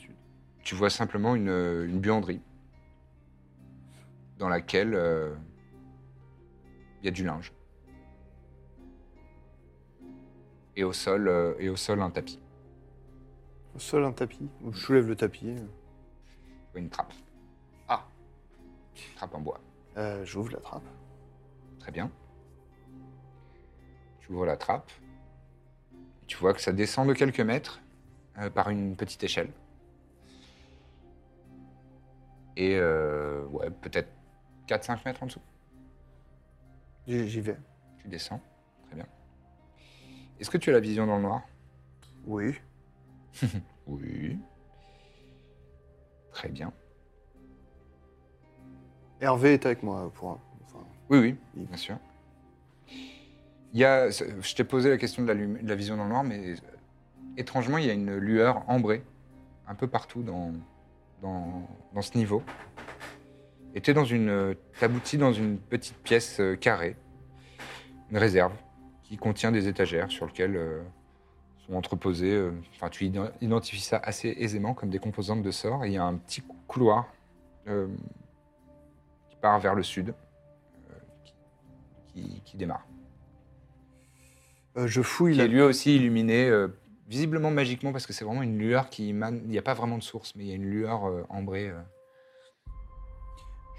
tu vois simplement une, une buanderie dans laquelle euh, il y a du linge. Et au sol, euh, et au sol un tapis, Au sol, un tapis. Je soulève le tapis. une trappe. Ah. Trappe en bois. Euh, J'ouvre la trappe. Très bien. Tu ouvres la trappe. Tu vois que ça descend de quelques mètres euh, par une petite échelle. Et euh, ouais, peut-être 4-5 mètres en dessous. J'y j'y vais. Tu descends. Très bien. Est-ce que tu as la vision dans le noir Oui. Oui. Très bien. Hervé est avec moi pour un- enfin, Oui, oui, bien sûr. Il y a, je t'ai posé la question de la, lumi- de la vision dans le noir, mais euh, étrangement, il y a une lueur ambrée un peu partout dans, dans, dans ce niveau. Et t'es dans une, euh, t'aboutis dans une petite pièce euh, carrée, une réserve, qui contient des étagères sur lesquelles euh, sont entreposées, euh, enfin tu ident- identifies ça assez aisément comme des composantes de sorts, et il y a un petit cou- couloir euh, qui part vers le sud qui, qui démarre. euh, je fouille Qui la... est lui aussi illuminé, euh, visiblement magiquement, parce que c'est vraiment une lueur qui émane. Il n'y a pas vraiment de source, mais il y a une lueur euh, ambrée. euh.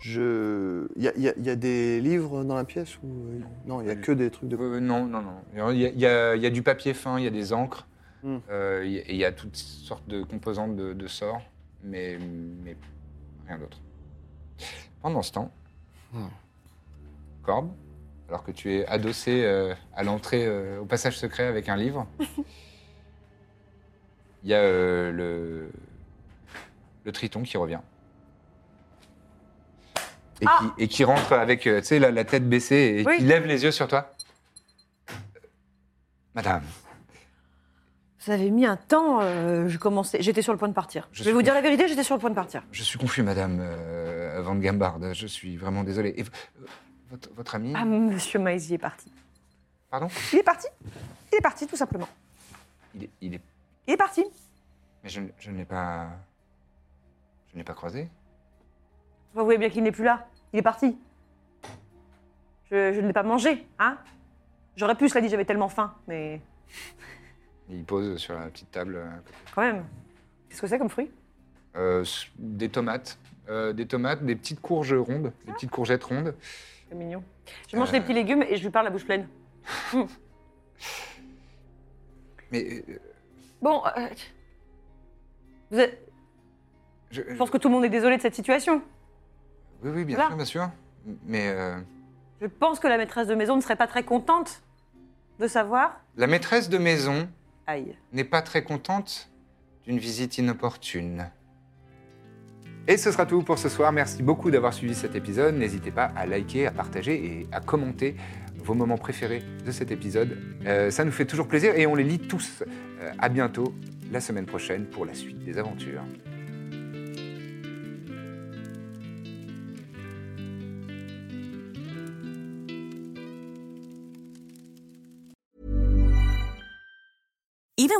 Je... Il y a, y a- y a des livres dans la pièce ou... euh, Non, il n'y a que des trucs de... Euh, non, non, non. Il y, a, il y a- il y a du papier fin, il y a des encres, Hmm. euh, il y a- et il y a toutes sortes de composantes de, de sorts, mais, mais rien d'autre. Pendant ce temps, Hmm. Corbe, alors que tu es adossé euh, à l'entrée, euh, au passage secret avec un livre, il y a euh, le, le triton qui revient. Et, Ah qui, et qui rentre avec euh, tu sais, la, la tête baissée et Oui. qui lève les yeux sur toi. Madame, Vous avez mis un temps, euh, je commençais, j'étais sur le point de partir. Je Je, suis vais vous dire la vérité, j'étais sur le point de partir. je suis confus, madame euh, Van Gambard. Je suis vraiment désolé. Et v- euh, votre, votre ami Ah, monsieur Maisy est parti. Pardon Il est parti Il est parti, tout simplement. il est, il est- Il est parti. Mais je, ne- je ne l'ai pas. Je ne l'ai pas croisé. Vous voyez bien qu'il n'est plus là. Il est parti. Je, je ne l'ai pas mangé, hein J'aurais pu, cela dit, j'avais tellement faim, mais Il pose sur la petite table euh, quand même. Qu'est-ce que c'est comme fruit euh, s- des tomates. euh, des tomates, des petites courges rondes, des petites courgettes rondes. C'est mignon. Je mange des petits légumes et je lui parle la bouche pleine. Mais euh, Bon, euh, vous êtes- je, je pense que tout le monde est désolé de cette situation. Oui, oui, bien Voilà. sûr, bien sûr. Mais euh, Je pense que la maîtresse de maison ne serait pas très contente de savoir. la maîtresse de maison Aïe. n'est pas très contente d'une visite inopportune. Et ce sera tout pour ce soir. Merci beaucoup d'avoir suivi cet épisode. N'hésitez pas à liker, à partager et à commenter vos moments préférés de cet épisode. Euh, ça nous fait toujours plaisir et on les lit tous. Euh, à bientôt la semaine prochaine pour la suite des aventures. even